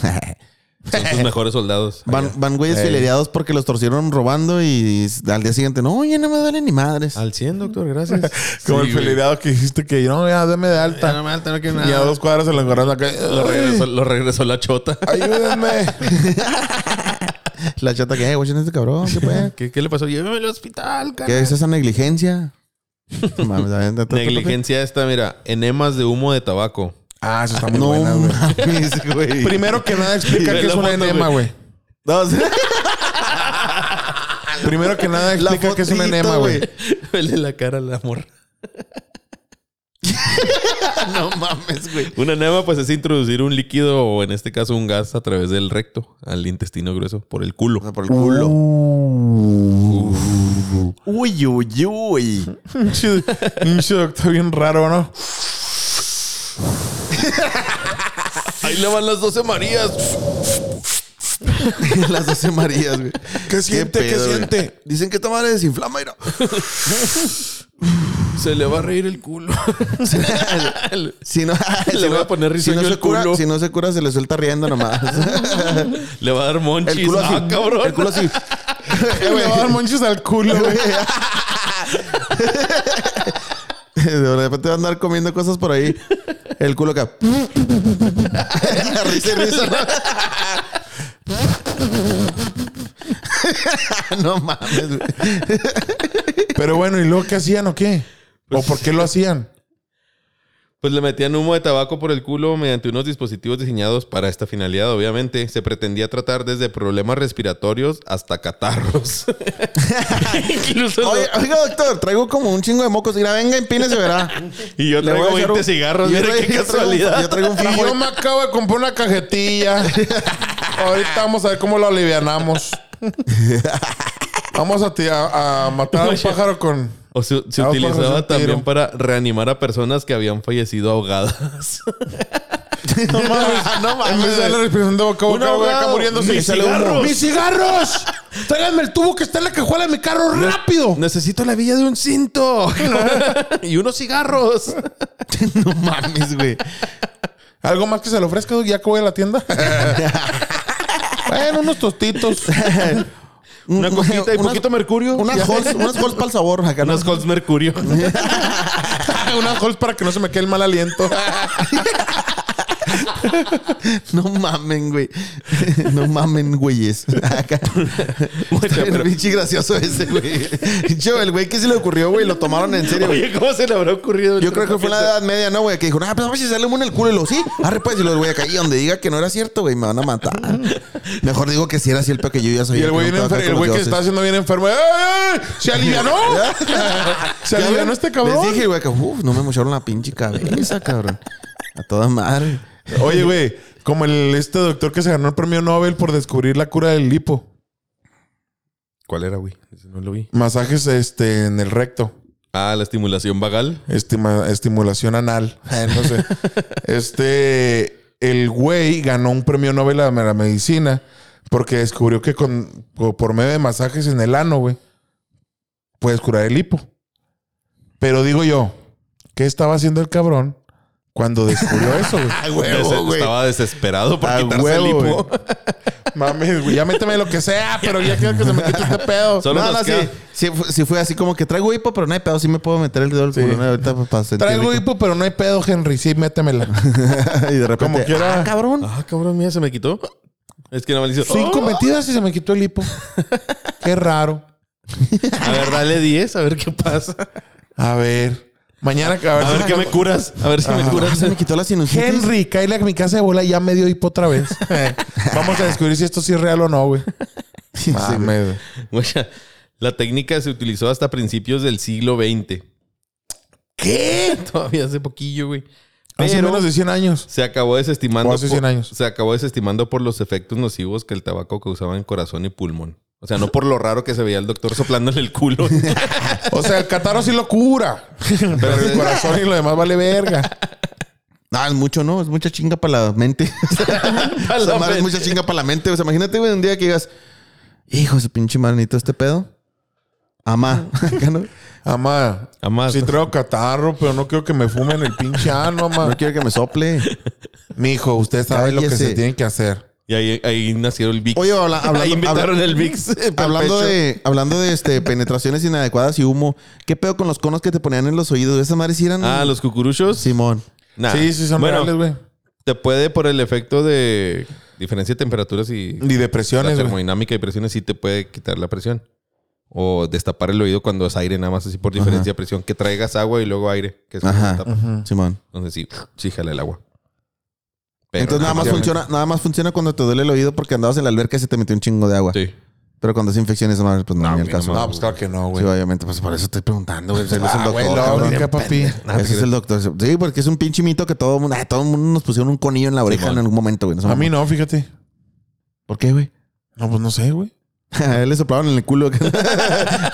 Speaker 2: Son sus mejores soldados.
Speaker 1: Van, van güeyes
Speaker 4: Ey.
Speaker 1: filereados porque los torcieron robando y al día siguiente, no, ya no me duele ni madres.
Speaker 2: Al 100, doctor, gracias.
Speaker 4: Como
Speaker 2: Sí, güey.
Speaker 4: el feligrado que dijiste que no, ya dame de alta.
Speaker 2: Ya no me alta, no quiero
Speaker 4: Y a
Speaker 2: nada.
Speaker 4: dos cuadras se lo encontraron acá.
Speaker 2: Lo regresó, lo regresó la chota.
Speaker 4: Ayúdenme.
Speaker 1: La chata que, eh, güey, ¿quién es este cabrón? ¿Qué fue?
Speaker 2: ¿Qué, qué le pasó? Llévame al hospital, cara.
Speaker 1: ¿Qué es esa negligencia? No mames, a ver, date-
Speaker 2: Negligencia esta, mira. Enemas de humo de tabaco.
Speaker 4: Ah, eso está muy
Speaker 1: No
Speaker 4: buena, güey.
Speaker 1: mames, güey.
Speaker 4: Primero que nada, explica
Speaker 2: Ve
Speaker 4: qué
Speaker 2: la
Speaker 4: es un
Speaker 2: foto,
Speaker 4: enema, güey.
Speaker 1: No, sí.
Speaker 4: Primero que nada, explica qué es un
Speaker 1: fotito,
Speaker 4: enema, güey.
Speaker 1: güey.
Speaker 2: Vele la cara al amor.
Speaker 1: no mames, güey.
Speaker 2: Un enema, pues, es introducir un líquido o, en este caso, un gas a través del recto al intestino grueso por el culo.
Speaker 1: O sea, por el culo. Uy, uy, uy.
Speaker 4: Pinche pinche doctor bien raro, ¿no?
Speaker 2: Ahí le van las 12 Marías.
Speaker 1: Las 12 Marías, güey.
Speaker 4: ¿Qué siente? ¿Qué
Speaker 1: pedo, güey?
Speaker 4: siente?
Speaker 1: Dicen que esta madre desinflama, mira.
Speaker 2: Se le va a reír el culo.
Speaker 1: Si no, si
Speaker 2: voy
Speaker 1: no-
Speaker 2: a poner
Speaker 1: si
Speaker 2: risueño
Speaker 1: no se
Speaker 2: el
Speaker 1: cura-
Speaker 2: culo.
Speaker 1: si no se cura, se le suelta riendo nomás.
Speaker 2: le va a dar monchis.
Speaker 1: El culo así.
Speaker 2: Ah, cabrón.
Speaker 1: El culo así.
Speaker 4: Le va a dar monches al culo, güey.
Speaker 1: De repente va a andar comiendo cosas por ahí. El culo acá. risa y risa. ¿no? No mames, güey.
Speaker 4: Pero bueno, ¿y luego qué hacían o qué? ¿O por qué lo hacían?
Speaker 2: Pues le metían humo de tabaco por el culo mediante unos dispositivos diseñados para esta finalidad, obviamente. Se pretendía tratar desde problemas respiratorios hasta catarros. Incluso
Speaker 1: Oye, oiga, doctor, traigo como un chingo de mocos. Mira, venga, empínese, verá.
Speaker 2: Y yo
Speaker 1: Le voy
Speaker 2: traigo
Speaker 1: a echar
Speaker 2: 20
Speaker 1: un-
Speaker 2: cigarros.
Speaker 1: yo
Speaker 2: Mira
Speaker 1: traigo-
Speaker 2: qué
Speaker 1: yo traigo un-
Speaker 2: casualidad.
Speaker 1: Yo traigo un
Speaker 4: Y
Speaker 1: fajo.
Speaker 4: yo me acabo de comprar una cajetilla. Ahorita vamos a ver cómo lo alivianamos. Vamos a, ti- a- a matar a un pájaro con.
Speaker 2: O se, se
Speaker 4: Ah, por
Speaker 2: utilizaba
Speaker 4: hacer tiro.
Speaker 2: también para reanimar a personas que habían fallecido ahogadas.
Speaker 4: No mames, no mames. En vez de darle respiración de boca a boca,
Speaker 2: Una
Speaker 4: güey, acá
Speaker 2: ahogada,
Speaker 4: muriéndose.
Speaker 2: mis
Speaker 4: y sale humo.
Speaker 2: cigarros.
Speaker 4: ¡Mis cigarros! Tráiganme el tubo que está en la cajuela de mi carro rápido.
Speaker 2: Necesito la villa de un cinto y unos cigarros.
Speaker 1: No mames, güey.
Speaker 4: ¿Algo más que se le ofrezca ya que voy a la tienda? bueno, unos tostitos.
Speaker 2: Una coquita y poquito mercurio.
Speaker 1: Unas holes, unas holes para el sabor. Acá, ¿no?
Speaker 2: Unos Colts Mercurio.
Speaker 4: unas holes para que no se me quede el mal aliento.
Speaker 1: No mamen, güey. No mamen, güeyes. Acá. Está bien pinche gracioso ese, güey. Yo, el güey que se le ocurrió, güey, lo tomaron en serio, güey.
Speaker 2: Oye, ¿cómo se le habrá ocurrido?
Speaker 1: Yo creo que fue en la edad media, ¿no, güey? Que dijo, ah, pues vamos a echarle humo en el culo y lo, sí. Arre, pues, y los güey acá. Y donde diga que no era cierto, güey, me van a matar. Mejor digo que si era cierto que yo ya soy
Speaker 4: Y el güey, bien enfer- el güey que está haciendo bien enfermo. ¡Ey, ey! se alivianó! ¿Se alivianó este cabrón?
Speaker 1: Les dije, güey, que uff, no me mocharon la pinche cabeza, cabrón. A toda madre.
Speaker 4: Oye, güey, como el, este doctor que se ganó el premio Nobel por descubrir la cura del lipo.
Speaker 2: ¿Cuál era, güey? Ese No lo vi.
Speaker 4: Masajes este, en el recto.
Speaker 2: Ah, la estimulación vagal.
Speaker 4: Estima- estimulación anal. Eh, No sé. Este, el güey ganó un premio Nobel a la medicina porque descubrió que con, por por medio de masajes en el ano, güey, puedes curar el hipo. Pero digo yo, ¿qué estaba haciendo el cabrón cuando descubrió eso, güey?
Speaker 1: A
Speaker 2: Des-
Speaker 1: huevo, güey.
Speaker 2: Estaba desesperado por
Speaker 4: A
Speaker 2: quitarse
Speaker 4: huevo,
Speaker 2: el
Speaker 4: güey.
Speaker 2: hipo.
Speaker 4: Mames, güey, ya méteme lo que sea, pero ya quiero que se me quite este pedo.
Speaker 2: Solo
Speaker 1: no,
Speaker 2: nos
Speaker 1: no, sí.
Speaker 2: queda-
Speaker 1: Sí, fu- sí fue así como que traigo hipo, pero no hay pedo. Sí me puedo meter el dedo al culo ¿no? ahorita pues, para sentir.
Speaker 4: Traigo
Speaker 1: rico.
Speaker 4: hipo, pero no hay pedo, Henry. Sí, métemela.
Speaker 1: y de repente.
Speaker 4: Como quiera.
Speaker 1: Ah, cabrón.
Speaker 2: Ah, cabrón, mía, se me quitó. Es que no me hizo. Oh.
Speaker 4: Cinco metidas y se me quitó el hipo. Qué raro.
Speaker 2: A ver, dale 10, a ver qué pasa.
Speaker 4: A ver. Mañana, a ver,
Speaker 2: A ver qué me curas. A ver si me
Speaker 1: Ah,
Speaker 2: curas.
Speaker 1: se me quitó la sinusitis.
Speaker 4: Henry, cáele a mi casa de bola y ya me dio hipo otra vez. Eh, Vamos a descubrir si esto sí es real o no, güey.
Speaker 1: Sí,
Speaker 4: Ah,
Speaker 1: güey.
Speaker 4: Mames.
Speaker 2: Güey, La técnica se utilizó hasta principios del siglo XX. ¿Qué? Todavía hace poquillo, güey.
Speaker 4: Hace
Speaker 2: Pero-
Speaker 4: menos de 100 años.
Speaker 2: Se acabó desestimando.
Speaker 4: O hace 100
Speaker 2: por-
Speaker 4: años.
Speaker 2: Se acabó desestimando por los efectos nocivos que el tabaco causaba en corazón y pulmón. O sea, no por lo raro que se veía el doctor soplándole el culo.
Speaker 4: O sea, el catarro sí lo cura. Pero el corazón y lo demás vale verga.
Speaker 1: Ah, es mucho, ¿no? Es mucha chinga para la mente.
Speaker 2: Para
Speaker 1: Esa
Speaker 2: la
Speaker 1: madre es
Speaker 2: mente.
Speaker 1: mucha chinga para la mente. O sea, imagínate, güey, un día que digas, hijo de su pinche manito, este pedo. Amá. Acá, ¿no?
Speaker 4: Amá,
Speaker 2: Amá.
Speaker 4: sí traigo catarro, pero no quiero que me fumen el pinche ano,
Speaker 1: No
Speaker 4: amá.
Speaker 1: quiero que me sople.
Speaker 4: Mijo, usted sabe lo que
Speaker 1: Cállese.
Speaker 4: se tiene que hacer.
Speaker 2: Y ahí, ahí nació el Vicks.
Speaker 1: Oye, habla- hablando-
Speaker 2: ahí inventaron
Speaker 1: habla-
Speaker 2: el Vicks. pa'l
Speaker 1: Hablando
Speaker 2: pecho.
Speaker 1: de, hablando de este, penetraciones inadecuadas y humo, ¿qué pedo con los conos que te ponían en los oídos? Esas madres sí eran.
Speaker 2: Ah, los cucuruchos.
Speaker 1: Simón.
Speaker 2: Nah.
Speaker 4: Sí, sí, son
Speaker 2: Bueno,
Speaker 4: reales, güey.
Speaker 2: Te puede por el efecto de diferencia de temperaturas y
Speaker 4: Y
Speaker 2: la
Speaker 4: depresiones, güey.
Speaker 2: termodinámica y presiones, sí te puede quitar la presión. O destapar el oído cuando es aire, nada más así por diferencia de presión. Que traigas agua y luego aire. Que es como
Speaker 1: Ajá.
Speaker 2: tapa.
Speaker 1: Simón.
Speaker 2: Entonces sí, sí jala el agua. Pero
Speaker 1: Entonces nada más funciona, nada más funciona cuando te duele el oído porque andabas en la alberca y se te metió un chingo de agua.
Speaker 2: Sí.
Speaker 1: Pero cuando es infección esa madre, pues no,
Speaker 2: No,
Speaker 1: ni el
Speaker 2: mira,
Speaker 1: caso.
Speaker 2: no,
Speaker 4: No, pues claro que no,
Speaker 1: Sí,
Speaker 4: güey.
Speaker 1: obviamente, pues por eso estoy preguntando, güey. Él es el
Speaker 4: Ah, güey,
Speaker 1: doctor,
Speaker 4: la
Speaker 1: cabrón.
Speaker 4: bronca, papi.
Speaker 1: Ah, Ese es el doctor. Sí, porque es un pinche mito que todo el mundo, ah, todo el mundo nos pusieron un conillo en la oreja en algún momento, güey. No
Speaker 4: A mí no, fíjate.
Speaker 1: ¿Por qué, güey?
Speaker 4: No, pues no sé, güey.
Speaker 1: A él le soplaban en el culo. le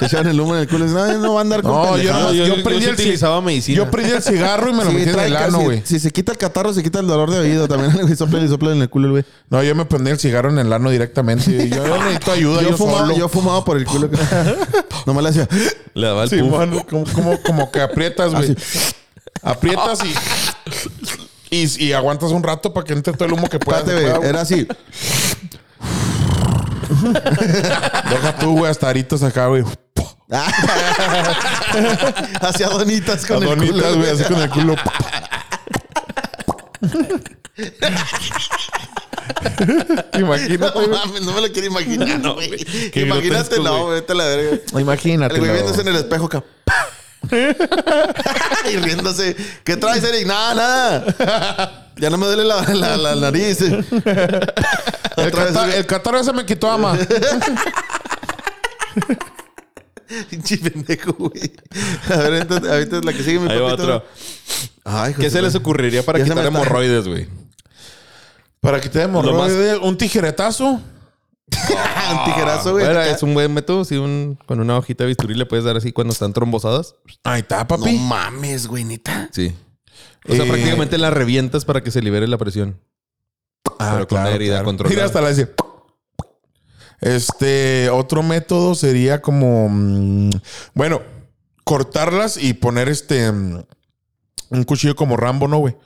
Speaker 1: echaban el humo en el culo. Dice, no, no va a andar con
Speaker 4: No, yo
Speaker 1: pendejadas".
Speaker 4: no-
Speaker 2: yo,
Speaker 4: yo
Speaker 2: prendí
Speaker 4: prendí
Speaker 2: el
Speaker 4: el-
Speaker 2: utilizaba medicina.
Speaker 4: Yo prendí el cigarro y me lo
Speaker 1: Sí,
Speaker 4: metí en
Speaker 1: trae
Speaker 4: el
Speaker 1: ca-
Speaker 4: ano,
Speaker 1: si-
Speaker 4: güey.
Speaker 1: Si, se quita el catarro, se quita el dolor de oído. También le soplan y soplan en el culo, güey.
Speaker 4: No, yo me prendí el cigarro en el ano directamente. Y Yo, yo necesito ayuda. Yo,
Speaker 1: Yo, fumaba,
Speaker 4: solo.
Speaker 1: yo fumaba por el culo. Nomás le hacía.
Speaker 2: Le daba el
Speaker 4: Sí,
Speaker 2: puff.
Speaker 4: mano, como, como, como que aprietas, güey. Aprietas y, y, y aguantas un rato para que entre todo el humo que puedas.
Speaker 1: Espérate, güey. Era así.
Speaker 4: Deja tú, güey, hasta aritos acá, güey.
Speaker 1: Hacía donitas con el
Speaker 4: Adonitas,
Speaker 1: culo.
Speaker 4: güey, así con el culo. Imagínate,
Speaker 1: No
Speaker 4: güey.
Speaker 1: mames, no me lo quiero imaginar, no, güey. Imagínate,
Speaker 2: grotesco,
Speaker 1: no,
Speaker 2: güey.
Speaker 1: güey. Vete a la verga.
Speaker 4: Imagínate.
Speaker 1: El güey viéndose en el espejo acá. y riéndose. ¿Qué traes, Eric? Nada, nada. Ya no me duele la, la, la nariz.
Speaker 4: El,
Speaker 1: Otra vez,
Speaker 4: catar-
Speaker 1: güey.
Speaker 4: el catarro se me quitó, ama.
Speaker 1: Pinche pendejo, güey. A ver, entonces, ahorita es la que sigue mi
Speaker 2: Ahí va
Speaker 1: papito.
Speaker 2: otro.
Speaker 1: Ay, hijo
Speaker 2: ¿Qué
Speaker 1: de
Speaker 2: se
Speaker 1: su-
Speaker 2: les ocurriría para
Speaker 1: Ya se
Speaker 2: quitar
Speaker 1: me está-
Speaker 2: hemorroides, güey?
Speaker 4: Para que te hemorroide, un tijeretazo.
Speaker 1: Un Ah, tijerazo, güey.
Speaker 2: Bueno,
Speaker 1: Acá.
Speaker 2: es un buen método. Si un, con una hojita de bisturí le puedes dar así cuando están trombosadas.
Speaker 4: Ahí está,
Speaker 1: No
Speaker 4: papi.
Speaker 1: mames, güey, neta.
Speaker 2: Sí. O sea,
Speaker 4: Eh,
Speaker 2: prácticamente la revientas para que se libere la presión.
Speaker 4: Ah,
Speaker 2: pero con la herida controlada.
Speaker 4: Mira, hasta la dice. Este otro método sería como mm, bueno, cortarlas y poner este mm, un cuchillo como Rambo, ¿no, güey?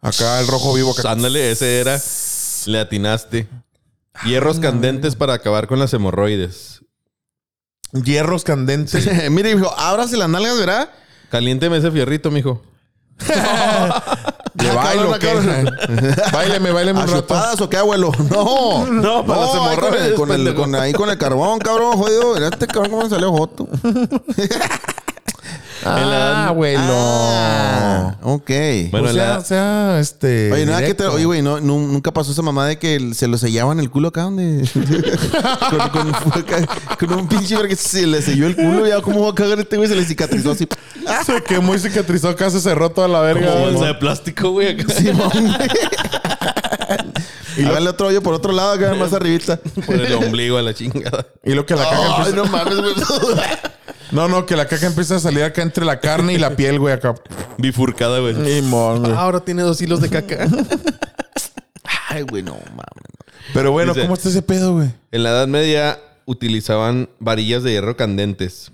Speaker 4: Acá el rojo vivo acá.
Speaker 2: Pues Ándale, ese era. Le atinaste.
Speaker 1: Ah,
Speaker 2: Hierros candentes para acabar con las hemorroides.
Speaker 4: Hierros candentes.
Speaker 1: Mire, hijo, ábrase las nalgas, ¿verdad?
Speaker 2: Caliénteme ese fierrito, mijo.
Speaker 4: Le
Speaker 1: Ah,
Speaker 4: bailo, ¿qué? Báileme, báileme
Speaker 1: ¿A
Speaker 4: un rato.
Speaker 1: chupadas o qué, abuelo? No.
Speaker 2: No, para las
Speaker 1: ahí con el-
Speaker 2: hemorroides,
Speaker 1: con el-
Speaker 2: pendejo.
Speaker 1: con- ahí con el carbón, cabrón, jodido. Mira este cabrón cómo me salió joto.
Speaker 4: Ah, abuelo.
Speaker 1: Ah, ok.
Speaker 2: Bueno,
Speaker 4: o Pues sea,
Speaker 2: la-
Speaker 4: o sea, este.
Speaker 1: Oye, ¿no era que te-
Speaker 4: directo.
Speaker 1: oye, güey, no, nu- nunca pasó esa mamá de que el- se lo sellaban el culo acá donde. con, con- fue acá- con un pinche verga que se le selló el culo. Ya, ¿cómo va a cagar este güey? Se le cicatrizó así.
Speaker 4: Se quemó y cicatrizó acá, se cerró toda la verga.
Speaker 2: Como
Speaker 4: güey.
Speaker 2: bolsa de plástico, güey. acá.
Speaker 1: Simón, güey. Y luego el otro hoyo por otro lado, acá más arribita.
Speaker 2: Por el ombligo a la chingada.
Speaker 4: Y lo que la caja
Speaker 1: Ay, no mames, güey.
Speaker 4: No, no, que la caja empieza a salir acá entre la carne y la piel, güey, acá.
Speaker 2: Bifurcada, güey.
Speaker 4: Limón, güey.
Speaker 2: Ahora tiene dos hilos de caca.
Speaker 1: Ay, güey, no mames.
Speaker 4: Pero bueno,
Speaker 2: Dice-
Speaker 4: ¿cómo está ese pedo, güey?
Speaker 2: En la Edad Media utilizaban varillas de hierro candentes.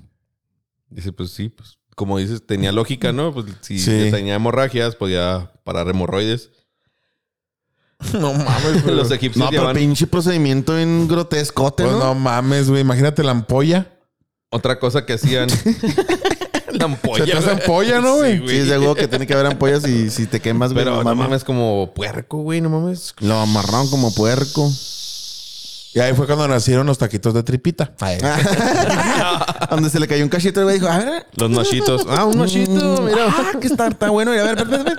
Speaker 2: Dice, pues sí, pues como dices, tenía lógica, ¿no? Pues si
Speaker 4: Sí.
Speaker 2: le tenía hemorragias, podía parar hemorroides.
Speaker 4: No mames,
Speaker 2: Los egipcios
Speaker 1: No, pero
Speaker 2: llevaban
Speaker 1: pinche procedimiento en grotescote,
Speaker 4: Pues
Speaker 1: ¿no?
Speaker 4: no mames, güey. Imagínate la ampolla.
Speaker 2: otra cosa que hacían. la ampolla.
Speaker 4: Se te hace
Speaker 2: güey.
Speaker 4: ampolla, ¿no, güey?
Speaker 1: Sí, es de huevo que tiene que haber ampollas y si te quemas, güey,
Speaker 2: Pero
Speaker 1: no
Speaker 2: no
Speaker 1: mames.
Speaker 2: mames como puerco, güey, no mames.
Speaker 1: Lo amarraron como puerco.
Speaker 4: Y ahí fue cuando nacieron los taquitos de tripita. Ah,
Speaker 1: Donde se le cayó un cachito y dijo, a ver,
Speaker 2: Los nochitos. Ah, un nochito, mira.
Speaker 1: ah, que está, está bueno. Y a ver, ver, ver, ver.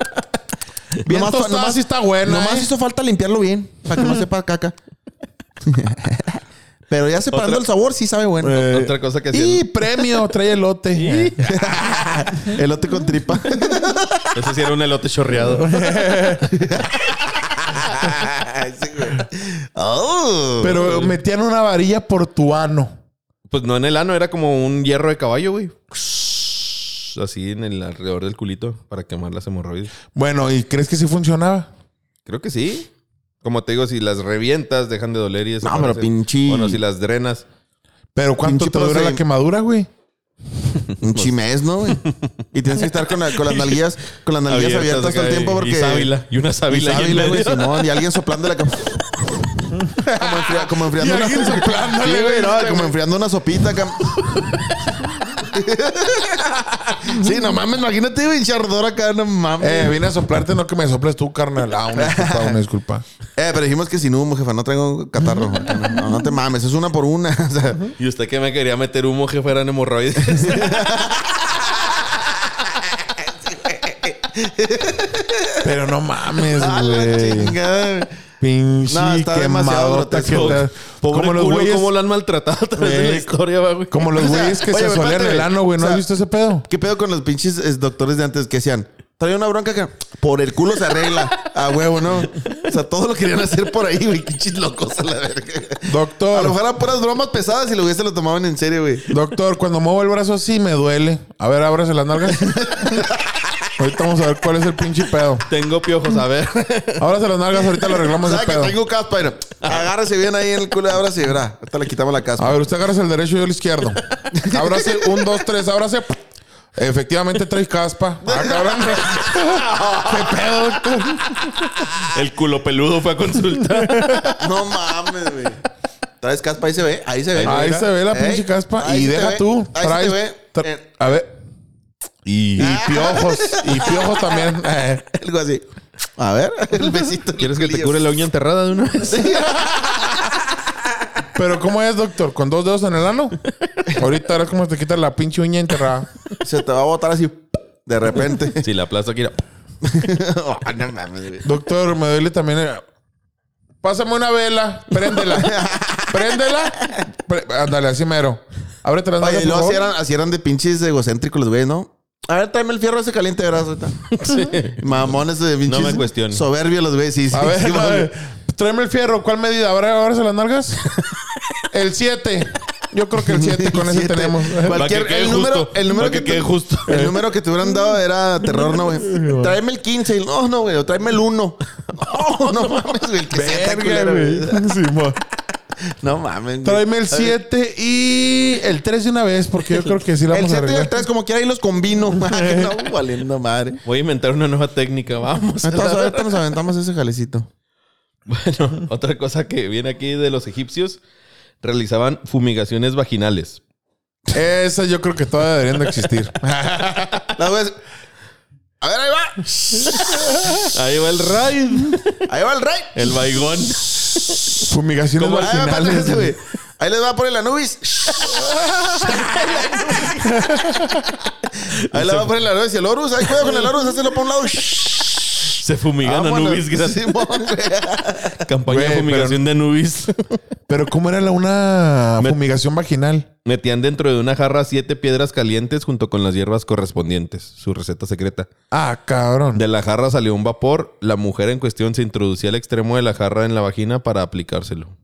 Speaker 1: Bien
Speaker 4: Nomás tostada sí está buena,
Speaker 1: Nomás
Speaker 4: eh.
Speaker 1: hizo falta limpiarlo bien, para que no sepa caca. Pero ya separando el sabor, sí sabe bueno.
Speaker 2: Otra cosa que
Speaker 4: Eh. Y
Speaker 2: hacían.
Speaker 4: premio, trae elote.
Speaker 1: Eh, Elote con tripa.
Speaker 2: Ese sí era un elote chorreado.
Speaker 1: Oh.
Speaker 4: Pero metían una varilla por tu ano.
Speaker 2: Pues no en el ano, era como un hierro de caballo, güey. Así en el alrededor del culito para quemar las hemorroides.
Speaker 4: Bueno, ¿y crees que sí funcionaba?
Speaker 2: Creo que sí. Como te digo, si las revientas, dejan de doler y eso.
Speaker 1: No, pero pinche-
Speaker 2: Bueno, si las drenas.
Speaker 4: Pero ¿cuánto
Speaker 1: Pinche
Speaker 4: te dura
Speaker 1: proce-
Speaker 4: la quemadura, güey?
Speaker 1: Un chimés, ¿no? güey? Y tienes que estar con, la- con las nalguillas, con las nalguillas abiertas, todo el
Speaker 2: acá,
Speaker 1: tiempo porque.
Speaker 2: Y sábila. Y una
Speaker 1: Y
Speaker 2: sábila. ahí en
Speaker 1: sábila, güey,
Speaker 2: medio.
Speaker 1: Simón, y alguien soplando la como, enfria- como enfriando una
Speaker 4: soplándole,
Speaker 1: Sí, güey, no, como enfriando una sopita acá. sí, no mames, imagínate, güey, chardor acá, no mames.
Speaker 4: Eh, vine a soplarte, no que me soples tú, carnal. Ah, una disculpa, una disculpa.
Speaker 1: Eh, pero dijimos que sin humo, jefa, no traigo catarro. No, no te mames, es una por una. o sea.
Speaker 2: Y usted que me quería meter humo, jefe, eran hemorroides.
Speaker 4: Pero no mames,
Speaker 1: A la
Speaker 4: güey.
Speaker 1: chingada, güey.
Speaker 4: Pinche
Speaker 1: No, está demasiado
Speaker 4: quemadota que
Speaker 1: grotesco.
Speaker 4: te-
Speaker 2: Pobre
Speaker 4: Como los
Speaker 2: culo,
Speaker 4: güeyes,
Speaker 2: cómo lo han maltratado a través de la
Speaker 4: Eh,
Speaker 2: historia, va, güey.
Speaker 4: como los
Speaker 1: O sea,
Speaker 4: güeyes que
Speaker 1: oye,
Speaker 4: se
Speaker 1: güey,
Speaker 4: solían
Speaker 1: espérate,
Speaker 4: el ano, güey. ¿No
Speaker 1: o sea,
Speaker 4: has visto ese pedo?
Speaker 1: ¿Qué pedo con los pinches es, doctores de antes que hacían? Traía una bronca que por el culo se arregla. A huevo, ¿no? O sea, todo lo querían hacer por ahí, güey. Pinches locos a la verga. A lo
Speaker 4: Doctor,
Speaker 1: mejor eran puras bromas pesadas y lo hubiese lo tomaban en serio, güey.
Speaker 4: doctor, cuando muevo el brazo así me duele. A ver, ábrase las nalgas. Ahorita vamos a ver cuál es el pinche pedo.
Speaker 2: Tengo piojos, a ver.
Speaker 4: Ábrase las nalgas, ahorita le arreglamos
Speaker 1: ¿Sabes
Speaker 4: el
Speaker 1: Ah, que
Speaker 4: pedo.
Speaker 1: tengo caspa? Bueno, agárrese bien ahí en el culo, ábrase, verá. Ahorita le quitamos la
Speaker 4: A
Speaker 1: caspa.
Speaker 4: ver, usted agárrese el derecho y yo el izquierdo. Ábrase, un, dos, tres, ábrase. Efectivamente traes caspa. Ah, cabrón. ¿Qué pedo, doctor?
Speaker 2: El culo peludo fue a consultar.
Speaker 1: Ah. No mames, güey. ¿Traes caspa? Ahí se ve, ahí se ve.
Speaker 4: Ahí se ve la
Speaker 1: Ey,
Speaker 4: pinche caspa.
Speaker 1: ahí
Speaker 4: Y
Speaker 1: se te
Speaker 4: deja
Speaker 1: ve,
Speaker 4: tú.
Speaker 1: Ahí se te
Speaker 4: traes-
Speaker 1: ve.
Speaker 4: tra-
Speaker 1: eh, Ah.
Speaker 4: A ver. Y, piojos. Y piojos también. Eh,
Speaker 1: Algo así. A ver, el besito.
Speaker 2: ¿Quieres que te
Speaker 1: Culillos.
Speaker 2: cure la uña enterrada de una vez?
Speaker 4: Pero ¿cómo es, doctor? ¿Con dos dedos en el ano? Ahorita verás cómo te quita la pinche uña enterrada.
Speaker 1: Se te va a botar así de repente.
Speaker 2: Si la aplasto aquí. era-
Speaker 1: Ah, no mames, güey.
Speaker 4: Doctor, me duele también. eh. Pásame una vela. Préndela. Préndela. Pre- Ándale, así mero. Ábrete las
Speaker 1: Oye,
Speaker 4: nalgas,
Speaker 1: y luego
Speaker 4: por
Speaker 1: así
Speaker 4: favor.
Speaker 1: eran, así eran de pinches egocéntricos los güeyes, ¿no? A ver, tráeme el fierro ese caliente, verás ahorita. Mamones de pinches.
Speaker 2: No me cuestiones.
Speaker 1: Soberbios los güeyes, sí, sí.
Speaker 4: A ver,
Speaker 1: sí,
Speaker 4: a
Speaker 1: mames.
Speaker 4: ver, tráeme el fierro. ¿Cuál medida? ¿Habrá ahora las nalgas? El 7. Yo creo que el 7 con ese
Speaker 1: Siete.
Speaker 4: tenemos.
Speaker 1: Cualquier,
Speaker 2: Para que quede
Speaker 1: el número,
Speaker 2: justo.
Speaker 1: el número
Speaker 2: Para que
Speaker 1: te-
Speaker 2: quede justo.
Speaker 4: Eh.
Speaker 1: El número que te hubieran dado era terror, no, güey. Tráeme el 15. Y, No, no, güey. o Tráeme el 1. No,
Speaker 4: Oh,
Speaker 1: no mames, güey. El que sea está culero, güey.
Speaker 4: Simón.
Speaker 1: No mames. güey.
Speaker 4: Tráeme el 7 y el 3 de una vez, porque yo creo que sí la
Speaker 1: El
Speaker 4: vamos a
Speaker 1: 7 y el
Speaker 4: arreglar.
Speaker 1: 3, como quiera, ahí los combino. no, valiendo madre.
Speaker 2: Voy a inventar una nueva técnica, vamos.
Speaker 1: Entonces, ahorita nos aventamos ese jalecito.
Speaker 2: Bueno, otra cosa que viene aquí de los egipcios, realizaban fumigaciones vaginales.
Speaker 4: Esa yo creo que todavía deberían de existir.
Speaker 1: Ah, Las güeyes- A ver, ahí va.
Speaker 2: Ahí va el raid,
Speaker 1: Ahí va el rey.
Speaker 2: el baigón.
Speaker 4: Fumigaciones
Speaker 1: Ahí va,
Speaker 4: vaginales.
Speaker 1: espérate, Ah, güey. Ahí les va por el Anubis. Ahí les va por el Anubis y el Horus. Ahí cuidado con el Horus, hazlo para un lado.
Speaker 2: Se fumigan a
Speaker 1: Vámonos.
Speaker 2: Anubis, gracias.
Speaker 1: Simón, güey.
Speaker 2: Campaña de
Speaker 4: Güey,
Speaker 2: fumigación de Anubis.
Speaker 4: Pero ¿cómo era la una fumigación vaginal?
Speaker 2: Metían dentro de una jarra siete piedras calientes junto con las hierbas correspondientes, su receta secreta.
Speaker 4: Ah, cabrón.
Speaker 2: De la jarra salió un vapor, la mujer en cuestión se introducía al extremo de la jarra en la vagina para aplicárselo.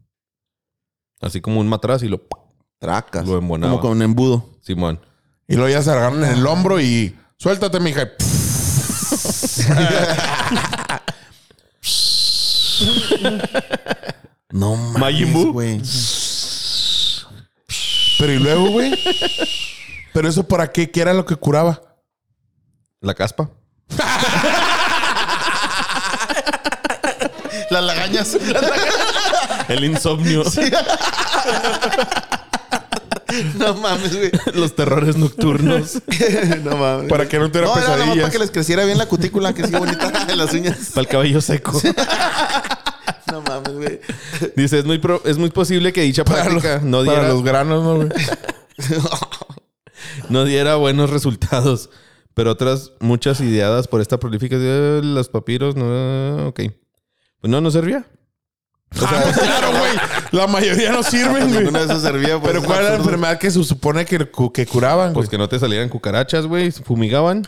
Speaker 2: Así como un matraz y lo...
Speaker 1: Tracas.
Speaker 2: Lo embonaba.
Speaker 1: Como con embudo.
Speaker 2: Simón.
Speaker 4: Y luego ya se agarraron en el hombro y suéltate, mija. y pff,
Speaker 1: No mames,
Speaker 2: Majin Buu.
Speaker 1: güey.
Speaker 4: Pero y luego, güey. Pero eso para qué? ¿Qué era lo que curaba?
Speaker 2: La caspa.
Speaker 1: Las lagañas.
Speaker 2: El insomnio.
Speaker 1: no mames, güey.
Speaker 2: Los terrores nocturnos.
Speaker 1: No mames.
Speaker 4: Para que no te diera
Speaker 1: No, era nomás
Speaker 4: pesadillas.
Speaker 1: para que les creciera bien la cutícula, que sí bonita en las uñas.
Speaker 2: Para el cabello seco.
Speaker 1: No mames, güey.
Speaker 2: Dice, es muy, pro- es muy posible que dicha práctica no,
Speaker 4: Para
Speaker 2: diera,
Speaker 4: los granos, ¿no, güey?
Speaker 2: no diera buenos resultados. Pero otras muchas ideadas por esta prolífica... de "Eh, los papiros, no... Ok. Pues no, no servía.
Speaker 4: claro, güey. La mayoría no sirven, güey.
Speaker 1: Ninguna Ah, de esas servía. pues,
Speaker 4: Pero ¿cuál era la
Speaker 1: absurdo.
Speaker 4: enfermedad que se supone que, cu- que curaban, güey?
Speaker 2: Pues que no te salieran cucarachas, güey. Fumigaban.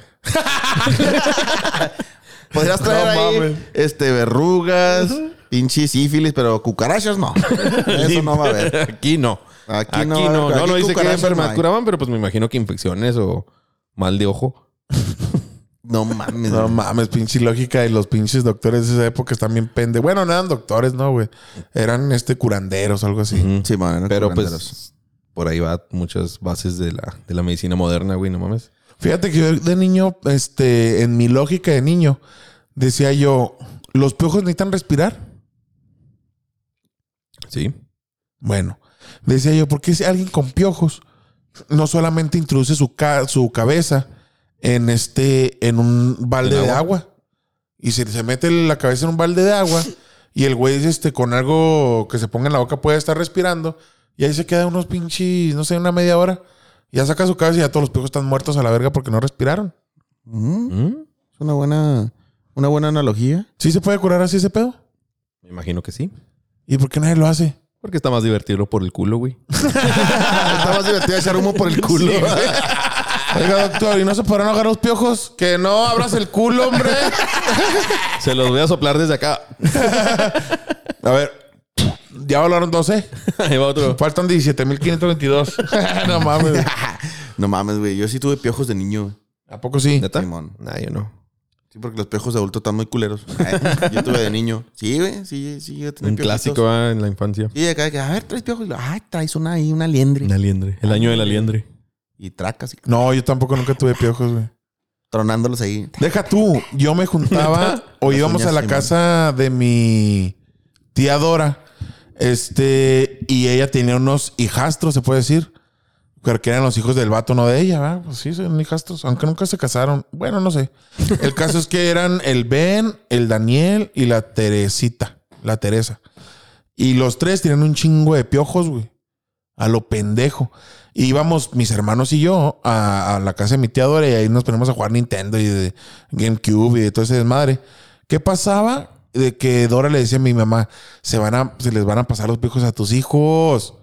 Speaker 1: Podrías traer
Speaker 4: No
Speaker 1: ahí
Speaker 4: mames.
Speaker 1: este, verrugas, pinches sífilis, pero cucarachas no. Eso no va a haber.
Speaker 2: Aquí no.
Speaker 1: Aquí,
Speaker 2: Aquí,
Speaker 1: va a
Speaker 2: no.
Speaker 1: haber-
Speaker 2: No,
Speaker 1: aquí
Speaker 2: no dice qué
Speaker 1: cucarachas
Speaker 2: enfermedad
Speaker 1: no hay.
Speaker 2: curaban, pero pues me imagino que infecciones o mal de ojo.
Speaker 1: No mames.
Speaker 4: No
Speaker 1: güey.
Speaker 4: mames, pinche lógica. Y los pinches doctores de esa época están bien pende. Bueno, no eran doctores, no, güey. Eran este curanderos, algo así.
Speaker 1: Sí, man, eran
Speaker 2: Pero
Speaker 1: curanderos.
Speaker 2: pues por ahí va muchas bases de la, de la medicina moderna, güey, no mames.
Speaker 4: Fíjate que yo de niño, este, en mi lógica de niño, decía yo, los piojos necesitan respirar.
Speaker 2: Sí.
Speaker 4: Bueno, decía yo, porque si alguien con piojos no solamente introduce su, ca- su cabeza en este, en un balde
Speaker 2: ¿En
Speaker 4: de agua? y si se mete la cabeza en un balde de agua y el güey este, con algo que se ponga en la boca puede estar respirando y ahí se queda unos pinches, no sé, una media hora, ya saca su cabeza y ya todos los piojos están muertos a la verga porque no respiraron.
Speaker 1: Mm, Es una buena, una buena analogía.
Speaker 4: ¿Sí se puede curar así ese pedo?
Speaker 2: Me imagino que sí.
Speaker 4: ¿Y por qué nadie lo hace?
Speaker 2: Porque está más divertido por el culo, güey.
Speaker 1: Está más divertido echar humo por el culo.
Speaker 4: Oiga, doctor, ¿y no se podrán ahogar los piojos? Que no abras el culo, hombre.
Speaker 2: Se los voy a soplar desde acá.
Speaker 4: A ver, ya volaron 12.
Speaker 2: Ahí va otro.
Speaker 4: Faltan 17.522. no mames.
Speaker 1: no mames, güey. Yo sí tuve piojos de niño. güey.
Speaker 4: ¿A poco sí?
Speaker 2: ¿Neta?
Speaker 1: Simón.
Speaker 2: Nah, yo no.
Speaker 1: Sí, porque los piojos de adulto están muy culeros. Ay, yo tuve de niño. Sí, güey. Sí, sí. Yo tenía
Speaker 2: Un
Speaker 1: piojitos.
Speaker 2: clásico ah, en la infancia.
Speaker 1: Y acá, que, a ver, traes piojos. Y lo, Ay, traes una ahí, una liendre.
Speaker 2: liendre. El año de la liendre.
Speaker 1: Y tracas y
Speaker 4: No, yo tampoco nunca tuve piojos, güey.
Speaker 1: tronándolos ahí.
Speaker 4: Deja tú. Yo me juntaba o
Speaker 1: Las
Speaker 4: íbamos a
Speaker 1: uñas,
Speaker 4: la
Speaker 1: sí,
Speaker 4: casa de mi tía Dora. Este, y ella tenía unos hijastros, se puede decir. Pero que eran los hijos del vato, no de ella, ¿verdad? Pues sí, son hijastros. Aunque nunca se casaron. Bueno, no sé. El caso es que eran el Ben, el Daniel y la Teresita. La Teresa. Y los tres tenían un chingo de piojos, güey. A lo pendejo. Y íbamos, mis hermanos y yo, a, a la casa de mi tía Dora y ahí nos ponemos a jugar Nintendo y de GameCube y de todo ese desmadre. ¿Qué pasaba? De que Dora le decía a mi mamá, se, van a, se les van a pasar los pijos a tus hijos.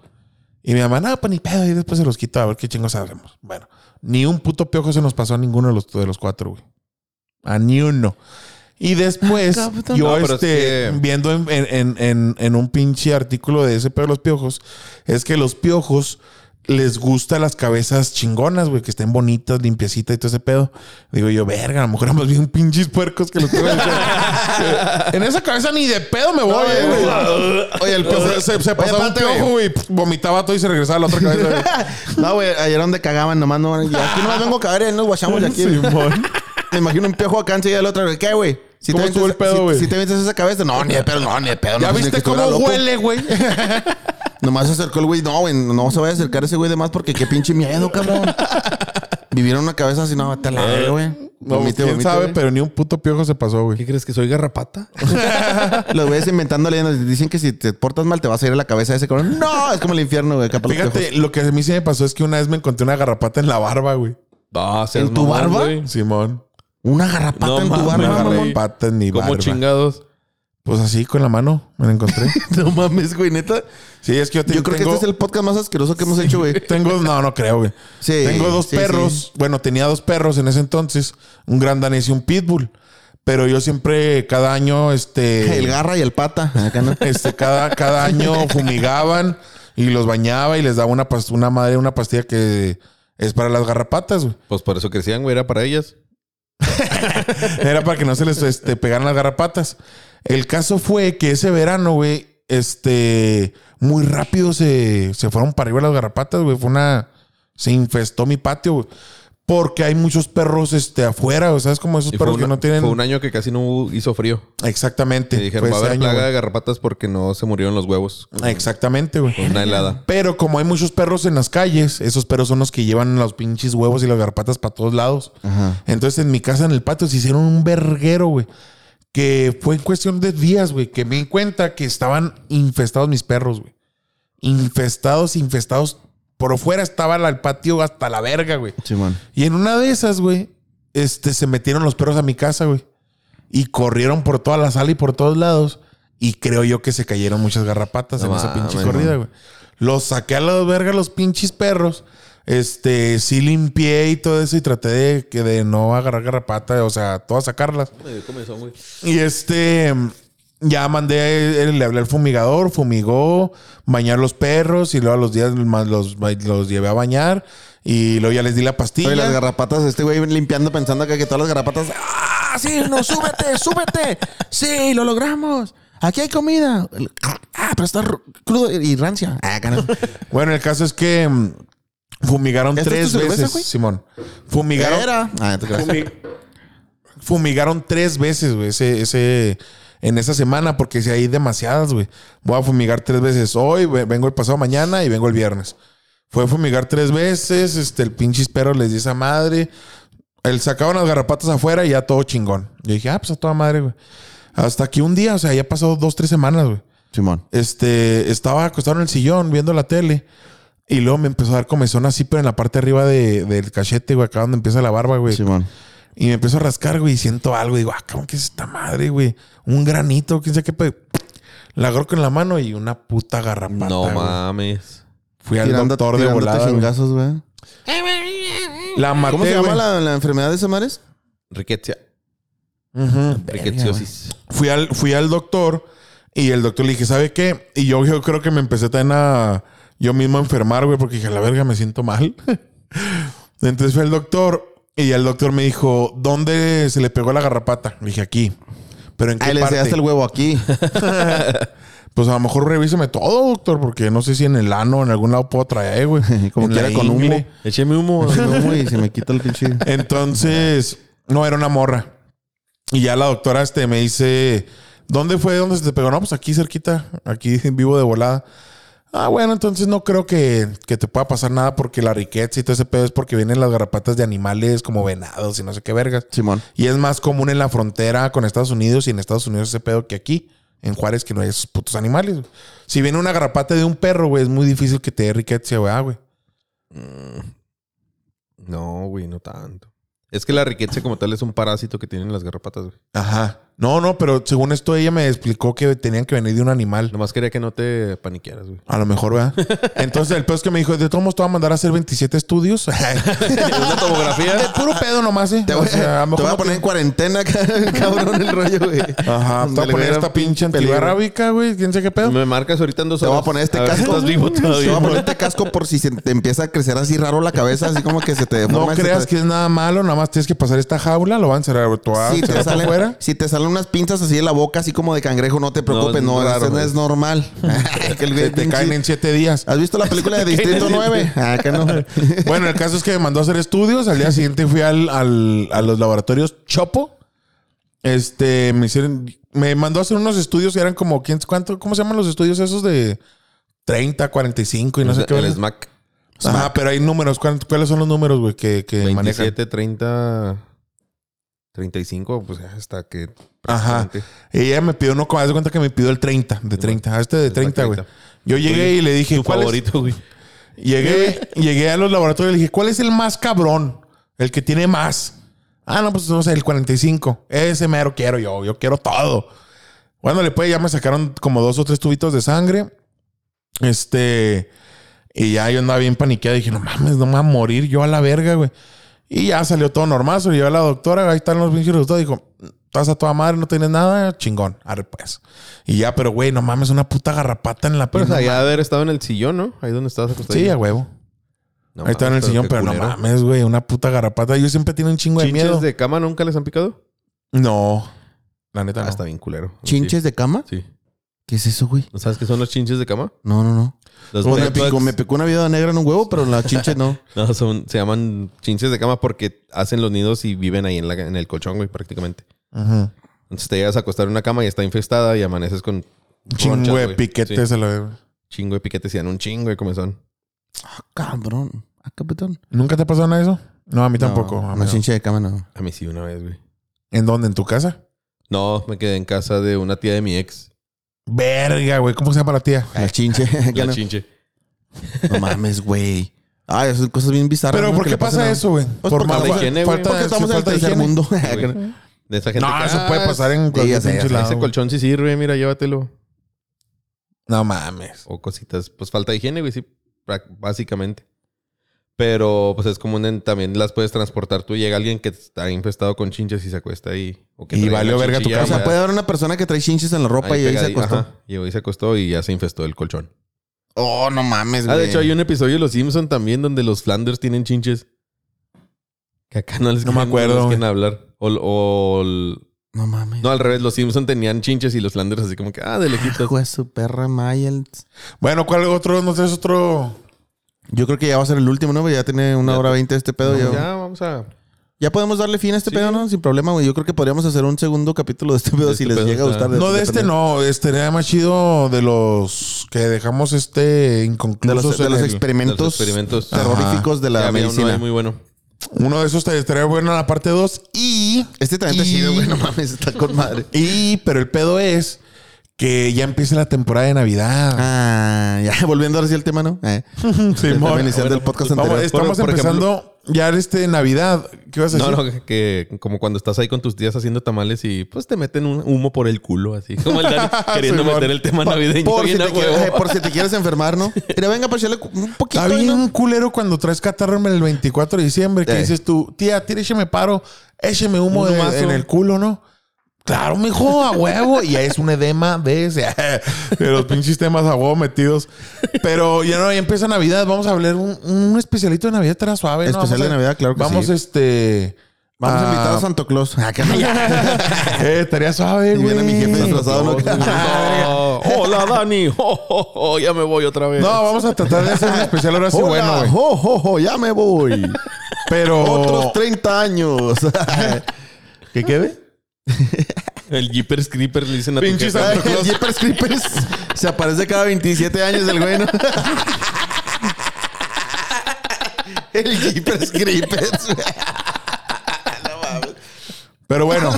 Speaker 4: Y mi mamá, no, pues ni pedo. Y después se los quitó a ver qué chingos hacemos. Bueno, ni un puto piojo se nos pasó a ninguno de los, de los cuatro, güey. A ni uno. Y después, yo
Speaker 2: No, pero es
Speaker 4: este,
Speaker 2: que-
Speaker 4: viendo en, en- en- en- en un pinche artículo de ese pedo de los piojos, es que los piojos les gusta las cabezas chingonas, güey, que estén bonitas, limpiecitas y todo ese pedo. Digo yo, verga, a lo mejor éramos bien pinches puercos que los tengo. en esa cabeza ni de pedo me voy, eh, güey.
Speaker 1: Oye, el
Speaker 4: Pues, se, se pasaba un
Speaker 1: espérate,
Speaker 4: piojo y pf, vomitaba todo y se regresaba a la otra cabeza. güey.
Speaker 1: No, güey, ayer donde cagaban, nomás no. y aquí no vengo a cagar y ahí nos guachamos de aquí. Me imagino un piojo acá enseguida del otro. güey, ¿Qué, güey? Si
Speaker 4: ¿Cómo
Speaker 1: te
Speaker 4: estuvo el
Speaker 1: avientas-
Speaker 4: pedo,
Speaker 1: si-
Speaker 4: güey?
Speaker 1: Si, te metes esa cabeza, no, ni de pedo, no, ni de pedo.
Speaker 4: ¿Ya
Speaker 1: no, pues, ni que
Speaker 4: viste
Speaker 1: estuviera
Speaker 4: cómo
Speaker 1: loco.
Speaker 4: huele, güey?
Speaker 1: Nomás se acercó el güey. No, güey, no se vaya a acercar ese güey de más porque qué pinche miedo, cabrón. Vivieron una cabeza así, no, te la verga, güey.
Speaker 4: Eh, No,
Speaker 1: Vomite,
Speaker 4: quién
Speaker 1: vomite,
Speaker 4: sabe,
Speaker 1: güey.
Speaker 4: pero ni un puto piojo se pasó, güey.
Speaker 2: ¿Qué crees que soy garrapata?
Speaker 1: Los güeyes inventando leyendas. Dicen que si te portas mal te vas a ir a la cabeza de ese cabrón. No, es como el infierno, güey. acá para los
Speaker 4: Fíjate,
Speaker 1: piojos.
Speaker 4: lo que a mí sí me pasó es que una vez me encontré una garrapata en la barba, güey.
Speaker 2: No, Ah, seas
Speaker 1: ¿En tu
Speaker 2: mamón,
Speaker 1: barba?
Speaker 2: güey.
Speaker 4: Simón.
Speaker 1: Una garrapata
Speaker 2: No
Speaker 1: en tu
Speaker 2: mames,
Speaker 1: barba,
Speaker 2: me agarré.
Speaker 1: mamón.
Speaker 4: Garrapata en mi
Speaker 2: ¿Cómo
Speaker 4: barba.
Speaker 2: chingados?
Speaker 4: Pues así, con la mano, me la encontré.
Speaker 1: No mames, güey, neta.
Speaker 4: Sí, es que yo, te-
Speaker 1: Yo creo que
Speaker 4: tengo-
Speaker 1: este es el podcast más asqueroso que hemos hecho, güey.
Speaker 4: Tengo, no, no creo, güey.
Speaker 1: Sí,
Speaker 4: Tengo dos
Speaker 1: sí,
Speaker 4: perros. Bueno, tenía dos perros en ese entonces. Un gran danés y un pitbull. Pero yo siempre, cada año, este...
Speaker 1: El garra y el pata. Acá no.
Speaker 4: Este, cada, cada año fumigaban y los bañaba y les daba una, pas- una madre, una pastilla que es para las garrapatas, güey.
Speaker 2: Pues por eso crecían, güey. Era para ellas.
Speaker 1: Pues
Speaker 4: Era para que no se les este, pegaran las garrapatas. El caso fue que ese verano, güey, este, muy rápido se, se fueron para arriba las garrapatas, güey. Fue una. Se infestó mi patio, güey. Porque hay muchos perros este, afuera, o sea, es como esos
Speaker 2: Y fue
Speaker 4: perros que
Speaker 2: una-
Speaker 4: no tienen.
Speaker 2: Fue un año que casi no hubo- hizo frío.
Speaker 4: Exactamente.
Speaker 2: Te dijeron,
Speaker 4: fue
Speaker 2: va a
Speaker 4: ese
Speaker 2: haber
Speaker 4: año,
Speaker 2: plaga de
Speaker 4: güey.
Speaker 2: garrapatas porque no se murieron los huevos.
Speaker 4: Exactamente, güey.
Speaker 2: Con una helada.
Speaker 4: Pero como hay muchos perros en las calles, esos perros son los que llevan los pinches huevos y las garrapatas para todos lados.
Speaker 1: Ajá.
Speaker 4: Entonces en mi casa, en el patio, se hicieron un verguero, güey. que fue en cuestión de días, güey, que me di cuenta que estaban infestados mis perros, güey. Infestados, infestados. Por fuera estaba la- el patio hasta la verga, güey.
Speaker 1: Simón.
Speaker 4: Y en una de esas, güey, este, se metieron los perros a mi casa, güey. Y corrieron por toda la sala y por todos lados. Y creo yo que se cayeron muchas garrapatas en
Speaker 2: No
Speaker 4: esa pinche
Speaker 2: mames,
Speaker 4: corrida, güey. Los saqué a la verga los pinches perros. Este, sí limpié y todo eso y traté de, que de no agarrar garrapatas, o sea, todas sacarlas.
Speaker 2: Comenzó muy...
Speaker 4: Y este, ya mandé, eh, le hablé al fumigador, fumigó, bañar los perros y luego a los días más los, los llevé a bañar y luego ya les di la pastilla.
Speaker 1: Oye, las garrapatas, este güey limpiando pensando que, que todas las garrapatas. ¡Ah! Sí, no, súbete, súbete. Sí, lo logramos. Aquí hay comida. Ah, pero está ru- crudo y rancia. Ah, carajo.
Speaker 4: Bueno, el caso es que mm, fumigaron
Speaker 1: ¿Esta es tu
Speaker 4: tres
Speaker 1: cerveza,
Speaker 4: veces,
Speaker 1: güey?
Speaker 4: Simón. Fumigaron.
Speaker 1: Era. Ah, te creas.
Speaker 4: fumi- fumigaron tres veces, güey, ese, ese, en esa semana, porque si hay demasiadas, güey. Voy a fumigar tres veces hoy, ve- vengo el pasado mañana y vengo el viernes. Fue a fumigar tres veces, este, el pinche perro les di esa madre. El sacaban las garrapatas afuera y ya todo chingón. Yo dije, ah, pues a toda madre, güey. Hasta que un día, o sea, ya pasó dos, tres semanas, güey
Speaker 1: Simón.
Speaker 4: este, estaba acostado en el sillón viendo la tele. Y luego me empezó a dar comezón así, pero en la parte de arriba de- del cachete, güey, acá donde empieza la barba, güey.
Speaker 1: Simón.
Speaker 4: Y me empiezo a rascar, güey, y siento algo. Y digo, ah, cabrón, ¿qué es esta madre, güey? Un granito, quién sabe qué pedo. La agarro con la mano y una puta garrapata.
Speaker 2: No
Speaker 4: güey.
Speaker 2: mames.
Speaker 4: Fui al
Speaker 1: Tirando-
Speaker 4: doctor de
Speaker 1: tirándote
Speaker 4: volada. güey.
Speaker 1: chingazos, güey.
Speaker 4: La maté,
Speaker 1: ¿Cómo se llama
Speaker 4: güey.
Speaker 1: la, la enfermedad de Samares?
Speaker 2: Riquetia.
Speaker 4: Ujú.
Speaker 2: Riquetiosis.
Speaker 4: fui al, fui al doctor y el doctor le dije, ¿sabe qué? Y yo, yo creo que me empecé también a yo mismo a enfermar, güey, porque dije, a la verga, me siento mal. Entonces fui al doctor y el doctor me dijo, ¿dónde se le pegó la garrapata? Le dije, aquí. Pero en qué
Speaker 1: Ah, le
Speaker 4: parte?
Speaker 1: enseñaste el huevo aquí.
Speaker 4: Pues a lo mejor revíseme todo, doctor, porque no sé si en el ano en algún lado puedo traer, güey.
Speaker 1: Como
Speaker 4: En
Speaker 1: quiera,
Speaker 4: la
Speaker 1: con humo.
Speaker 4: ingle.
Speaker 2: Écheme humo.
Speaker 1: Se me humo y se me quita el pinche.
Speaker 4: Entonces, no, era una morra. Y ya la doctora este, me dice, ¿dónde fue? ¿Dónde se te pegó? No, pues aquí cerquita, aquí vivo de volada. Ah, bueno, entonces no creo que, que te pueda pasar nada porque la riqueza y todo ese pedo es porque vienen las garrapatas de animales como venados y no sé qué vergas.
Speaker 1: Simón.
Speaker 4: Y es más común en la frontera con Estados Unidos y en Estados Unidos ese pedo que aquí, en Juárez, que no hay esos putos animales. güey. Si viene una garrapata de un perro, güey, es muy difícil que te dé riqueza, güey. Ah, güey.
Speaker 2: No, güey, no tanto. Es que la riquetia como tal es un parásito que tienen las garrapatas, güey.
Speaker 4: Ajá. No, no, pero según esto ella me explicó que tenían que venir de un animal.
Speaker 2: Nomás quería que no te paniquearas, güey.
Speaker 4: A lo mejor, ¿verdad? Entonces el pedo es que me dijo, de todos modos te voy a mandar a hacer 27 estudios.
Speaker 2: ¿Una
Speaker 4: De
Speaker 2: tomografía?
Speaker 4: puro pedo nomás, ¿eh?
Speaker 1: Te
Speaker 4: O
Speaker 1: voy,
Speaker 4: sea,
Speaker 1: te voy a
Speaker 4: no
Speaker 1: poner en cuarentena, cabrón, el rollo, güey.
Speaker 4: Ajá, te voy a
Speaker 1: Ándale,
Speaker 4: poner
Speaker 1: güey,
Speaker 4: esta pinche
Speaker 1: peligro.
Speaker 4: antibiarábica, güey. ¿Quién sabe qué pedo?
Speaker 2: Me marcas ahorita en dos
Speaker 1: Te
Speaker 2: horas.
Speaker 1: voy a poner este
Speaker 2: ver si
Speaker 1: casco.
Speaker 2: estás vivo
Speaker 1: Te voy a
Speaker 2: todavía.
Speaker 1: poner este casco por si se te empieza a crecer así raro la cabeza, así como que se te
Speaker 4: No
Speaker 1: deforma. y se
Speaker 4: creas
Speaker 1: te- Ah,
Speaker 4: que es nada malo, nada más tienes que pasar esta jaula, lo van a encerrar güey. Tú vas a
Speaker 1: si te,
Speaker 4: encerrar por
Speaker 1: salen,
Speaker 4: fuera.
Speaker 1: si te salen unas pinzas así de la boca, así como de cangrejo, no te preocupes,
Speaker 2: es
Speaker 1: no, eso
Speaker 2: raro,
Speaker 1: no
Speaker 2: güey.
Speaker 1: es normal. Que el güey
Speaker 4: Se te
Speaker 1: pinche-
Speaker 4: caen en 7 días.
Speaker 1: ¿Has visto la película de Distrito 9? Ah, que no.
Speaker 4: Bueno, el caso es que me mandó a hacer estudios. Al día siguiente fui al, al- a los laboratorios Chopo. Este, me hicieron, me mandó a hacer unos estudios que eran como, ¿quién, cuánto, ¿cómo se llaman los estudios esos de 30, 45 y no sé qué?
Speaker 2: El
Speaker 4: verga?
Speaker 2: SMAC.
Speaker 4: Ajá, pero hay números. ¿Cuán- ¿Cuáles son los números, güey, que, que manejan?
Speaker 2: 27, 30, 35, pues hasta que...
Speaker 4: Ajá.
Speaker 2: prácticamente.
Speaker 4: Y ella me pidió uno, como- haz de cuenta que me pidió el 30, de 30. Ah, Este de 30, güey.
Speaker 2: 30.
Speaker 4: Yo llegué y le dije, ¿cuál es?
Speaker 2: Favorito, güey.
Speaker 4: Llegué, llegué a los laboratorios y le dije, ¿cuál es el más cabrón? El que tiene más. Ah, no, pues no sé, el 45. Ese mero quiero yo, yo quiero todo. Bueno, le puede, ya me sacaron como dos o tres tubitos de sangre. Este, y ya yo andaba bien paniqueado. Dije, no mames, no me voy a morir yo a la verga, güey. Y ya salió todo normal. Se lo llevé a la doctora, ahí están los pinches resultados. Dijo, estás a toda madre, no tienes nada, chingón, arre pues. Y ya, pero güey, no mames, una puta garrapata en la
Speaker 2: Pero o
Speaker 4: pierna.
Speaker 2: sea, ya Pues haber estado en el sillón, ¿no? Ahí donde estabas acostado.
Speaker 4: Sí, a huevo.
Speaker 2: No
Speaker 4: Ahí está en el
Speaker 2: mames,
Speaker 4: sillón,
Speaker 2: qué
Speaker 4: pero no
Speaker 2: culero.
Speaker 4: mames, güey, una puta garrapata. Yo siempre tiene un chingo de
Speaker 2: ¿Chinches
Speaker 4: miedo.
Speaker 2: de cama nunca les han picado?
Speaker 4: No, la neta
Speaker 2: Ah,
Speaker 4: no.
Speaker 2: está bien culero.
Speaker 1: ¿Chinches de cama?
Speaker 2: Sí. sí.
Speaker 1: ¿Qué es eso, güey?
Speaker 2: ¿No sabes qué son los chinches de cama?
Speaker 1: No, no, no.
Speaker 2: Los
Speaker 1: Pues me,
Speaker 2: bedbugs.
Speaker 1: picó, me picó una viuda negra en un huevo, pero la chinche no.
Speaker 2: No, son, se llaman chinches de cama porque hacen los nidos y viven ahí en, la- en el colchón, güey, prácticamente.
Speaker 4: Ajá.
Speaker 2: Entonces te llegas a acostar en una cama y está infestada y amaneces con
Speaker 4: Un chingo
Speaker 2: ronchas,
Speaker 4: de
Speaker 2: güey.
Speaker 4: piquetes
Speaker 2: Sí,
Speaker 4: a la verga.
Speaker 2: chingo de piquetes y dan un chingo de comezón.
Speaker 1: Cabrón. Ah, capitán.
Speaker 4: ¿Nunca te ha pasado nada de eso? No, a mí tampoco. a mí
Speaker 1: Una
Speaker 4: no.
Speaker 1: chinche de cama no.
Speaker 2: A mí sí, una vez, güey.
Speaker 4: ¿En dónde? ¿En tu casa?
Speaker 2: No, me quedé en casa de una tía de mi ex.
Speaker 4: Verga, güey. ¿Cómo se llama la tía?
Speaker 1: La chinche.
Speaker 2: La
Speaker 1: no,
Speaker 2: chinche.
Speaker 1: no mames, güey. Ay, esas son cosas bien bizarras.
Speaker 4: Pero
Speaker 1: ¿no?
Speaker 4: ¿por
Speaker 1: que
Speaker 4: qué
Speaker 1: le pasan
Speaker 4: pasa
Speaker 1: a-
Speaker 4: eso, güey?
Speaker 1: Pues
Speaker 4: Por
Speaker 1: porque
Speaker 4: mala
Speaker 2: la higiene, güey.
Speaker 1: Porque estamos en el
Speaker 4: falta de
Speaker 1: tercer
Speaker 4: higiene.
Speaker 1: mundo.
Speaker 2: De esa gente.
Speaker 4: No,
Speaker 2: que,
Speaker 4: eso
Speaker 2: ah,
Speaker 4: puede pasar en
Speaker 1: ya
Speaker 4: cualquier
Speaker 1: sé, ya
Speaker 4: pinche
Speaker 1: sé,
Speaker 4: lado,
Speaker 2: Ese
Speaker 4: güey.
Speaker 2: colchón sí sirve, mira, llévatelo.
Speaker 4: No mames.
Speaker 2: O cositas. Pues falta de higiene, güey, sí, prá- básicamente. Pero pues es común en- también las puedes transportar tú. Llega alguien que está infestado con chinches y se acuesta ahí. O que
Speaker 4: Y
Speaker 2: traiga la
Speaker 4: valió verga tu
Speaker 2: chinchilla
Speaker 1: O sea,
Speaker 2: ya
Speaker 1: puede haber una persona que trae chinches en la ropa y ahí se
Speaker 2: pegadi-
Speaker 1: acostó.
Speaker 2: ajá, Llegó y se acostó y ya se infestó el colchón.
Speaker 1: Oh, no mames,
Speaker 2: Ah,
Speaker 1: güey.
Speaker 2: de hecho hay un episodio de Los Simpson también donde los Flanders tienen chinches. Que acá no les
Speaker 4: No me
Speaker 2: quieren- no
Speaker 4: acuerdo,
Speaker 2: les
Speaker 4: güey.
Speaker 2: quieren hablar. O, o el-
Speaker 1: No mames.
Speaker 2: no, al revés, los Simpson tenían chinches y los Flanders así como que, ah, de lejitos.
Speaker 1: Hijo de su perra Miles.
Speaker 4: Bueno, ¿cuál otro? ¿No tienes otro?
Speaker 1: Yo creo que ya va a ser el último, ¿no? güey? Ya tiene una
Speaker 2: Ya
Speaker 1: hora veinte este pedo. ya,
Speaker 2: ya, vamos a.
Speaker 1: ya podemos darle fin a este pedo, ¿no? Sin problema, güey. Yo creo que podríamos hacer un segundo capítulo de este pedo
Speaker 2: De
Speaker 1: si
Speaker 2: este
Speaker 1: les
Speaker 2: pedo,
Speaker 1: llega a
Speaker 2: o sea,
Speaker 1: gustar.
Speaker 4: No, de este
Speaker 1: depende-
Speaker 4: no. Este era más chido de los que dejamos este
Speaker 1: De
Speaker 4: inconcluso.
Speaker 1: los, de los experimentos,
Speaker 2: de los experimentos.
Speaker 1: terroríficos de
Speaker 2: Ya
Speaker 1: la
Speaker 2: había uno
Speaker 1: medicina.
Speaker 2: ahí muy bueno.
Speaker 4: Uno de esos estaría- estaría bueno en la parte 2 y...
Speaker 1: Este también está
Speaker 4: Y-
Speaker 1: chido, güey. No mames, está con madre.
Speaker 4: Y, pero el pedo es que ya empieza la temporada de Navidad.
Speaker 1: Ah, ya. Volviendo ahora sí al tema, ¿no? Eh. El tema
Speaker 4: Simón.
Speaker 1: inicial del podcast
Speaker 4: Vamos,
Speaker 1: anterior.
Speaker 4: estamos
Speaker 2: Por- por
Speaker 4: empezando ya este Navidad. ¿Qué vas a
Speaker 2: No,
Speaker 4: decir?
Speaker 2: no, que como cuando estás ahí con tus tías haciendo tamales y pues te meten un humo por el culo, así como el Dani queriendo
Speaker 4: Simón.
Speaker 2: meter el tema navideño.
Speaker 1: Por si,
Speaker 2: bien a
Speaker 1: te quieres,
Speaker 2: huevo.
Speaker 1: eh, por si te quieres enfermar, ¿no? Mira, venga, para echarle un poquito.
Speaker 4: Está
Speaker 1: ahí,
Speaker 4: bien
Speaker 1: ¿no?
Speaker 4: culero cuando traes catarro en el 24 de diciembre que
Speaker 1: Eh.
Speaker 4: dices tú, tía, tira, écheme paro, écheme humo
Speaker 2: Un
Speaker 4: de-
Speaker 2: humazo.
Speaker 4: en el culo, ¿no? Claro, mijo, a huevo. Y ahí es un edema de, ese- de los pinches temas a huevo metidos. Pero ya no, ya empieza Navidad. Vamos a hablar un, un especialito de Navidad, estará suave. ¿no?
Speaker 1: Especial
Speaker 4: Vamos
Speaker 1: de
Speaker 4: a-
Speaker 1: Navidad, claro que
Speaker 4: Vamos,
Speaker 1: sí. Ah,
Speaker 4: este...
Speaker 1: Vamos a invitar
Speaker 4: a-
Speaker 1: a Santo Claus. Ah, que no,
Speaker 4: Eh, estaría suave,
Speaker 1: Y
Speaker 4: güey.
Speaker 1: viene mi jefe disfrazado, ¿no?
Speaker 2: No. Hola, Dani. Oh, oh, oh, ya me voy otra vez.
Speaker 4: No, vamos a tratar de hacer un especial ahora sí
Speaker 1: Hola,
Speaker 4: bueno, güey.
Speaker 1: jo, jo, jo, ya me voy.
Speaker 4: Pero...
Speaker 1: Otros 30 años. ¿Qué quede?
Speaker 2: El Jeepers Creepers le dicen a tu
Speaker 4: Pinches
Speaker 2: jefe.
Speaker 4: Santa
Speaker 1: El
Speaker 4: Claus.
Speaker 1: Jeepers Creepers se aparece cada 27 años el güey, ¿no? El Jeepers Creepers.
Speaker 4: Pero bueno,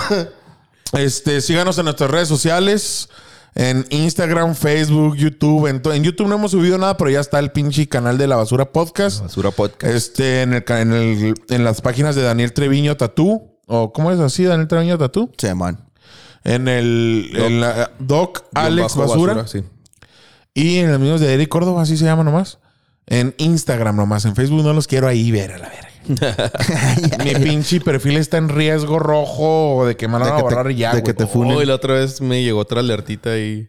Speaker 4: este, síganos en nuestras redes sociales. En Instagram, Facebook, YouTube. En, to- en YouTube no hemos subido nada, pero ya está el pinche canal de La Basura Podcast.
Speaker 2: Basura podcast.
Speaker 4: Este, en, el, ca- en, el- en las páginas de Daniel Treviño Tatú. ¿O cómo es así, Daniel Treviño Tatú?
Speaker 1: Eh, Sí, man.
Speaker 4: En el
Speaker 2: Doc.
Speaker 4: en la- Doc
Speaker 2: Guión
Speaker 4: Alex
Speaker 2: bajo
Speaker 4: Basura.
Speaker 2: sí.
Speaker 4: Y en los mismos de Eric Córdoba, así se llama nomás. En Instagram nomás. En Facebook no los quiero ahí ver a la verga. Mi pinche perfil está en riesgo rojo de que me lo van
Speaker 1: De
Speaker 4: a
Speaker 1: que te-
Speaker 4: borrar ya.
Speaker 1: de que
Speaker 4: güey.
Speaker 1: te
Speaker 4: ¿Mm?
Speaker 1: funen.
Speaker 2: Oh, y la otra vez me llegó otra alertita y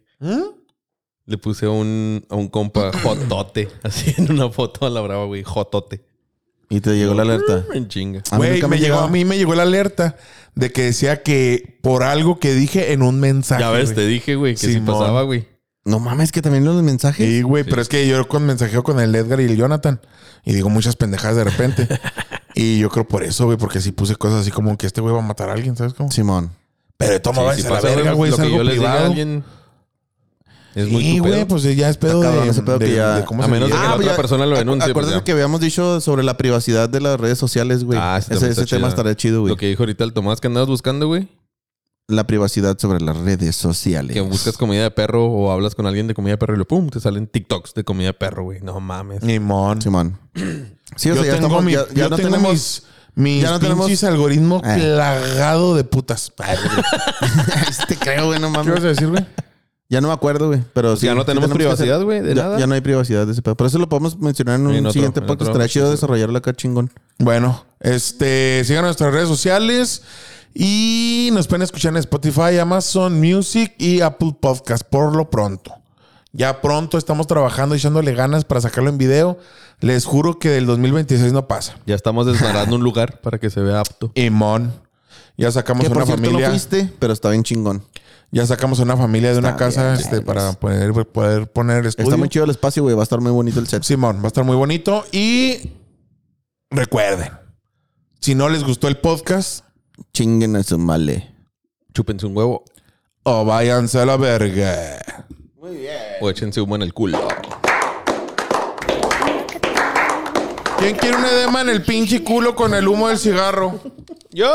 Speaker 2: le puse a un, a un compa jotote. Así en una foto a la brava, güey. Jotote. Mm,
Speaker 1: Y te llegó la alerta.
Speaker 2: En chinga.
Speaker 1: A mí
Speaker 4: Güey,
Speaker 1: nunca
Speaker 4: me
Speaker 1: me
Speaker 4: llegó,
Speaker 1: llegó.
Speaker 4: a mí me llegó la alerta de que decía que por algo que dije en un mensaje.
Speaker 2: Ya ves,
Speaker 4: Ah, güey.
Speaker 2: te dije, güey, que si
Speaker 4: Simón.
Speaker 2: pasaba, güey.
Speaker 1: No mames, que también los mensajes.
Speaker 4: Sí, güey, pero es que yo con mensajeo con el Edgar y el Jonathan y digo muchas pendejadas de repente. y yo creo por eso, güey, porque sí puse cosas así como que este güey va a matar a alguien, ¿sabes cómo?
Speaker 1: Simón.
Speaker 4: Pero toma,
Speaker 2: Sí,
Speaker 4: vayas
Speaker 2: si
Speaker 4: a la
Speaker 2: pasa,
Speaker 4: verga, güey,
Speaker 2: lo
Speaker 4: es
Speaker 2: que
Speaker 4: algo
Speaker 2: yo les diga a
Speaker 4: privado.
Speaker 2: alguien es muy
Speaker 4: sí,
Speaker 2: tu
Speaker 4: güey,
Speaker 2: pedo.
Speaker 4: pues ya es pedo
Speaker 1: Está cabrón
Speaker 4: de,
Speaker 1: ese pedo
Speaker 4: de-
Speaker 1: que Ah, ya-
Speaker 4: de cómo
Speaker 2: a
Speaker 4: se
Speaker 2: menos de
Speaker 4: mide.
Speaker 2: que la otra persona lo denuncie. pues,
Speaker 1: Acuérdate
Speaker 2: ya.
Speaker 1: que habíamos dicho sobre la privacidad de las redes sociales, güey.
Speaker 2: Ah, ese
Speaker 1: ese
Speaker 2: también está
Speaker 1: ese tema
Speaker 2: chido.
Speaker 1: estaría chido, güey.
Speaker 2: Lo que dijo ahorita el Tomás que andabas buscando, güey.
Speaker 1: La privacidad sobre las redes sociales.
Speaker 2: Que buscas comida de perro o hablas con alguien de comida de perro y lo pum, te salen TikToks de comida de perro, güey. No mames.
Speaker 1: Ah,
Speaker 4: Nimón.
Speaker 1: Simón. Sí, o
Speaker 4: yo
Speaker 1: sea, ya
Speaker 4: tengo,
Speaker 1: estamos-
Speaker 4: mi-
Speaker 1: ya- ya
Speaker 4: yo
Speaker 1: no
Speaker 4: tengo
Speaker 1: tenemos-
Speaker 4: mis, mis
Speaker 1: ya no tenemos-
Speaker 4: pinches algoritmos
Speaker 1: Ah.
Speaker 4: plagado de putas. Ay, güey.
Speaker 1: Te creo, güey, no
Speaker 4: ¿Qué vas
Speaker 1: mames.
Speaker 4: a decir, güey?
Speaker 1: Ya no me acuerdo, güey. Pero sí,
Speaker 2: ya no
Speaker 1: sí
Speaker 2: tenemos
Speaker 1: que hacer-
Speaker 2: privacidad, güey, de
Speaker 1: ya,
Speaker 2: nada.
Speaker 1: ya no hay privacidad de ese pedo. Pero eso lo podemos mencionar en un
Speaker 2: En otro-
Speaker 1: siguiente
Speaker 2: en
Speaker 1: podcast.
Speaker 2: otro-
Speaker 1: Estaría chido desarrollarlo acá chingón.
Speaker 4: Bueno, este, sigan nuestras redes sociales y nos pueden escuchar en Spotify, Amazon Music y Apple Podcast por lo pronto. Ya pronto estamos trabajando y echándole ganas para sacarlo en video. Les juro que del 2026 no pasa.
Speaker 2: Ya estamos desbarando un lugar para que se vea apto.
Speaker 4: Y mon, ya sacamos
Speaker 1: Que
Speaker 4: una
Speaker 1: por cierto
Speaker 4: familia,
Speaker 1: no fuiste, pero está bien chingón.
Speaker 4: ya sacamos una familia de una
Speaker 1: Está
Speaker 4: casa
Speaker 1: bien,
Speaker 4: este,
Speaker 1: vergas.
Speaker 4: para poder, poder poner estudio.
Speaker 1: Está muy chido el espacio, güey. Va a estar muy bonito el set.
Speaker 4: Simón, va a estar muy bonito. Y recuerden, si no les gustó el podcast,
Speaker 1: Chinguen a su male.
Speaker 2: Chúpense un huevo
Speaker 4: o váyanse oh, a la verga.
Speaker 2: o échense humo en el culo.
Speaker 4: ¿Quién quiere un edema en el pinche culo con el humo del cigarro?
Speaker 2: ¡Yo!